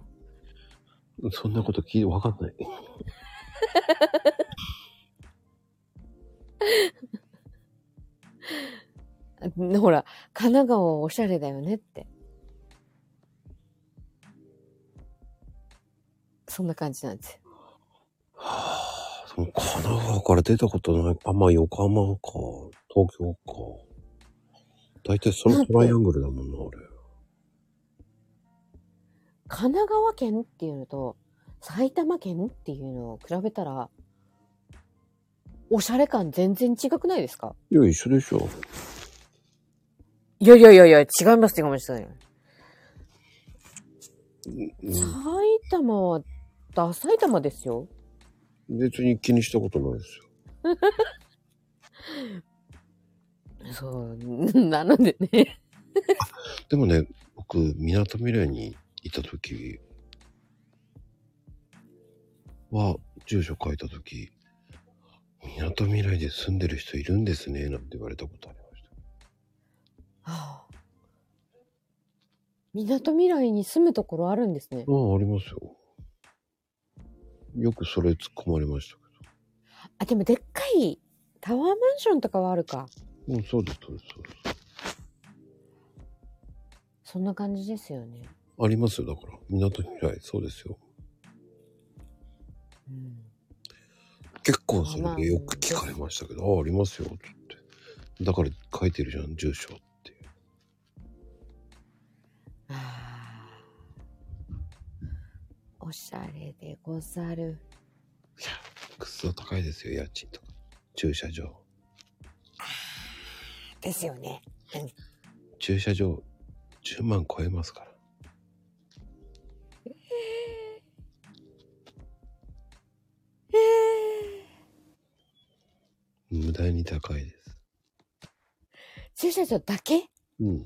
Speaker 1: そんなこと聞いてわかんない。
Speaker 2: あほら、神奈川はおしゃれだよねって。そんな感じなんですよ。
Speaker 1: はあ、その神奈川から出たことない。あ、まあ横浜か、東京か。大体そのトライアングルだもんな、俺。
Speaker 2: 神奈川県っていうのと埼玉県っていうのを比べたらおしゃれ感全然違くないですか
Speaker 1: いや、一緒でしょ。
Speaker 2: いやいやいやいや違います違います違います
Speaker 1: うん
Speaker 2: 埼玉はダ埼玉ですよ
Speaker 1: 別に気にしたことないですよ。
Speaker 2: そう なのでね
Speaker 1: でもね、僕、みなとみらいにいたときは、住所書いたとき、みなとみらいで住んでる人いるんですね、なんて言われたことありました。
Speaker 2: はあみなとみらいに住むところあるんですね。
Speaker 1: ああ、ありますよ。よくそれ突っ込まれましたけ
Speaker 2: あ、でもでっかいタワーマンションとかはあるか。
Speaker 1: ど。うん、そうです、そうです、そうです。
Speaker 2: そんな感じですよね。
Speaker 1: ありますよ、だから。港未来、そうですよ。
Speaker 2: うん、
Speaker 1: 結構それでよく聞かれましたけど、ああ、ありますよ、つって。だから書いてるじゃん、住所っていう。
Speaker 2: あーおしゃれでござる。
Speaker 1: くっそ高いですよ、家賃とか。駐車場。
Speaker 2: ですよね。
Speaker 1: 駐車場、10万超えますから。
Speaker 2: え
Speaker 1: 無駄に高いです。
Speaker 2: ー、駐車場だけ
Speaker 1: うん。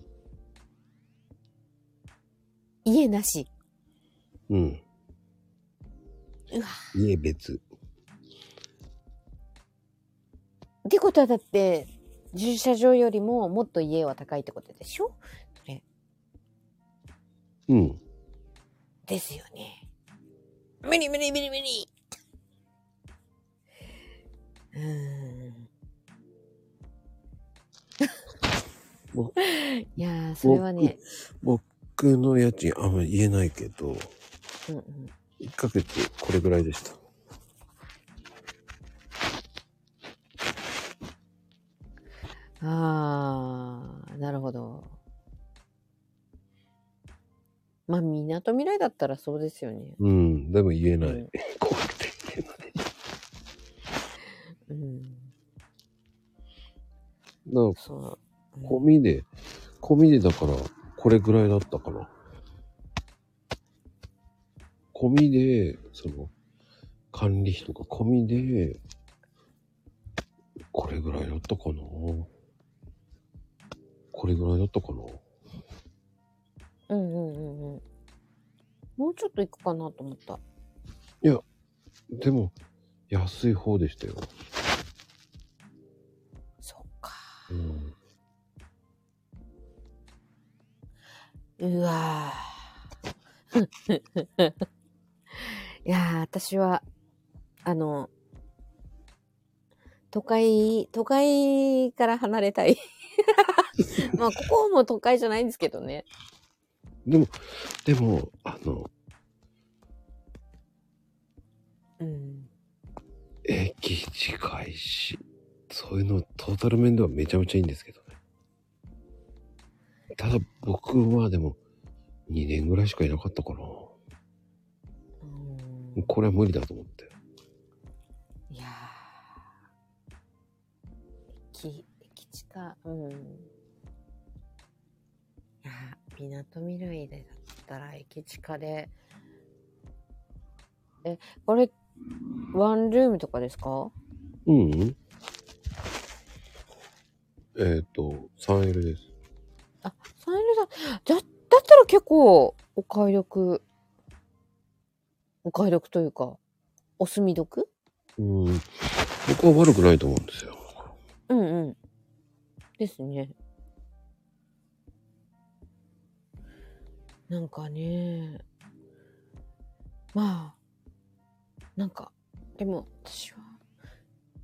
Speaker 2: 家なし。
Speaker 1: うん。
Speaker 2: うわ
Speaker 1: 家別。
Speaker 2: ってことはだって、駐車場よりももっと家は高いってことでしょ
Speaker 1: うん。
Speaker 2: ですよね。無理無理無理無理うーん。 いやー、それはね、
Speaker 1: 僕の家賃、あんまり言えないけど、
Speaker 2: うんうん、
Speaker 1: 1ヶ月これぐらいでした。
Speaker 2: ああ、なるほど。まあ、みなとみらいだったらそうですよね。
Speaker 1: うん。でも言えない。
Speaker 2: うん
Speaker 1: 怖くて言えない。だか
Speaker 2: うん。
Speaker 1: ら
Speaker 2: そう。
Speaker 1: 込みで、込みでだから、これぐらいだったかな。込みで、その、管理費とか込みで、これぐらいだったかな。これぐらいだったかな。
Speaker 2: うんうんうんうん。もうちょっと行くかなと思った。
Speaker 1: でも、安い方でしたよ。
Speaker 2: そっか。
Speaker 1: うん。
Speaker 2: うわ ぁ。いやー私は、あの、都会、都会から離れたい。 まあ、ここも都会じゃないんですけどね。
Speaker 1: でも、でも、あの、
Speaker 2: うん。
Speaker 1: 駅近いし、そういうのトータル面ではめちゃめちゃいいんですけどね。ただ僕はでも2年ぐらいしかいなかったかな。
Speaker 2: うん
Speaker 1: これは無理だと思って。
Speaker 2: いやー駅、駅地下、うん。いやー、みなとみらいでだったら駅地下で。え、これ、ワンルームとかですか
Speaker 1: うん、うん、えっ、と、3L です。
Speaker 2: あ、サイルさん、じゃ、だったら結構、お買い得。お買い得というか、お墨読
Speaker 1: うん。僕は悪くないと思うんですよ。
Speaker 2: うんうん。ですね。なんかね、まあ、なんか、でも私は、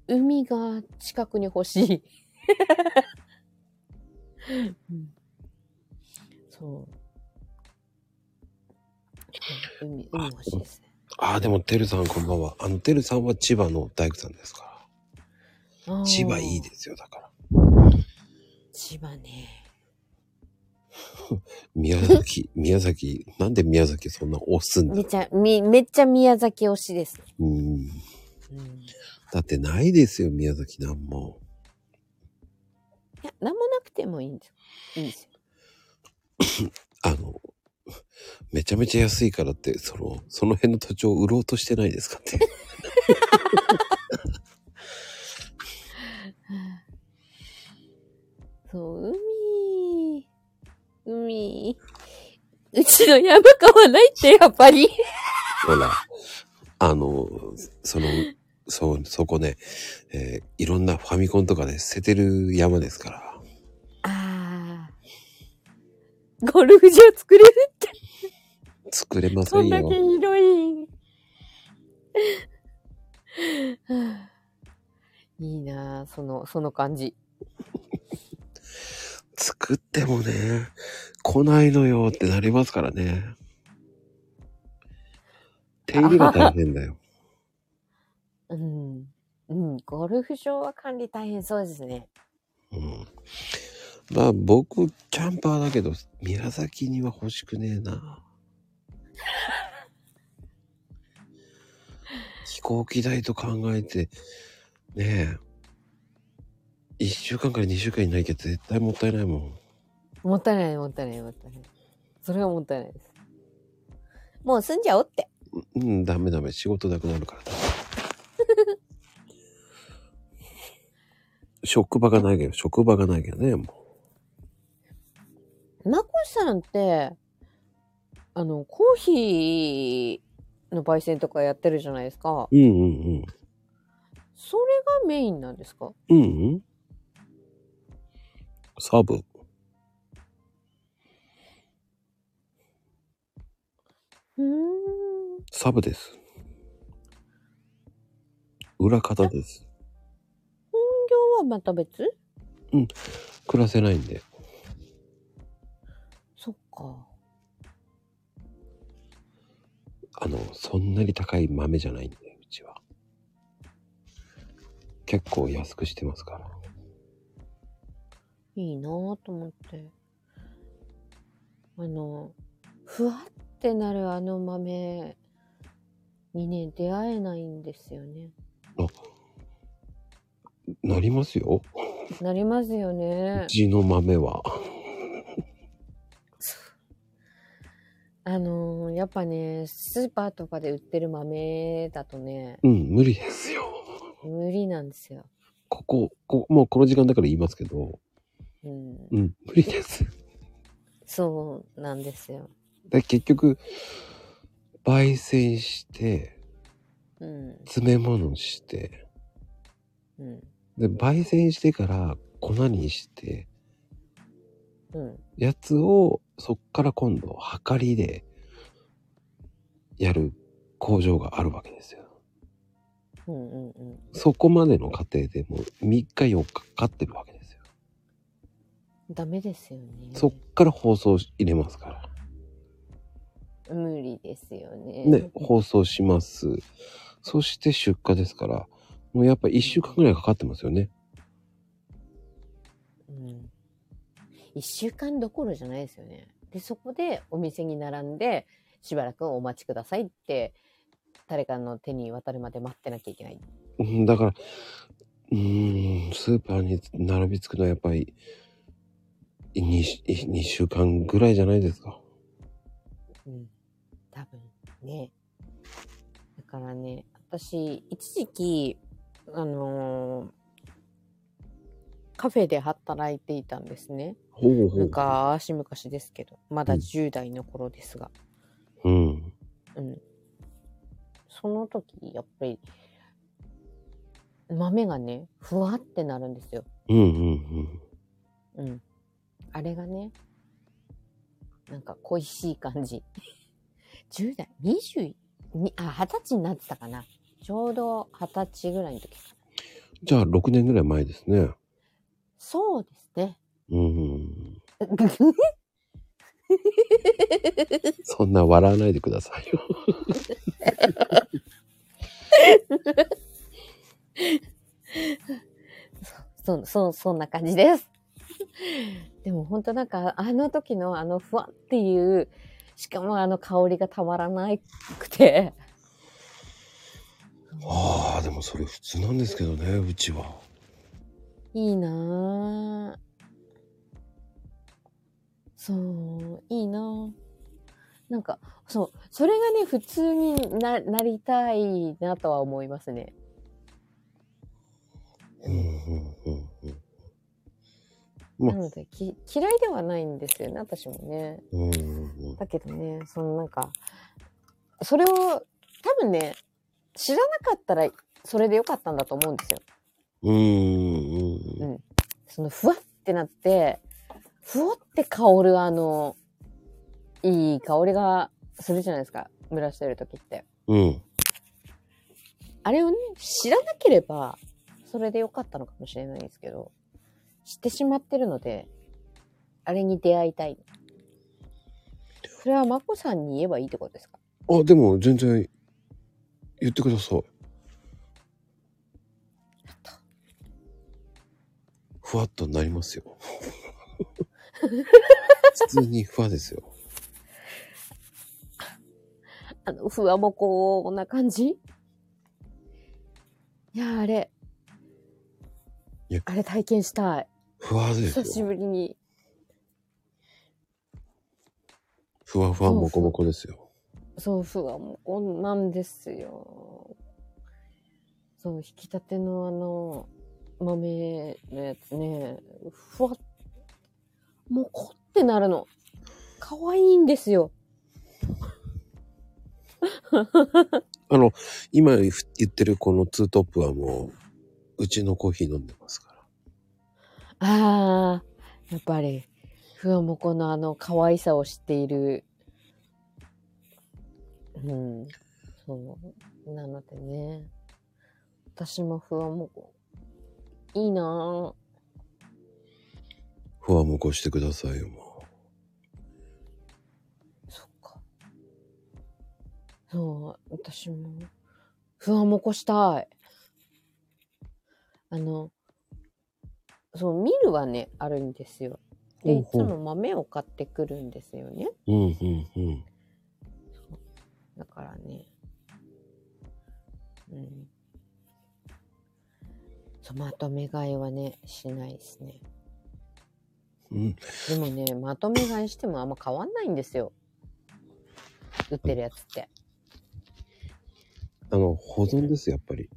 Speaker 2: 海が近くに欲しい。うんそう。海、海欲しいですね。
Speaker 1: ああ、でも、てるさんこんばんは。あの、てるさんは千葉の大工さんですか
Speaker 2: あー
Speaker 1: ら。千葉いいですよ、だから。
Speaker 2: 千葉ね。
Speaker 1: 宮崎、宮崎、なんで宮崎そんな押すんだ
Speaker 2: めっちゃ、み、めっちゃ宮崎推しですね。
Speaker 1: うん。
Speaker 2: うん
Speaker 1: だってないですよ、宮崎なんも。
Speaker 2: いや、なんもなくてもいいんですよ。いいですよ。
Speaker 1: あの、めちゃめちゃ安いからって、その、その辺の土地を売ろうとしてないですかって。
Speaker 2: そう、海、海、うちの山川ないって、やっぱり。
Speaker 1: ほら、あの、その、そう、そこね、えーいろんなファミコンとかで捨ててる山ですから。
Speaker 2: ああ。
Speaker 3: ゴルフ場作れる
Speaker 1: 作れませ
Speaker 3: そ
Speaker 1: ん
Speaker 3: んだ
Speaker 1: よ
Speaker 3: け。広い。
Speaker 2: いいなぁ、その、その感じ。
Speaker 1: 作ってもね、来ないのよってなりますからね。手入れが大変だよ。
Speaker 2: うん。うん、ゴルフ場は管理大変そうですね。
Speaker 1: うん、まあ僕、キャンパーだけど、宮崎には欲しくねえな。飛行機代と考えて、ねえ、1週間から2週間いないけど絶対もったいないもん。
Speaker 2: もったいない、もったいない、もったいない。それはもったいないです。もう住んじゃおうって。
Speaker 1: うん、ダメダメ。仕事なくなるからだ。職場がないけど、職場がないけどね、も
Speaker 2: マコシさんって、あの、コーヒーの焙煎とかやってるじゃないですか。
Speaker 1: う。うんうん
Speaker 2: それがメインなんですか
Speaker 1: うん。うんうん。サブ。
Speaker 2: うーん。
Speaker 1: サブです。裏方です。
Speaker 2: 本業はまた別
Speaker 1: 暮らせないんで。
Speaker 2: そっか。
Speaker 1: あの、そんなに高い豆じゃないんで、うちは。結構安くしてますから。
Speaker 2: いいなぁと思って。あの、ふわってなるあの豆にね、出会えないんですよね。
Speaker 1: なりますよ。
Speaker 2: なりますよ
Speaker 1: う
Speaker 2: ね。
Speaker 1: ちの豆は。
Speaker 2: あのーやっぱね、スーパーとかで売ってる豆だとね、
Speaker 1: うん、無理ですよ。
Speaker 2: 無理なんですよ。
Speaker 1: ここ、こもうこの時間だから言いますけど、
Speaker 2: うん。
Speaker 1: うん、無理です。
Speaker 2: そうなんですよ。
Speaker 1: で結局、焙煎して、
Speaker 2: うん。
Speaker 1: 詰め物して、
Speaker 2: うん。
Speaker 1: で、焙煎してから粉にして、
Speaker 2: うん。
Speaker 1: やつを、そっから今度、はかりで、やる工場があるわけですよ。
Speaker 2: うんうんうん。
Speaker 1: そこまでの過程でもう3日4日かかってるわけですよ。
Speaker 2: ダメですよね。
Speaker 1: そっから包装し入れますから。
Speaker 2: 無理ですよね。
Speaker 1: ね、放送します。そして出荷ですから、もうやっぱ1週間ぐらいかかってますよね。
Speaker 2: うん。一週間どころじゃないですよね。で、そこでお店に並んで、しばらくお待ちくださいって、誰かの手に渡るまで待ってなきゃいけない。
Speaker 1: うんだから、うーん、スーパーに並びつくのはやっぱり2、2週間ぐらいじゃないですか。
Speaker 2: うん。多分ね。だからね、私、一時期、あのーカフェで働いていたんですね。
Speaker 1: ほうほう。
Speaker 2: 昔昔ですけど、まだ
Speaker 1: うん
Speaker 2: 10代の頃ですが。
Speaker 1: うん。
Speaker 2: うん。その時、やっぱり、豆がね、ふわってなるんですよ。
Speaker 1: うんうん
Speaker 2: うん。あれがね、なんか恋しい感じ。10代 ?20? にあ、20歳になってたかな。ちょうど20歳ぐらいの時かな。
Speaker 1: じゃあ6年ぐらい前ですね。
Speaker 2: そうですね。
Speaker 1: うん。そんな笑わないでくださいよ。
Speaker 2: そ、そ、そんな感じです。 でも本当なんか、あの時のあのふわっていう、しかもあの香りがたまらなくて、
Speaker 1: ああ、でもそれ普通なんですけどね、うちは。
Speaker 2: いいなぁ。そう、いいなぁ。なんか、そう、それがね、普通にななりたいなとは思いますね。
Speaker 1: うんうんうんうん。ま
Speaker 2: なのでき、嫌いではないんですよね、私もね。
Speaker 1: うんうんうん
Speaker 2: だけどね、そのなんか、それを、多分ね、知らなかったら、それでよかったんだと思うんですよ。
Speaker 1: うんうんうん
Speaker 2: その、ふわってなって、ふわって香るあの、いい香りがするじゃないですか。蒸らしてる時って。
Speaker 1: うん。
Speaker 2: あれをね、知らなければ、それでよかったのかもしれないですけど、知ってしまってるので、あれに出会いたい。それはまこさんに言えばいいってことですか
Speaker 1: あ、でも全然言ってください。ふわっとなります よ。普通にふわですよ。
Speaker 2: あの、ふわもこんな感じいや、あれ
Speaker 1: いや。
Speaker 2: あれ体験したい。
Speaker 1: ふわです
Speaker 2: 久し
Speaker 1: よ。
Speaker 2: ぶりに。
Speaker 1: ふわふわもこもこですよ。
Speaker 2: そう、ふわもこんなんですよ。そう、引き立てのあの、豆のやつね、ふわっ、もこってなるの。可愛いんですよ。
Speaker 1: あの、今言ってるこのツートップはもう、うちのコーヒー飲んでますから。
Speaker 2: あー、やっぱり、ふわもこのあの可愛さを知っている。うん。そう。なのでね。私もふわもこ。いいなぁ。
Speaker 1: ふわもこしてくださいよ、も
Speaker 2: そっか。そう、私も、不安も起こしたい。あの、そう、ミルはね、あるんですよ。で、
Speaker 1: ほう
Speaker 2: いつ
Speaker 1: ほう
Speaker 2: も豆を買ってくるんですよね。
Speaker 1: う。うん、うん、うん。
Speaker 2: だからね。うん。そう、まとめ買いはね、しないですね。
Speaker 1: うん、
Speaker 2: でもね、まとめ買いしてもあんま変わんないんですよ。売ってるやつって。
Speaker 1: あの、保存です、やっぱり。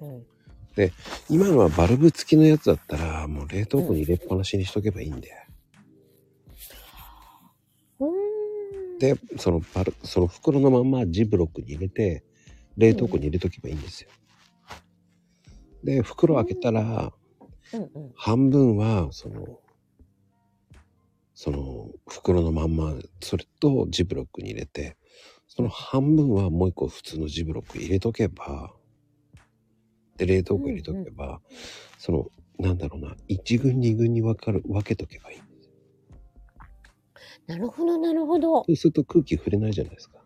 Speaker 2: うん。
Speaker 1: 今のはバルブ付きのやつだったら、もう冷凍庫に入れっぱなしにしとけばいいんで。
Speaker 2: うーん
Speaker 1: で、そのバル、その袋のまんまジブロックに入れて、冷凍庫に入れとけばいいんですよ。で、袋開けたら、
Speaker 2: うんうん
Speaker 1: 半分は、その、その袋のまんま、それとジブロックに入れて、その半分はもう一個普通のジブロックに入れとけば、で、冷凍庫入れとけば、その、なんだろうな、1軍2軍に分かる、分けとけばいい。
Speaker 2: なるほど、なるほ
Speaker 1: そ。
Speaker 2: ど
Speaker 1: うすると空気触れないじゃないですか。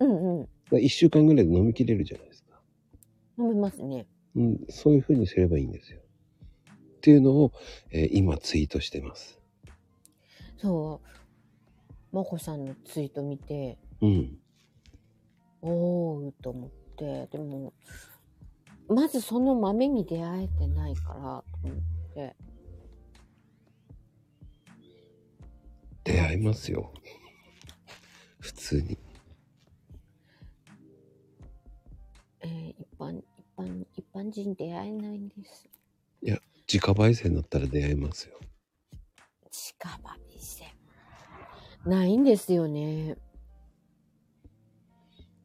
Speaker 2: うんうん。
Speaker 1: だ1週間ぐらいで飲み切れるじゃないですか。
Speaker 2: 飲めますね。
Speaker 1: うん、そういう風にすればいいんですよ。っていうのを、えー今ツイートしてます。
Speaker 2: そう。まこさんのツイート見て、
Speaker 1: うん。
Speaker 2: おーと思って、でも、まずその豆に出会えてないから、と思って。
Speaker 1: 出会いますよ。普通に。
Speaker 2: えー一般、一般、一般人出会えないんです。
Speaker 1: 自家焙煎だったら出会いますよ。
Speaker 2: 近場にせないんですよね。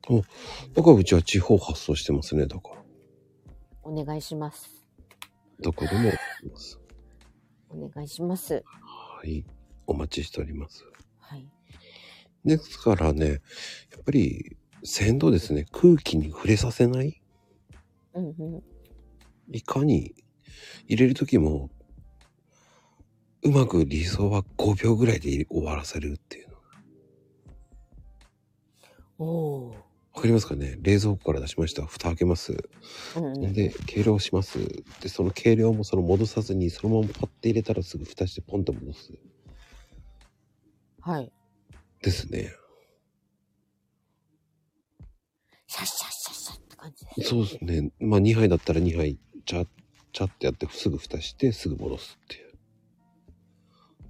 Speaker 1: だからうちは地方発送してますね、だから。
Speaker 2: お願いします。
Speaker 1: どこでも送ります。
Speaker 2: お願いします。
Speaker 1: はい。お待ちしております。
Speaker 2: はい。
Speaker 1: ですからね、やっぱり、鮮度ですね。空気に触れさせない
Speaker 2: うんうん。
Speaker 1: いかに入れる時もうまく理想は5秒ぐらいで終わらせるっていうの
Speaker 2: おー。
Speaker 1: わかりますかね冷蔵庫から出しました蓋開けます
Speaker 2: うんうん、
Speaker 1: で計量しますでその計量もその戻さずにそのままパッて入れたらすぐ蓋してポンと戻す
Speaker 2: はい。
Speaker 1: ですね
Speaker 2: シャッシャッシャッシャッって感じです。
Speaker 1: そうですねまあ2杯だったら2杯ちゃちゃってやってすぐ蓋してすぐ戻すっていう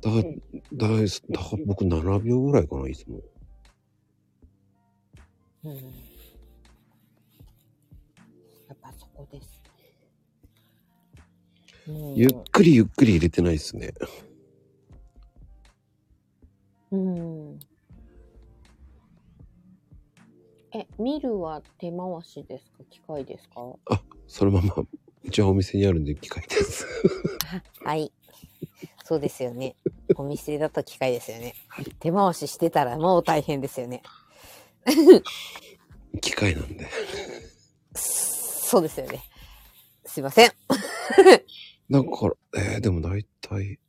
Speaker 1: だからだからだから僕7秒ぐらいかないつも
Speaker 2: うんやっぱそこですね。も
Speaker 1: ゆっくりゆっくり入れてないですね
Speaker 2: う、うん。え、ミルは手回しですか機械ですか
Speaker 1: そのまま、うちはお店にあるんで機械です。
Speaker 2: はい。そうですよね。ゴミ捨てだと機械ですよね。手回ししてたらもう大変ですよね。
Speaker 1: 機械なんで。
Speaker 2: そうですよね。すいません。
Speaker 1: なんか、えー、でも大体、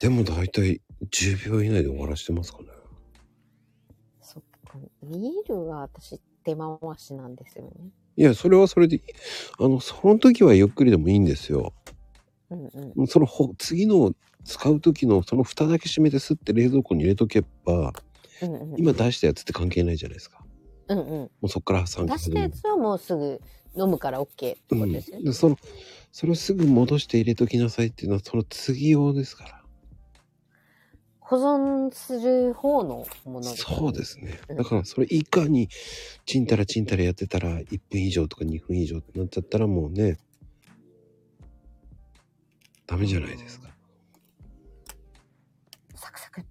Speaker 1: でも大体10秒以内で終わらしてますかね。
Speaker 2: そっか。ミールは私手回しなんですよね。
Speaker 1: いや、それはそれでいい、あの、その時はゆっくりでもいいんですよ。
Speaker 2: うんうん。
Speaker 1: もうそのほ次の使う時のその蓋だけ閉めてスッて冷蔵庫に入れとけば、
Speaker 2: うんうん。
Speaker 1: 今出したやつって関係ないじゃないですか。
Speaker 2: うんうん。
Speaker 1: もうそっから参加
Speaker 2: 出
Speaker 1: す
Speaker 2: し
Speaker 1: る
Speaker 2: たやつはもうすぐ飲むから OK ってことですよ
Speaker 1: うん、
Speaker 2: ね。
Speaker 1: でそのそれをすぐ戻して入れときなさいっていうのはその次用ですから
Speaker 2: 保存する方のもの
Speaker 1: そうですね
Speaker 2: うん
Speaker 1: だからそれ以下にちんたらちんたらやってたら1分以上とか2分以上ってなっちゃったらもうねダメじゃないですか
Speaker 2: サクサク。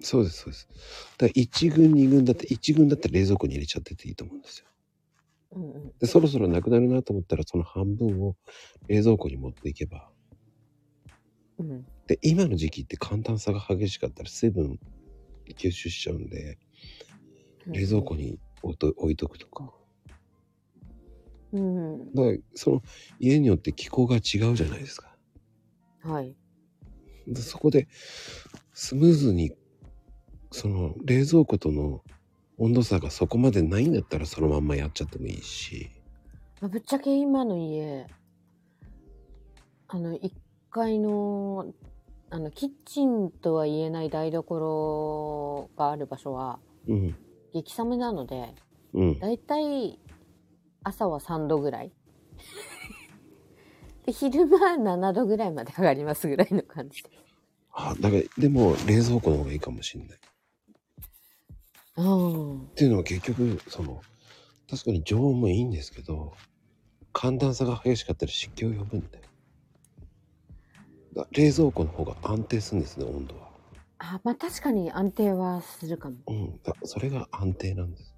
Speaker 1: そうですそうですだから1軍2軍だって1軍だって冷蔵庫に入れちゃってていいと思うんですよ
Speaker 2: うんうん。
Speaker 1: でそろそろなくなるなと思ったらその半分を冷蔵庫に持っていけば
Speaker 2: うん。
Speaker 1: で今の時期って寒暖差が激しかったら水分吸収しちゃうんで冷蔵庫に置いと置いとくとか
Speaker 2: うんうん。
Speaker 1: だからその家によって気候が違うじゃないですか
Speaker 2: はい。
Speaker 1: でそこでスムーズにその冷蔵庫との温度差がそこまでないんだったらそのまんまやっちゃってもいいし
Speaker 2: まあぶっちゃけ今の家、あの、1階の、あの、キッチンとは言えない台所がある場所は、
Speaker 1: うん
Speaker 2: 激寒なので、
Speaker 1: うん
Speaker 2: だいたい朝は3度ぐらい。 で、昼間7度ぐらいまで上がりますぐらいの感じで。
Speaker 1: あだからでも冷蔵庫の方がいいかもしんないっ
Speaker 2: うん。
Speaker 1: ていうのは結局その確かに常温もいいんですけど寒暖差が激しかったら湿気を呼ぶんでだ冷蔵庫の方が安定するんですね温度は
Speaker 2: あ、まあ確かに安定はするかも。
Speaker 1: うんだそれが安定なんです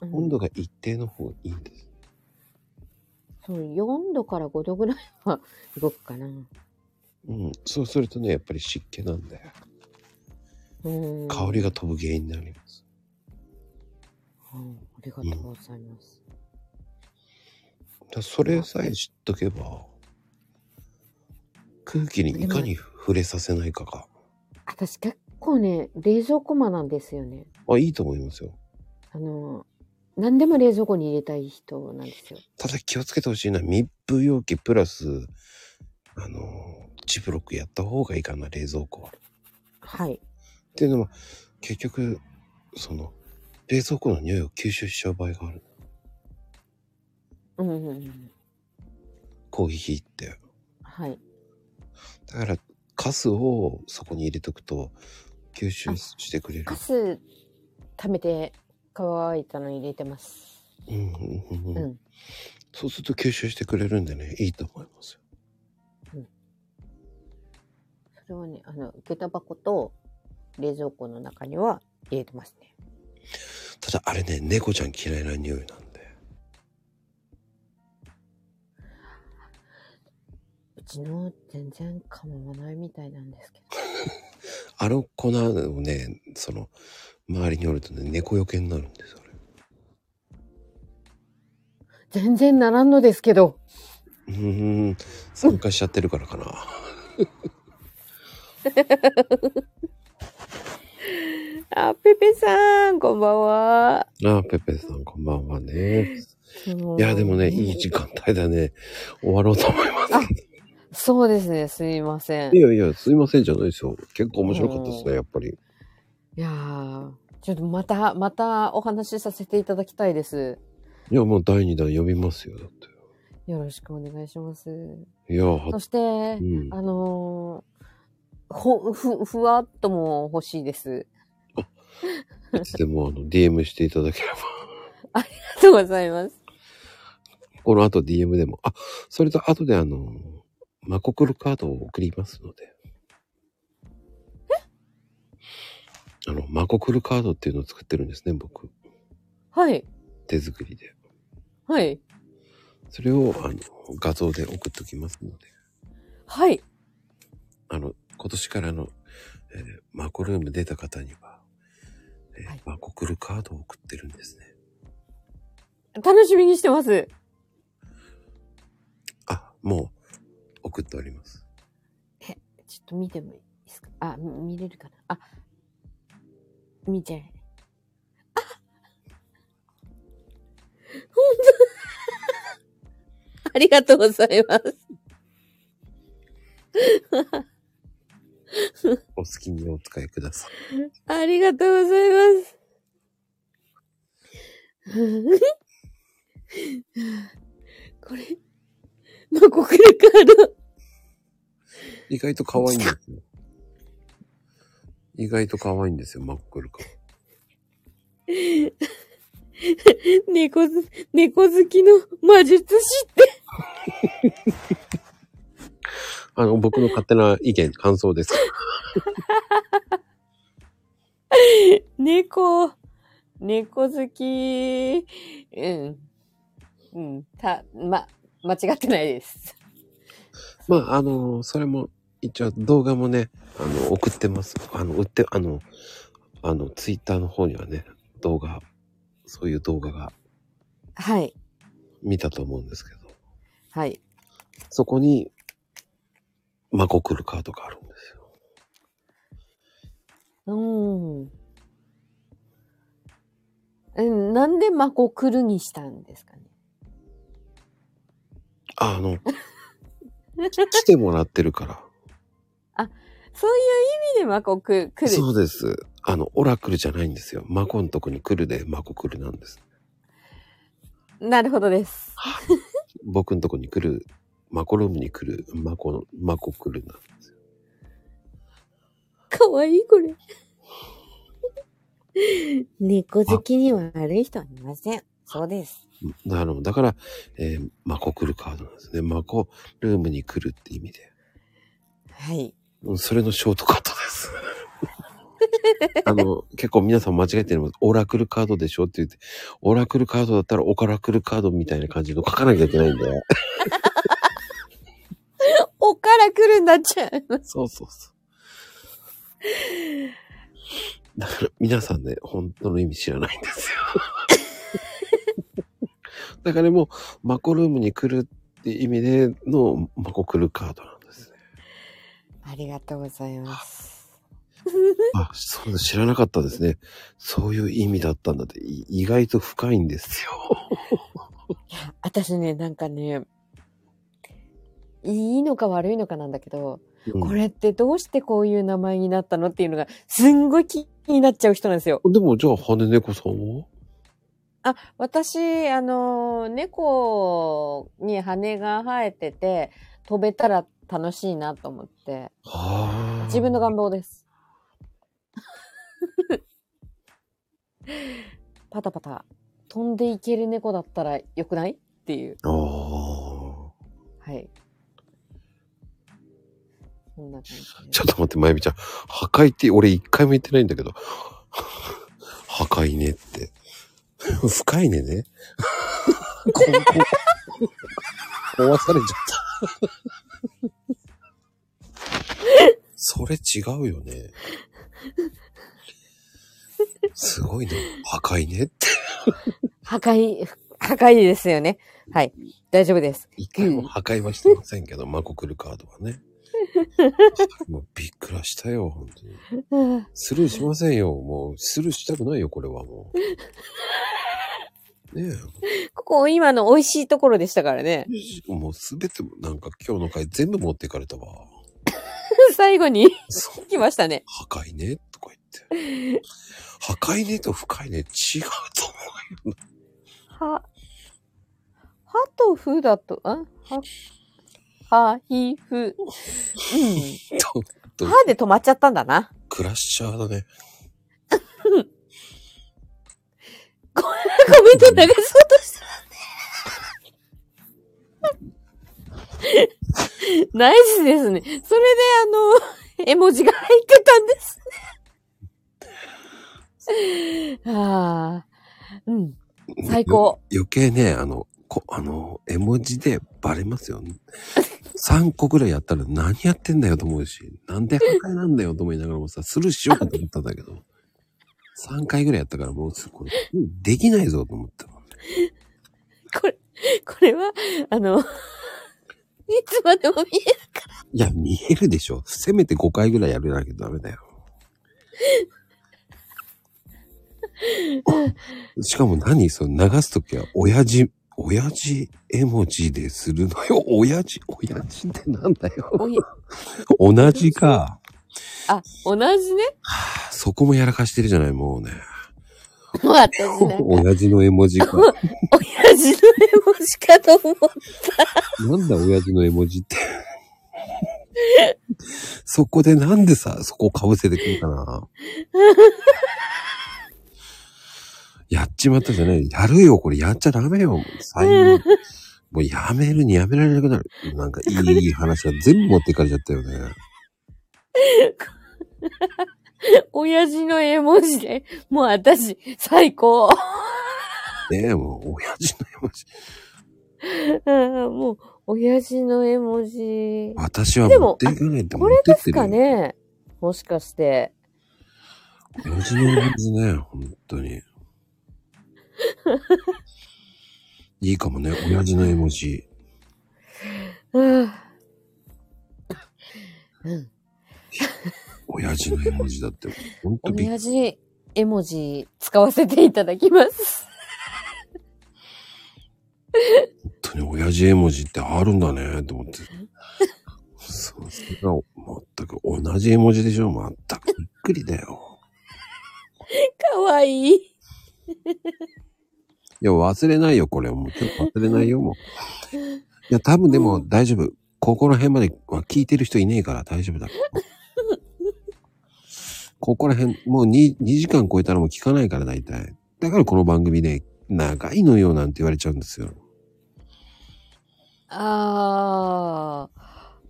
Speaker 2: うん
Speaker 1: 温度が一定の方がいいんです。
Speaker 2: そう、4度から5度ぐらいは動くかな。
Speaker 1: うん、そうするとね、やっぱり湿気なんで、
Speaker 2: うん。
Speaker 1: 香りが飛ぶ原因になります。
Speaker 2: うん、ありがとうございます。
Speaker 1: だからそれさえ知っとけば、空気にいかに触れさせないかが、
Speaker 2: 私結構ね、冷蔵庫マなんですよね。
Speaker 1: あ、いいと思いますよ。
Speaker 2: あの、何でも冷蔵庫に入れたい人なんですよ。
Speaker 1: ただ気をつけてほしいのは密封容器プラス、あの、ジブロックやった方がいいかな、冷蔵庫は。
Speaker 2: はい。
Speaker 1: っていうのは、結局、その、冷蔵庫の匂いを吸収しちゃう場合がある。
Speaker 2: うんうんうん。
Speaker 1: コーヒーって。
Speaker 2: はい。
Speaker 1: だからカスをそこに入れとくと吸収してくれる
Speaker 2: ガ。ス、溜めて乾いたの入れてます。
Speaker 1: うんうんうん
Speaker 2: う
Speaker 1: うん
Speaker 2: ん。
Speaker 1: そうすると吸収してくれるんでねいいと思いますよ。
Speaker 2: それはね、あの、下駄箱と冷蔵庫の中には入れてますね。
Speaker 1: ただあれね猫ちゃん嫌いな匂いなんで
Speaker 2: うちの全然構わないみたいなんですけど。
Speaker 1: あの粉をねその周りにおるとね猫よけになるんですよあ
Speaker 2: 全然ならんのですけど。
Speaker 1: れ。うーん酸化しちゃってるからかな。
Speaker 2: あ、ペペさん、こんばんは。
Speaker 1: ああペペさんこんばんはね。
Speaker 2: い
Speaker 1: いやでもねいい時間帯だね終わろうと思いますけど。
Speaker 2: そうですね、すいません。
Speaker 1: い
Speaker 2: い
Speaker 1: やいやすいませんじゃないですよ結構面白かったですねやっぱり。
Speaker 2: やー、ちょっとまた、またお話しさせていただきたいです。
Speaker 1: いやもう第2弾呼びますよだって。
Speaker 2: よろしくお願いします。
Speaker 1: いや、は
Speaker 2: そして、
Speaker 1: うん、
Speaker 2: あのーほ、ふ、ふわっとも欲しいです。
Speaker 1: いつでもあの DM していただければ。
Speaker 2: あ りがとうございます。
Speaker 1: この後 DM でも。あ、それと後であの、マコクルカードを送りますので。あの、マコクルカードっていうのを作ってるんですね、僕。
Speaker 2: はい、
Speaker 1: 手作りで。
Speaker 2: はい、
Speaker 1: それをあの画像で送っときますので。
Speaker 2: はい。
Speaker 1: あの、今年からの、えーマコルーム出た方には、えー
Speaker 3: はい
Speaker 1: マコクルカードを送ってるんですね。
Speaker 2: 楽しみにしてます。
Speaker 1: あ、もう送っております。
Speaker 2: ちょっと見てもいいですかあ、み見れるかなあ、見ちゃえ。
Speaker 3: ありがとうございます。
Speaker 1: お好きにお使いください。
Speaker 3: ありがとうございます。 これ、マコクルカード。
Speaker 1: 意外と可愛いんですよ。意外と可愛いんですよ、マコクルカード。
Speaker 3: 猫ず、猫好きの魔術師って。
Speaker 1: あの、僕の勝手な意見、感想です。
Speaker 3: 猫、猫好き。うん。うん。た、ま、間違ってないです。
Speaker 1: まあ、あの、それも、一応動画もね、あの、送ってます。あの、売って、あの、あの、ツイッターの方にはね、動画、そういう動画が
Speaker 2: はい。
Speaker 1: 見たと思うんですけど、
Speaker 2: はい。
Speaker 1: そこに、マコクルカードがあるんですよ。
Speaker 2: うーん。え、なんでマコクルにしたんです かね
Speaker 1: あの、来てもらってるから。
Speaker 2: そういう意味でマコククル。
Speaker 1: そうです。あの、オラクルじゃないんですよ。マコのとこに来るで、マコクルなんです。
Speaker 2: なるほど です。
Speaker 1: 僕のとこに来る、マコルームに来る、マコ、マコクルなんですよ。
Speaker 3: かわいい、こ れ。
Speaker 2: 猫好きには悪い人はいません。そうです。
Speaker 1: なるほど。だから、えーマコクルカードなんですね。マコルームに来るって意味で。
Speaker 2: はい。
Speaker 1: うんそれのショートカットです。あの、結構皆さん間違えてるのオラクルカードでしょって言って、オラクルカードだったらオカラクルカードみたいな感じの書かなきゃいけないんで。
Speaker 2: おからくるになっちゃう。
Speaker 1: そうそうそう。だから皆さんね、本当の意味知らないんですよ。だからもう、マコルームに来るって意味でのマコクルカードなんですね。
Speaker 2: ありがとうございます。
Speaker 1: あ、そうだ、知らなかったですね。そういう意味だったんだって、い意外と深いんですよ。
Speaker 2: いや、私ね、なんかね、いいのか悪いのかなんだけど、
Speaker 1: うん
Speaker 2: これってどうしてこういう名前になったのっていうのが、すんごい気になっちゃう人なんですよ。
Speaker 1: でも、じゃあ、羽猫さんは
Speaker 2: あ、私、あのー、猫に羽が生えてて、飛べたら楽しいなと思って、
Speaker 1: はあ。
Speaker 2: 自分の願望です。 パタパタ、飛んでいける猫だったら良くないっていう。
Speaker 1: ああ。
Speaker 2: はい。そんな感じ
Speaker 1: ちょっと待って、まゆみちゃん。破壊って、俺一回も言ってないんだけど。破壊ねって。 深いねね。ここ壊されちゃった。それ違うよね。すごいね。破壊ねって。
Speaker 2: 破壊、破壊ですよね。はい。大丈夫です。
Speaker 1: 一回も破壊はしてませんけど、マコクルカードはね。もうびっくらしたよ、本当に。
Speaker 2: うん
Speaker 1: スルーしませんよ。もう、スルーしたくないよ、これはもう。ね
Speaker 2: ここ、今の美味しいところでしたからね。
Speaker 1: え、もうすべて、なんか今日の回全部持っていかれたわ。
Speaker 2: 最後に
Speaker 1: そう
Speaker 2: 来ましたね。
Speaker 1: 破壊ね、とか言って。破壊ねと深いね、違うと思
Speaker 2: は、はとふだと、あは、は、ひ、 ふ。
Speaker 1: うよ。
Speaker 2: うん。はで止まっちゃったんだな。
Speaker 1: クラッシャーだね。
Speaker 2: コメント流そうとした ね。ナイスですね。それであの、絵文字が入ってたんですね。ああ。うん。最高。
Speaker 1: 余計ね、あの、こあの、絵文字でバレますよ。3個ぐらいやったら何やってんだよと思うし、なんで破壊なんだよと思いながらもさ、スルーしようかと思ったんだけど、3回ぐらいやったからもうすぐこれ、できないぞと思ったもんね。
Speaker 3: これ、これは、あの、 いつまでも見え
Speaker 1: いや、見えるでしょ。せめて5回ぐらいやるなきゃダメだよ。しかも何その流すときは、親父、親父絵文字でするのよ。親父、親父ってなんだよ。
Speaker 3: おい
Speaker 1: 同じか。
Speaker 3: あ、同じね。
Speaker 1: そこもやらかしてるじゃない、もうね。
Speaker 3: 私ね。
Speaker 1: 親父の絵文字か。
Speaker 3: 親父の絵文字かと思う。
Speaker 1: なんだ、親父の絵文字って。 そこでなんでさ、そこかぶせてくるかな。やっちまったじゃない。やるよ、これやっちゃダメよ。最後。もうやめるにやめられなくなる。なんかいい話が全部持っていかれちゃったよね。
Speaker 3: 親父の絵文字で、もう私、最高。
Speaker 1: ねえ、もう親父の絵文字。
Speaker 2: うんもう、親父の絵文字。
Speaker 1: 私は
Speaker 2: でも
Speaker 1: 持っていかないって持
Speaker 2: こ
Speaker 1: っ
Speaker 2: れ
Speaker 1: て
Speaker 2: で
Speaker 1: って
Speaker 2: す
Speaker 1: るよ
Speaker 2: か。ねもしかして。
Speaker 1: 親父の絵文字ね、本当 に。いいかもね、親父の絵文字。
Speaker 2: うん
Speaker 1: 親父の絵文字 だって、ほんとびっ
Speaker 2: 親父絵文字使わせていただきます。
Speaker 1: とに親父絵文字ってあるんだね、と思って。そう、それが全く同じ絵文字でしょ全くびっくりだよ。
Speaker 3: かわいい。
Speaker 1: いや、忘れないよ、これ。もう今日忘れないよ、もう。いや、多分でも大丈夫。ここら辺までは聞いてる人いねえから大丈夫だ。ここら辺、もう 2, 2時間超えたらもう聞かないから大体。だからこの番組ね、長いのよなんて言われちゃうんですよ。
Speaker 2: ああ。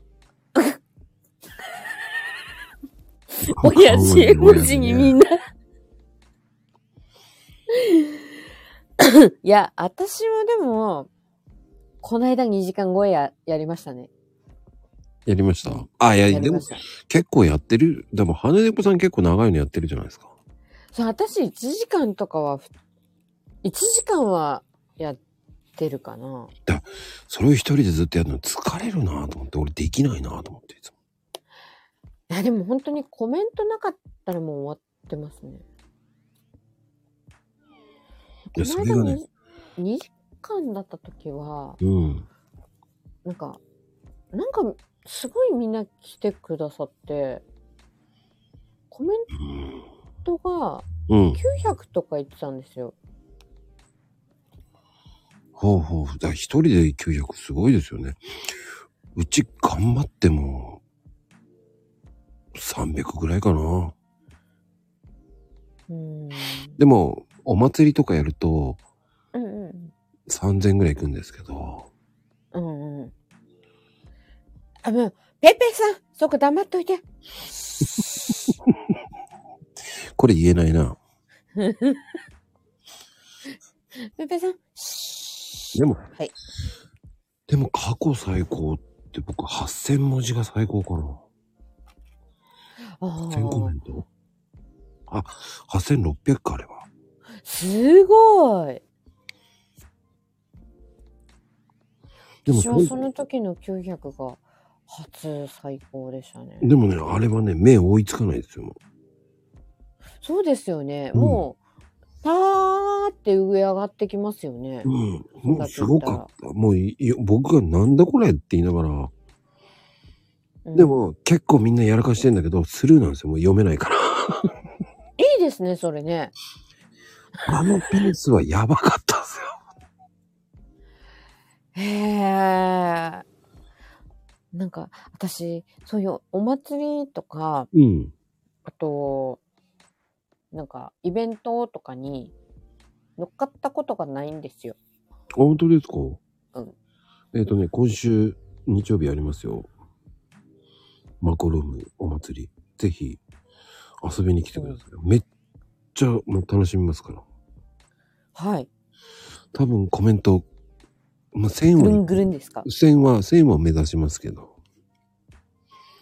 Speaker 3: 親父絵文字にみんな。
Speaker 2: いや、私はでも、こないだ2時間超えや、やりましたね。
Speaker 1: やりました。あ、いや、
Speaker 2: やり
Speaker 1: で
Speaker 2: ま
Speaker 1: も
Speaker 2: した。
Speaker 1: 結構やってる。でも、羽猫さん結構長いのやってるじゃないですか。
Speaker 2: そう、私1時間とかは、1時間はやってるかな。
Speaker 1: それを一人でずっとやるの疲れるなと思って、俺できないなと思って、いつも。
Speaker 2: いや、でも本当にコメントなかったらもう終わってますね。
Speaker 1: いや、そ
Speaker 2: この
Speaker 1: れ
Speaker 2: 間
Speaker 1: が
Speaker 2: も
Speaker 1: ね、
Speaker 2: 2時間だった時は、
Speaker 1: うん。
Speaker 2: なんか、なんか、すごいみんな来てくださって、コメントが
Speaker 1: うん。うん。
Speaker 2: 900とか言ってたんですよ。
Speaker 1: ほうほう。だから一人で900すごいですよね。うち頑張っても、300ぐらいかな。
Speaker 2: うーん。
Speaker 1: でも、お祭りとかやると、
Speaker 2: うんうん。
Speaker 1: 3000ぐらいいくんですけ ど、
Speaker 2: うんうん。あ、もう、ペイペイさん、そこ黙っといて。
Speaker 1: これ言えないな。
Speaker 2: ペイペイさん、
Speaker 1: でも、
Speaker 2: はい
Speaker 1: でも過去最高って僕8000文字が最高かな。
Speaker 2: あ
Speaker 1: 1000コメ
Speaker 2: ー
Speaker 1: ントあ、8600か、あれは。
Speaker 2: すごい。
Speaker 1: でも
Speaker 2: 私は
Speaker 1: そ
Speaker 2: そ
Speaker 1: ん、
Speaker 2: の時の900が初最高でしたね。
Speaker 1: でもね、あれはね、目追いつかないですよ。も
Speaker 2: そうですよね。
Speaker 1: うん
Speaker 2: もう、パーって上上がってきますよね。
Speaker 1: ううん。もうすごかった。もうい、いや僕がなんだこれって言いながら、
Speaker 2: うん
Speaker 1: で、も結構みんなやらかしてんだけど、スルーなんですよ。もう読めないから。
Speaker 2: いいですね、それね。
Speaker 1: あのペースはやばかったんですよ。
Speaker 2: へえ。なんか、私、そういうお祭りとか、
Speaker 1: うん。
Speaker 2: あと、なんか、イベントとかに乗っかったことがないんですよ。
Speaker 1: あ本当ですか
Speaker 2: うん。
Speaker 1: えっ、とね、今週日曜日ありますよ。マコルームお祭り。ぜひ遊びに来てください。めっちゃもう楽しみますから。
Speaker 2: はい。
Speaker 1: 多分コメントまあ、1000
Speaker 2: ぐる
Speaker 1: は
Speaker 2: ん、ぐるんですか
Speaker 1: 1000は、1000は目指しますけど。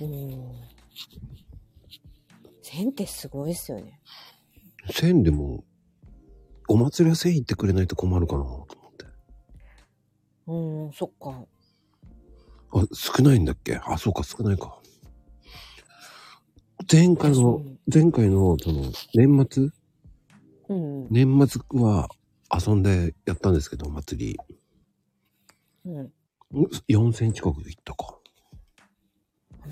Speaker 2: うん。1000ってすごいですよね。
Speaker 1: 1000でも、お祭りは1000行ってくれないと困るかなと思って。
Speaker 2: うん、そっか。
Speaker 1: あ、少ないんだっけあ、そうか、少ないか。前回の、前回の、その、年末
Speaker 2: うん。うん。
Speaker 1: 年末は遊んでやったんですけど、お祭り。
Speaker 2: うん。
Speaker 1: 4000近く行ったか。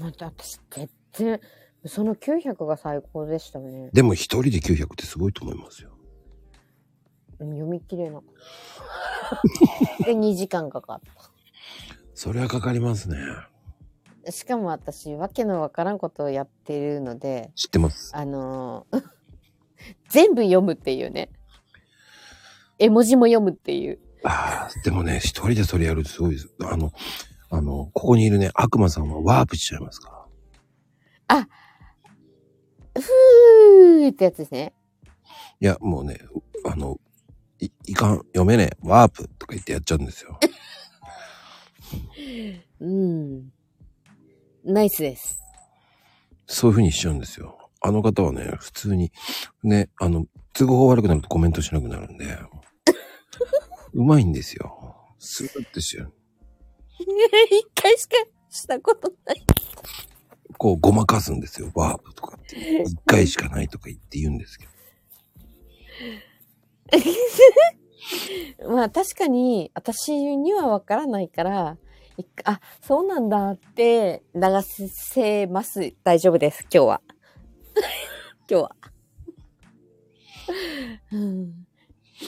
Speaker 2: また私、全然、その900が最高でしたね。
Speaker 1: でも一人で900ってすごいと思いますよ。
Speaker 2: うん読み切れなかった。 で、2時間かかっ
Speaker 1: それはかかりますね。
Speaker 2: た。しかも私、わけのわからんことをやってるので、
Speaker 1: 知ってます。
Speaker 2: あのー 全部読むっていうね。絵文字も読むっていう。
Speaker 1: ああ、でもね、一人でそれやるとすごいです。あの、あの、ここにいるね、悪魔さんはワープしちゃいますから。
Speaker 2: ふーってやつですね。
Speaker 1: いや、もうね、あの、いいかん、読めねえ、ワープとか言ってやっちゃうんですよ。
Speaker 2: うん。ナイスです。
Speaker 1: そういう風にしちゃうんですよ。あの方はね、普通に、ね、あの、都合悪くなるとコメントしなくなるんで、うまいんですよ。すぐってしよ
Speaker 3: 一回しかしたことない。
Speaker 1: こう、ごまかすんですよ。ワープとかって。一回しかないとか言って言うんですけど。
Speaker 2: まあ確かに、私にはわからないから、いっかあ、そうなんだって流せます。大丈夫です、今 日は。今日は。うん。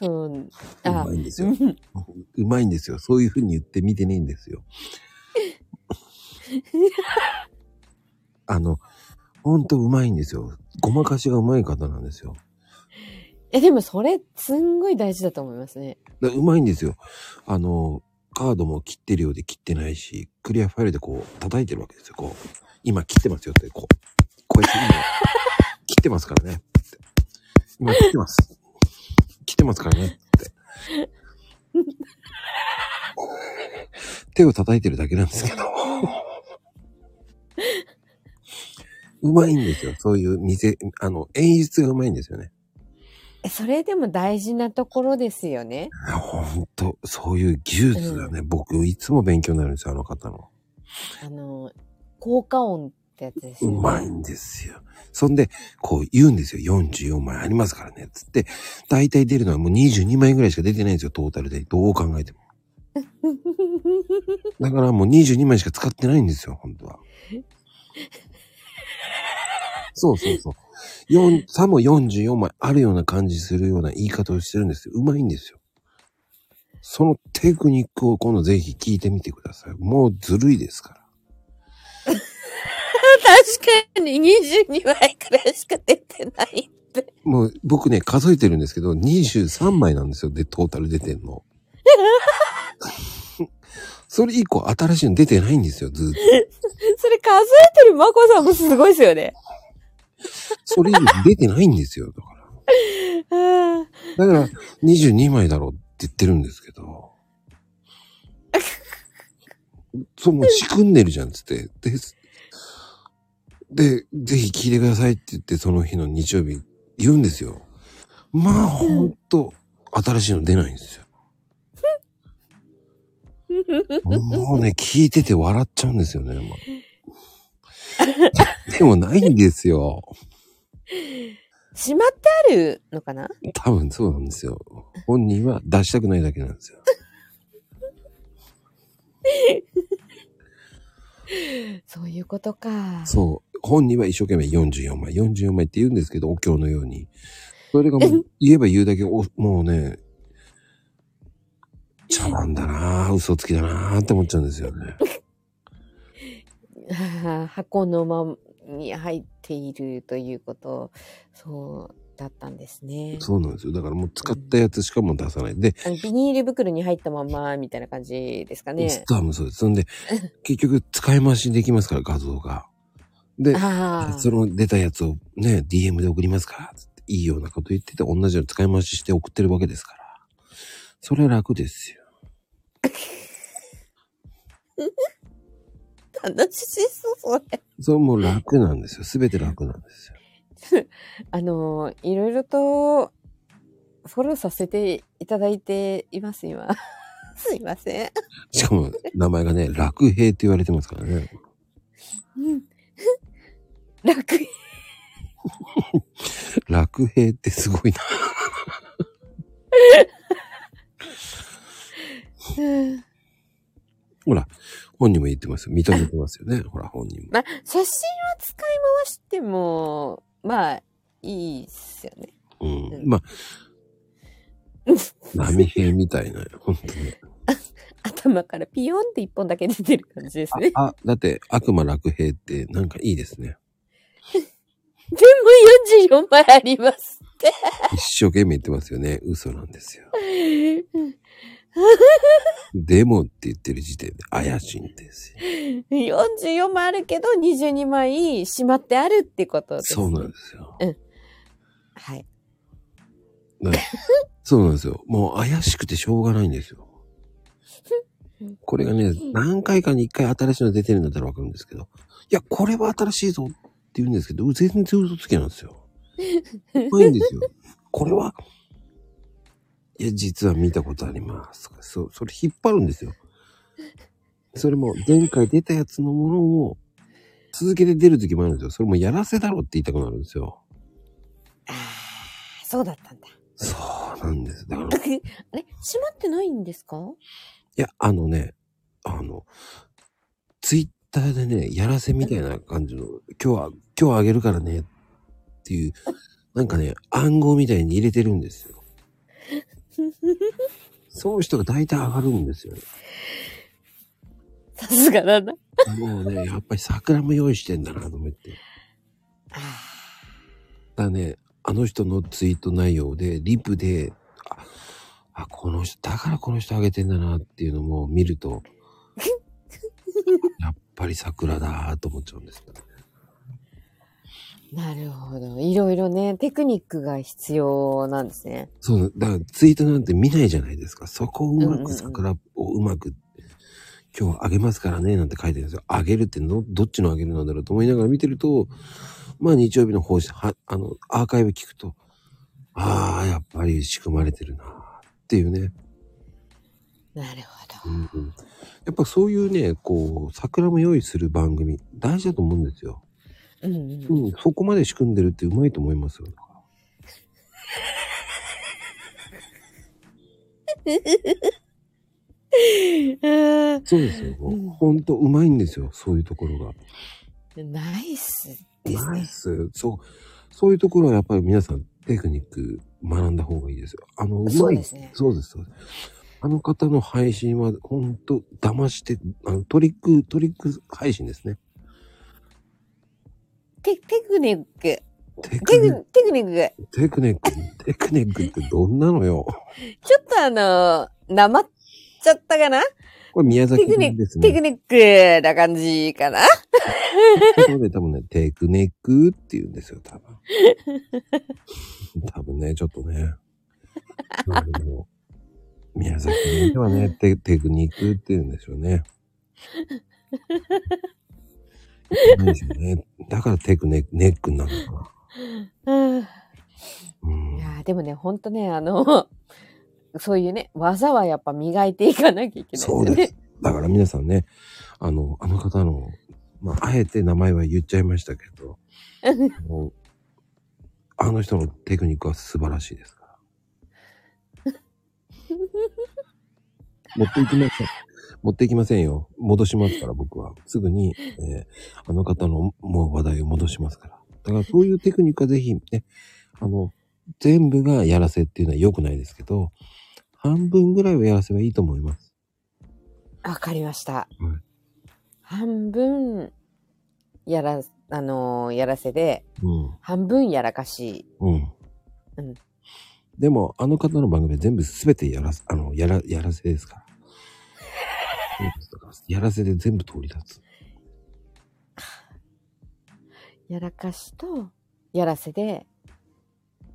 Speaker 2: うん。
Speaker 1: う
Speaker 2: あ
Speaker 1: ま、いんです
Speaker 2: う
Speaker 1: よ。
Speaker 2: ん
Speaker 1: うまいんですよ。そういう風に言ってみてねえんです よ。あの、ほんとうまいんですよ。ごまかしがうまい方なんですよ。
Speaker 2: え、でもそれ、すんごい大事だと思いますね。
Speaker 1: だうまいんですよ。あの、カードも切ってるようで切ってないし、クリアファイルでこう叩いてるわけですよ。こう、今切ってますよって、こう、こうやって今、 切ってますからね。って今切ってます。切ってますからね。って。 手を叩いてるだけなんですけど。 うまいんですよ。そういう店、あの、演出がうまいんですよね。
Speaker 2: え、それでも大事なところですよね。
Speaker 1: 本当そういう技術がね、僕いつも勉強になるんですよ、あの方の。
Speaker 2: あの、効果音ってやつです
Speaker 1: う
Speaker 2: よね。
Speaker 1: まいんですよ。そんで、こう言うんですよ。44枚ありますからね。つって、大体出るのはもう22枚ぐらいしか出てないんですよ、トータルで。どう考え ても。だからもう22枚しか使ってないんですよ、本当は。そうそうそう。4さも44枚あるような感じするような言い方をしてるんですよ。うまいんですよ。そのテクニックを今度ぜひ聞いてみてください。もうずるいですから。
Speaker 3: 確かに22枚くらいしか出てない。
Speaker 1: もう僕ね、数えてるんですけど、23枚なんですよ。で、トータル出てんの。 それ以降、新しいの出てないんですよ、ずーっと。
Speaker 3: それ数えてるまこさんもすごいですよね。
Speaker 1: それ以降出てないんですよ、だから。
Speaker 3: あ
Speaker 1: だから、22枚だろうって言ってるんですけど。そう、もう仕組んでるじゃんっつって。で、で、ぜひ聞いてくださいって言って、その日の日曜日言うんですよ。まあ、ほんと、新しいの出ないんですよ。もうね、聞いてて笑っちゃうんですよね。まあ でもないんですよ。
Speaker 2: しまってあるのかな
Speaker 1: 多分そうなんですよ。本人は出したくないだけなんですよ。
Speaker 2: そういうことか。
Speaker 1: そう。本人は一生懸命44枚、44枚って言うんですけど、お経のように。それがも う言えば言うだけ、おもうね、茶番だなぁ、嘘つきだなぁって思っちゃうんですよね。
Speaker 2: はあ箱のままに入っているということ、そうだったんですね。
Speaker 1: そうなんですよ。だからもう使ったやつしかもう出さない。で、
Speaker 2: あのビニール袋に入ったままみたいな感じですかね。
Speaker 1: 多分そうです。そ んで、結局使い回しできますから、画像が。で、
Speaker 2: ああ。
Speaker 1: その出たやつをね、DM で送りますから、つっていいようなこと言ってて、同じように使い回しして送ってるわけですから。それは楽ですよ。
Speaker 2: 楽しそう、 それ。
Speaker 1: そう、もう楽なんですよ。すべて楽なんですよ。
Speaker 2: あのーいろいろと、フォローさせていただいていま す、今。すいません。
Speaker 1: しかも、名前がね、楽平って言われてますからね。
Speaker 2: うん。 楽。
Speaker 1: 楽平ってすごいな。
Speaker 2: うん
Speaker 1: ほら、本人も言ってますよ。認めてますよね。ほら、本人も。
Speaker 2: まあ、写真は使い回しても、まあ、いいっすよね。
Speaker 1: うん。まあ、波平みたいな、本当に。
Speaker 2: 頭からピヨンって一本だけ出てる感じですね。
Speaker 1: あ、あだって、悪魔楽平って、なんかいいですね。
Speaker 2: でも44枚あります。
Speaker 1: 一生懸命言ってますよね。嘘なんですよ。でもって言ってる時点で怪しいんですよ。
Speaker 2: 44枚あるけど、22枚しまってあるってことです。
Speaker 1: そうなんですよ。
Speaker 2: はい。
Speaker 1: だからそうなんですよ。もう怪しくてしょうがないんですよ。これがね、何回かに一回新しいの出てるんだったらわかるんですけど、いや、これは新しいぞって言うんですけど、全然嘘つきなんですよ。いっぱいいるんですよ。これは、いや、実は見たことあります。そう、それ引っ張るんですよ。それも、前回出たやつのものを、続けて出る時もあるんですよ。それもやらせだろって言いたくなるんですよ。
Speaker 2: ああ、 そうだったんだ。
Speaker 1: そうなんです。だから
Speaker 2: あ、れ閉まってないんですか
Speaker 1: いや、あのね、あの、ツイッターでね、やらせみたいな感じの、今日は、今日はあげるからね、っていう、なんかね、暗号みたいに入れてるんですよ。そういう人が大体上がるんですよね。
Speaker 2: さすがだな。
Speaker 1: もうね、やっぱり桜も用意してんだなと思って。
Speaker 2: あ
Speaker 1: だね、あの人のツイート内容で、リプで、あ、あこの人、だからこの人あげてんだなっていうのも見ると、やっぱり桜だーと思っちゃうんですよね。
Speaker 2: ーなるほど。いろいろね、テクニックが必要なんですね。
Speaker 1: そう、だからツイートなんて見ないじゃないですか。そこをうま
Speaker 2: うんうんう
Speaker 1: く
Speaker 2: ん
Speaker 1: 桜をうまく、今日はあげますからね、なんて書いてるんですよ。あげるっての、どっちのあげるなんだろうと思いながら見てると、まあ日曜日の方針、は、あの、アーカイブ聞くと、ああ、やっぱり仕組まれてるなっていうね。
Speaker 2: なるほ
Speaker 1: う
Speaker 2: ど。
Speaker 1: んうん、やっぱそういうね、こう、桜も用意する番組、大事だと思うんですよ。
Speaker 2: うんうん
Speaker 1: うん、そこまで仕組んでるってうまいと思いますよ。
Speaker 2: う
Speaker 1: そうですよ。
Speaker 2: うん
Speaker 1: ほんとうまいんですよ、そういうところが。
Speaker 2: ーんナイスです
Speaker 1: ナイ
Speaker 2: ね。
Speaker 1: ス。そう、そういうところはやっぱり皆さんテクニック学んだ方がいいですよ。あの、うまい。
Speaker 2: そうですね
Speaker 1: そうです、そうです。あの方の配信は本当騙して、あのトリック、トリック配信ですね。
Speaker 2: テテクニック。
Speaker 1: テク
Speaker 2: テ
Speaker 1: ニッ
Speaker 2: クテクニック。
Speaker 1: ク、テクニック、テクニックってどんなのよ。
Speaker 2: ちょっとあのー、なまっちゃったかな
Speaker 1: これ宮崎
Speaker 2: テクニ
Speaker 1: 弁
Speaker 2: ッ
Speaker 1: です
Speaker 2: ク、テク
Speaker 1: ね。
Speaker 2: ニックな感じかな
Speaker 1: ということで多分ね、テクニックって言うんですよ、多分。多分ね、ちょっとね。あの宮崎弁ではねテ、テクニックって言うんでしょうね。なんでしょうね。だからテクネック、ネックなのかな。
Speaker 2: うんいうや
Speaker 1: ん。
Speaker 2: ーでもね、ほんとね、あの、そういうね、技はやっぱ磨いていかなきゃいけない
Speaker 1: そう
Speaker 2: よね
Speaker 1: です。だから皆さんね、あの、あの方の、まあ、あえて名前は言っちゃいましたけど、あのあの人のテクニックは素晴らしいですから。持っていきません。持っていきませんよ。戻しますから、僕は。すぐに、えーあの方のもう話題を戻しますから。だからそういうテクニックはぜひね、あの、全部がやらせっていうのは良くないですけど、半分ぐらいはやらせばいいと思います。
Speaker 2: わかりました。半分、やら、あのーやらせで、
Speaker 1: うん。
Speaker 2: 半分やらかし。
Speaker 1: うん。
Speaker 2: うん
Speaker 1: でも、あの方の番組は全部すべてやらす、あの、やら、やらせですから。 そうですだからやらせで全部通り立つ。
Speaker 2: やらかしと、やらせで、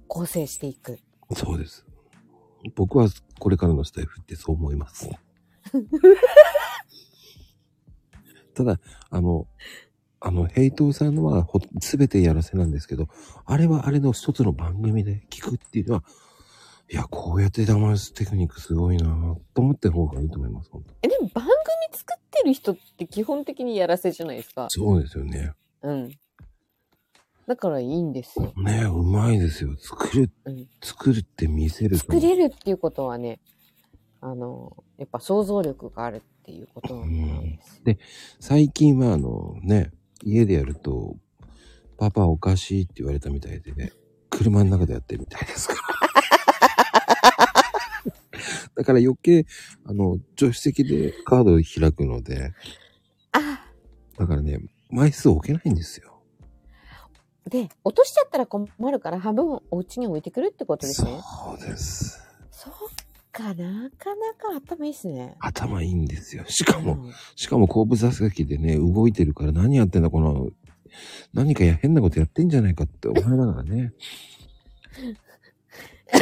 Speaker 2: 構成していく。
Speaker 1: そうです。 僕はこれからのスタイフってそう思います。ただ、あの、あの、ヘイトさんのはほ全てやらせなんですけど、あれはあれの一つの番組で聞くっていうのは、いや、こうやって騙すテクニックすごいなぁと思ってる方がいいと思います。本当
Speaker 2: え、でも番組作ってる人って基本的にやらせじゃないですか。
Speaker 1: そうですよね。
Speaker 2: うん。だからいいんですよ。
Speaker 1: ねうまいですよ。作る
Speaker 2: うん、
Speaker 1: 作るって見せると。
Speaker 2: 作れるっていうことはね、あの、やっぱ想像力があるっていうことなんですよ。
Speaker 1: 最近はあのね、家でやると、パパおかしいって言われたみたいでね、車の中でやってるみたいです から。だから余計、あの、助手席でカードを開くので、
Speaker 2: あ
Speaker 1: だからね、枚数置けないんですよ。
Speaker 2: で、落としちゃったら困るから半分お家に置いてくるってことですね。
Speaker 1: そうです。
Speaker 2: そっか、なかなか頭いいですね。
Speaker 1: 頭いいんですよ。しか
Speaker 2: う
Speaker 1: も、
Speaker 2: ん
Speaker 1: しかも後部座席でね、動いてるから何やってんだ、この、何かや変なことやってんじゃないかって思いながらね。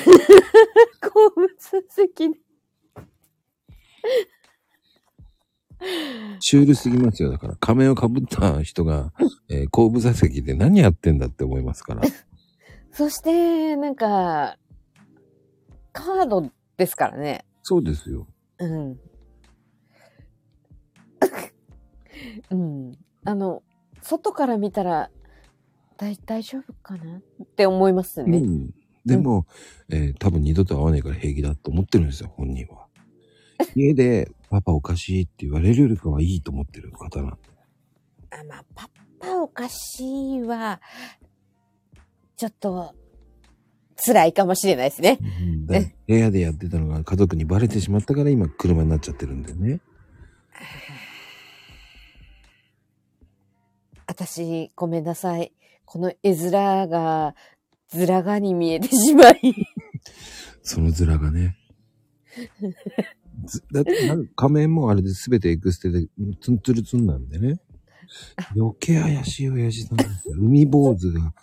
Speaker 2: 好物席ね
Speaker 1: シュールすぎますよ。だから仮面をかぶった人が、えー後部座席で何やってんだって思いますから。
Speaker 2: そして、なんか、カードですからね。
Speaker 1: そうですよ。
Speaker 2: うん。 うん。あの、外から見たら、だい大丈夫かなって思います
Speaker 1: う
Speaker 2: ね。
Speaker 1: ん。でも、えー多分二度と会わないから平気だと思ってるんですよ、本人は。家で、パパおかしいって言われるよりかはいいと思ってる方なんで。
Speaker 2: あまあ、パパおかしいは、ちょっと、辛いかもしれないですね。
Speaker 1: うんだから部屋でやってたのが家族にバレてしまったから今車になっちゃってるんでね。
Speaker 2: 私、ごめんなさい。この絵面が、ずらがに見えてしまい。
Speaker 1: その面がね。ずだってなんか仮面もあれで全てエクステでツンツルツンなんでね。余計怪しい親父さんなんですよ。海坊主が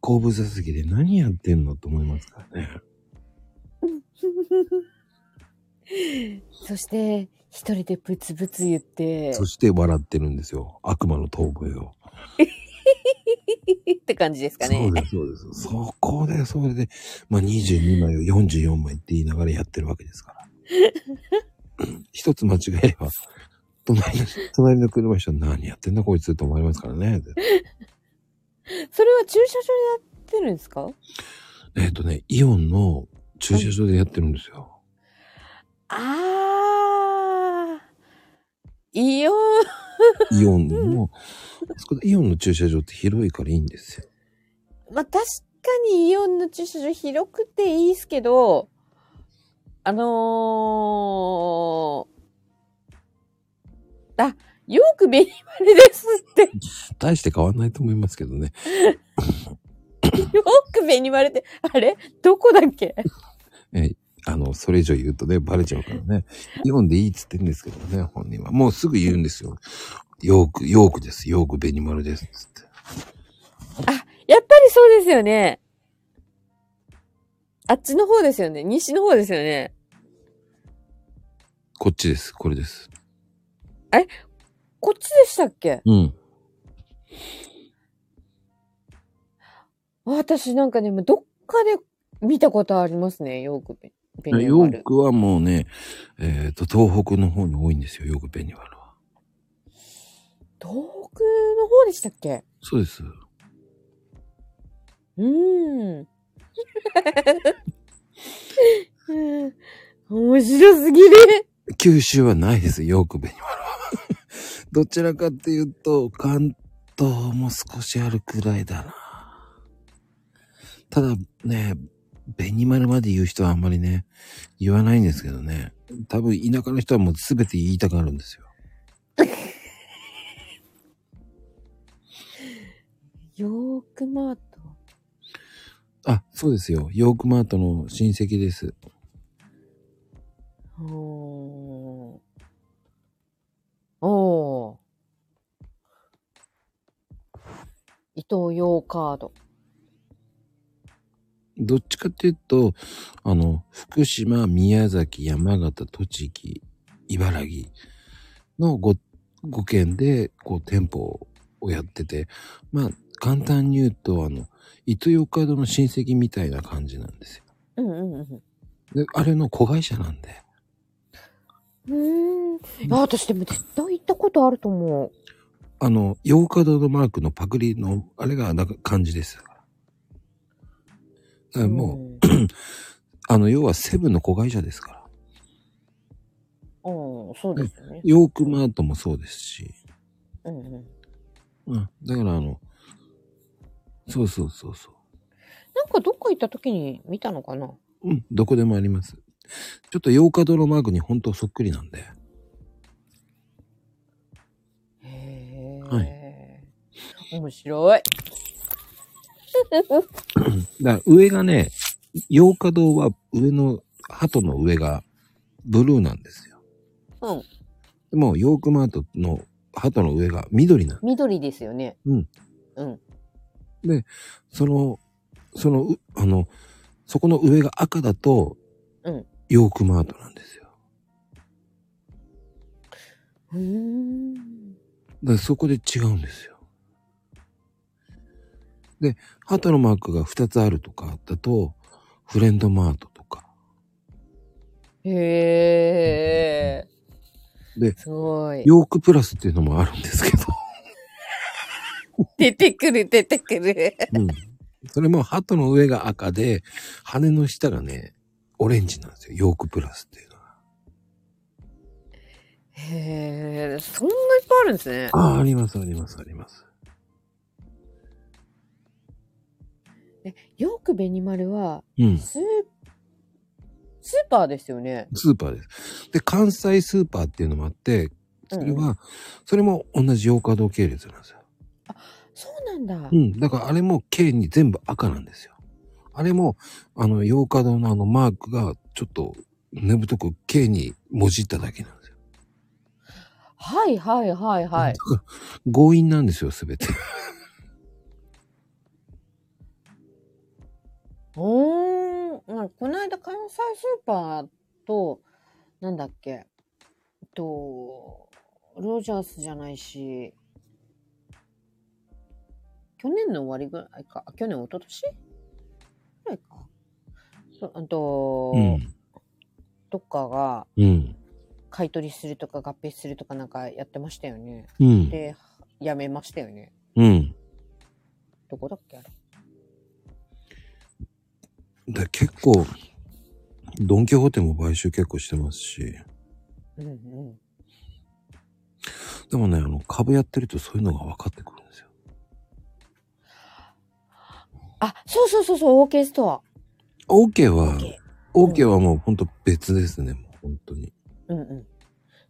Speaker 1: 後部座席で何やってんのと思いますからね。
Speaker 2: そして、一人でブツブツ言って、
Speaker 1: そして笑ってるんですよ。悪魔の遠吠えを。
Speaker 2: って感じですかね。
Speaker 1: そうです、そうです。そこで、それで、まあ、22枚を44枚って言いながらやってるわけです から。一つ間違えれば、隣の、隣の車の人何やってんだこいつと思いますからね。
Speaker 2: それは駐車場でやってるんですか
Speaker 1: えっ、とね、イオンの駐車場でやってるんですよ。
Speaker 2: ああ。いいよ。
Speaker 1: イオンの、あそこイオンの駐車場って広いからいいんですよ。
Speaker 2: まあ、確かにイオンの駐車場広くていいですけど、あのー、あ、よくベニマルですって。
Speaker 1: 大して変わんないと思いますけどね。
Speaker 2: よくベニマルって、あれどこだっけ
Speaker 1: えーあの、それ以上言うとね、バレちゃうからね。イオンでいいっつってんですけどね、本人は。もうすぐ言うんですよ。ヨーク、ヨークです。ヨークベニマルです。つって。
Speaker 2: やっぱりそうですよね。あっちの方ですよね。西の方ですよね。
Speaker 1: こっちです。これです。
Speaker 2: こっちでしたっけ
Speaker 1: うん。
Speaker 2: 私なんかでもどっかで見たことありますね、ヨークベベニ
Speaker 1: ヨ
Speaker 2: マ
Speaker 1: ー
Speaker 2: ル。
Speaker 1: クはもうね、えっ、と、東北の方に多いんですよ、ヨークベニマルは。
Speaker 2: 東北の方でしたっけ
Speaker 1: そうです。
Speaker 2: うーん。 うん面白すぎる。
Speaker 1: 九州はないです、ヨークベニマルは。 どちらかっていうと、関東も少しあるくらいだな。ただね、ベニマルまで言う人はあんまりね、言わないんですけどね。多分田舎の人はもう全て言いたがるんですよ。
Speaker 2: ヨークマート。
Speaker 1: あ、そうですよ。ヨークマートの親戚です。
Speaker 2: おー。おー。伊藤洋カード。
Speaker 1: どっちかっていうと、あの、福島、宮崎、山形、栃木、茨城のご5軒で、こう、店舗をやってて、まあ、簡単に言うと、あの、イトヨカドの親戚みたいな感じなんですよ。
Speaker 2: うんうんうん
Speaker 1: で、あれの子会社なんで。
Speaker 2: うん。うーん。あ、私でも絶対行ったことあると思
Speaker 1: あの、ヨーカドのマークのパクリの、あれが、なんか感じです。だか
Speaker 2: う。
Speaker 1: らもう、
Speaker 2: うん。
Speaker 1: あの、要はセブンの子会社ですから。
Speaker 2: うん、そうですよね。
Speaker 1: ヨークマートもそうですし。
Speaker 2: うんうん。
Speaker 1: うん。だからあの、そうそうそうそ
Speaker 2: なんかどっか行った時に見たのかな
Speaker 1: う。うん。どこでもあります。ちょっとヨーカドのマークに本当そっくりなんで。
Speaker 2: へー
Speaker 1: は
Speaker 2: 面白い。
Speaker 1: だから上がね、ヨーカドは上の、鳩の上がブルーなんですよ。
Speaker 2: うん。
Speaker 1: でもヨークマートの鳩の上が緑なん
Speaker 2: 緑ですよね。
Speaker 1: うん。
Speaker 2: うん。
Speaker 1: その、その、うあの、そこの上が赤だと、
Speaker 2: うん
Speaker 1: ヨークマートなんですよ。
Speaker 2: うーん。
Speaker 1: だからそこで違うんですよ。で、鳩のマークが2つあるとかだと、フレンドマートとか。
Speaker 2: へえ。
Speaker 1: です
Speaker 2: ごい。
Speaker 1: ヨークプラスっていうのもあるんですけど。
Speaker 3: 出てくる、出てくる。
Speaker 1: うん。それも鳩の上が赤で、羽の下がね、オレンジなんですよ。ヨークプラスっていうのは。
Speaker 2: へえ。そんないっぱいあるんですね。
Speaker 1: ああ、あります、あります、あります。
Speaker 2: ヨークベニマルは、
Speaker 1: うん。
Speaker 2: スー、スーパーですよね。
Speaker 1: スーパーです。で、関西スーパーっていうのもあって、それ
Speaker 2: うん
Speaker 1: は、それも同じヨーカドー系列なんですよ。
Speaker 2: そうなんだ
Speaker 1: う。ん。だからあれも K に全部赤なんですよ。あれも、あの、ヨーカドーのあのマークが、ちょっと、ねぶとく K にもじっただけなんですよ。
Speaker 2: はいはいはいはい
Speaker 1: だ。から、強引なんですよ、すべて。
Speaker 2: おーん、この間関西スーパーと、なんだっけ、えっと、ロジャースじゃないし、去年の終わりぐらいか、あ去年、一昨年ぐらいか。とあと、
Speaker 1: うん。
Speaker 2: どっかが
Speaker 1: うん。
Speaker 2: 買い取りするとか合併するとかなんかやってましたよね。
Speaker 1: うん。
Speaker 2: で、やめましたよね。
Speaker 1: うん。
Speaker 2: どこだっけあれ。
Speaker 1: だから結構、ドンキホーテも買収結構してますし。
Speaker 2: うんうん。
Speaker 1: でもね、あの、株やってるとそういうのが分かってくるんですよ。
Speaker 2: あ、そうそうそうそう、オーケーストア。
Speaker 1: OK は、
Speaker 2: OK
Speaker 1: OK はもうほんと別ですね、もう本当に。
Speaker 2: うんうん。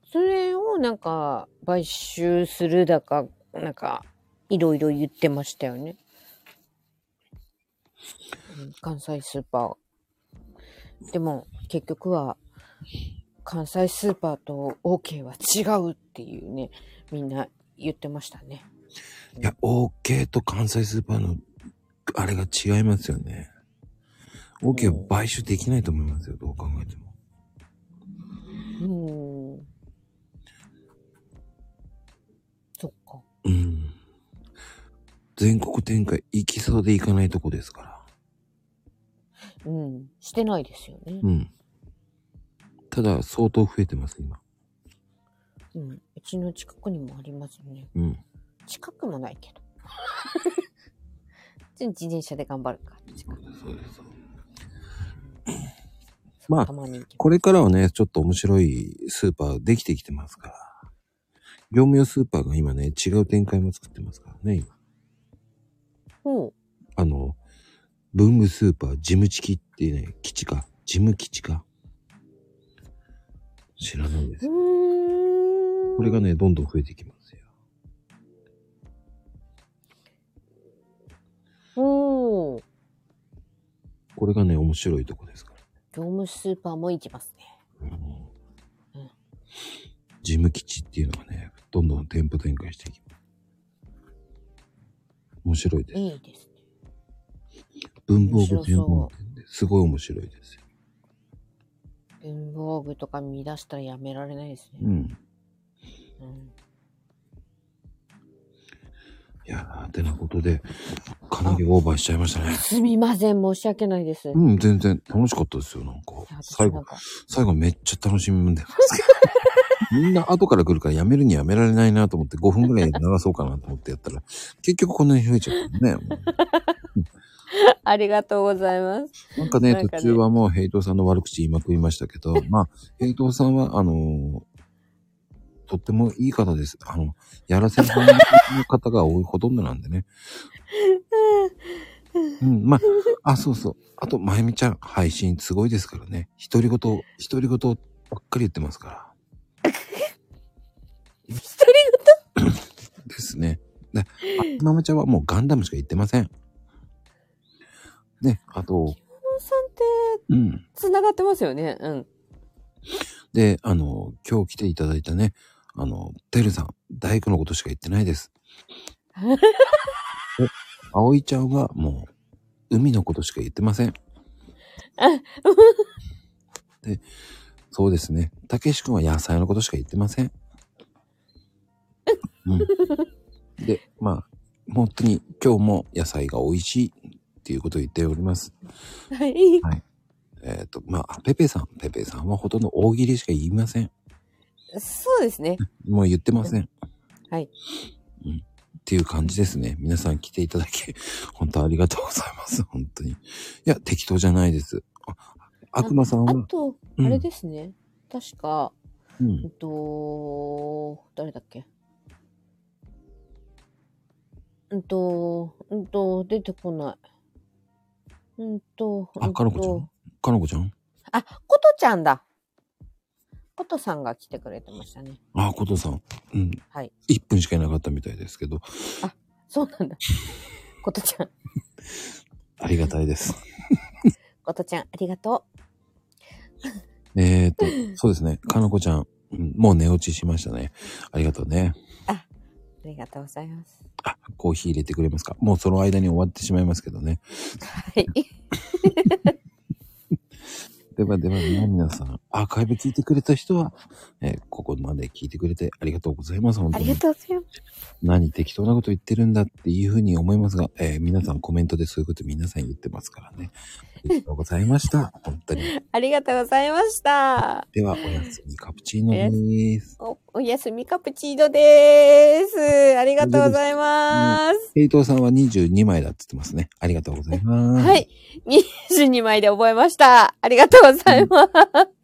Speaker 2: それをなんか、買収するだか、なんか、いろいろ言ってましたよね。うん関西スーパー。でも、結局は、関西スーパーと OK は違うっていうね、みんな言ってましたね。
Speaker 1: いや、OK と関西スーパーの、あれが違いますよね。OK は買収できないと思いますよ、どう考えても。
Speaker 2: うん。そっか。
Speaker 1: うん。全国展開行きそうで行かないとこですから。
Speaker 2: うん。してないですよね。
Speaker 1: うん。ただ、相当増えてます、今。
Speaker 2: うん。うちの近くにもありますね。
Speaker 1: うん。
Speaker 2: 近くもないけど。 ちょっと自転車で頑張るか。近く
Speaker 1: そうです。
Speaker 2: そう
Speaker 1: まあ
Speaker 2: たまに行き
Speaker 1: これからはね、ちょっと面白いスーパーできてきてますから。業務用スーパーが今ね、違う展開も作ってますからね、今。
Speaker 2: ほ
Speaker 1: あの、文具スーパー、ジムチキっていうね、基地か。ジム基地か。知らないです。
Speaker 2: う。うーん。
Speaker 1: これがね、どんどん増えてきますよ。
Speaker 2: おー。
Speaker 1: これがね、面白いとこですか
Speaker 2: 業務スーパーも行きますね。
Speaker 1: ら。あの
Speaker 2: うん
Speaker 1: ジム基地っていうのがね、どんどん店舗展開していきます。面白いです。
Speaker 2: いいですね。
Speaker 1: 文房具専門店ですごい面白いですよ。
Speaker 2: 文房具とか見出したらやめられないです
Speaker 1: う
Speaker 2: ね。
Speaker 1: ん。
Speaker 2: うん。
Speaker 1: いやー、てなことで、かなりオーバーしちゃいましたね。
Speaker 2: すみません、申し訳ないです。い
Speaker 1: うん、全然楽しかったですよ、なんか
Speaker 2: や。私
Speaker 1: 最
Speaker 2: なん
Speaker 1: 後、
Speaker 2: か
Speaker 1: 最後めっちゃ楽しんでますけど。みんな後から来るからやめるにやめられないなと思って5分ぐらい流そうかなと思ってやったら、結局こんなに増えちゃったね。も
Speaker 2: ありがとうございます。
Speaker 1: うなんかね、
Speaker 2: なんかね
Speaker 1: 途中はもうヘイトさんの悪口言いまくりましたけ ど、まあ、ヘイトさんは、あのーとってもいい方です。あの、やらせる方が多い、ほとんどなんで ね。うん、まあ、あ、そうそう。あと、まゆみちゃん、配信すごいですからね。独り言、独り言ばっかり言ってますから。
Speaker 2: 一人
Speaker 1: ですね。で、あまむちゃんはもうガンダムしか言ってません。ね、あと、
Speaker 2: さんって、
Speaker 1: うん。
Speaker 2: 繋がってますよね。うん。
Speaker 1: で、あの、今日来ていただいたね、あの、てるさん、大工のことしか言ってない です。で葵ちゃんはもう、海のことしか言ってません。で、そうですね。たけしくんは野菜のことしか言ってません。うん、で、まあ、本当に今日も野菜が美味しいっていうことを言っております。
Speaker 2: はい。
Speaker 1: えっ、と、まあ、ペペさん、ペペさんはほとんど大喜利しか言いません。
Speaker 2: そうですね。
Speaker 1: もう言ってません。
Speaker 2: はい。
Speaker 1: うん。っていう感じですね。皆さん来ていただき、 本当ありがとうございます。本当に。いや、適当じゃないです。あ、悪魔さん
Speaker 2: あ
Speaker 1: は、
Speaker 2: と、
Speaker 1: うん
Speaker 2: あれですね。確か、
Speaker 1: う
Speaker 2: え
Speaker 1: ん
Speaker 2: っ。と、誰だっけうんと、うんと、出てこない。うんと、
Speaker 1: あ、かのこちゃんかのこちゃん
Speaker 2: あ、ことちゃんだ。ことさんが来てくれてましたね。
Speaker 1: あ、ことさん。うん。
Speaker 2: はい。
Speaker 1: 1分しかいなかったみたいですけど、
Speaker 2: そうなんだ。ことちゃん、
Speaker 1: ありがたいです。
Speaker 2: ことちゃん、ありがと
Speaker 1: えっと、そうですね。かのこちゃん、うんもう寝落ちしましたね。ありがとうね。
Speaker 2: う。ありがとうございます。
Speaker 1: あ、コーヒー入れてくれますかもうその間に終わってしまいますけどね。
Speaker 2: はい。
Speaker 1: ではではね、皆さん、アーカイブ聞いてくれた人は、えーここまで聞いてくれてありがとうございます。本
Speaker 2: あ
Speaker 1: 当
Speaker 2: りが
Speaker 1: に。
Speaker 2: とうございます。
Speaker 1: 何適当なこと言ってるんだっていうふうに思いますが、えー皆さんコメントでそういうこと皆さん言ってますからね。ありがとうございました。本当に。
Speaker 2: ありがとうございました。
Speaker 1: では、おやすみカプチーノです。
Speaker 2: お、おやすみカプチーノでーす。ありがとうございます。
Speaker 1: 平等さんは22枚だって言ってますね。あ りがとうございます。
Speaker 2: はい。22枚で覚えました。ありがとうございます。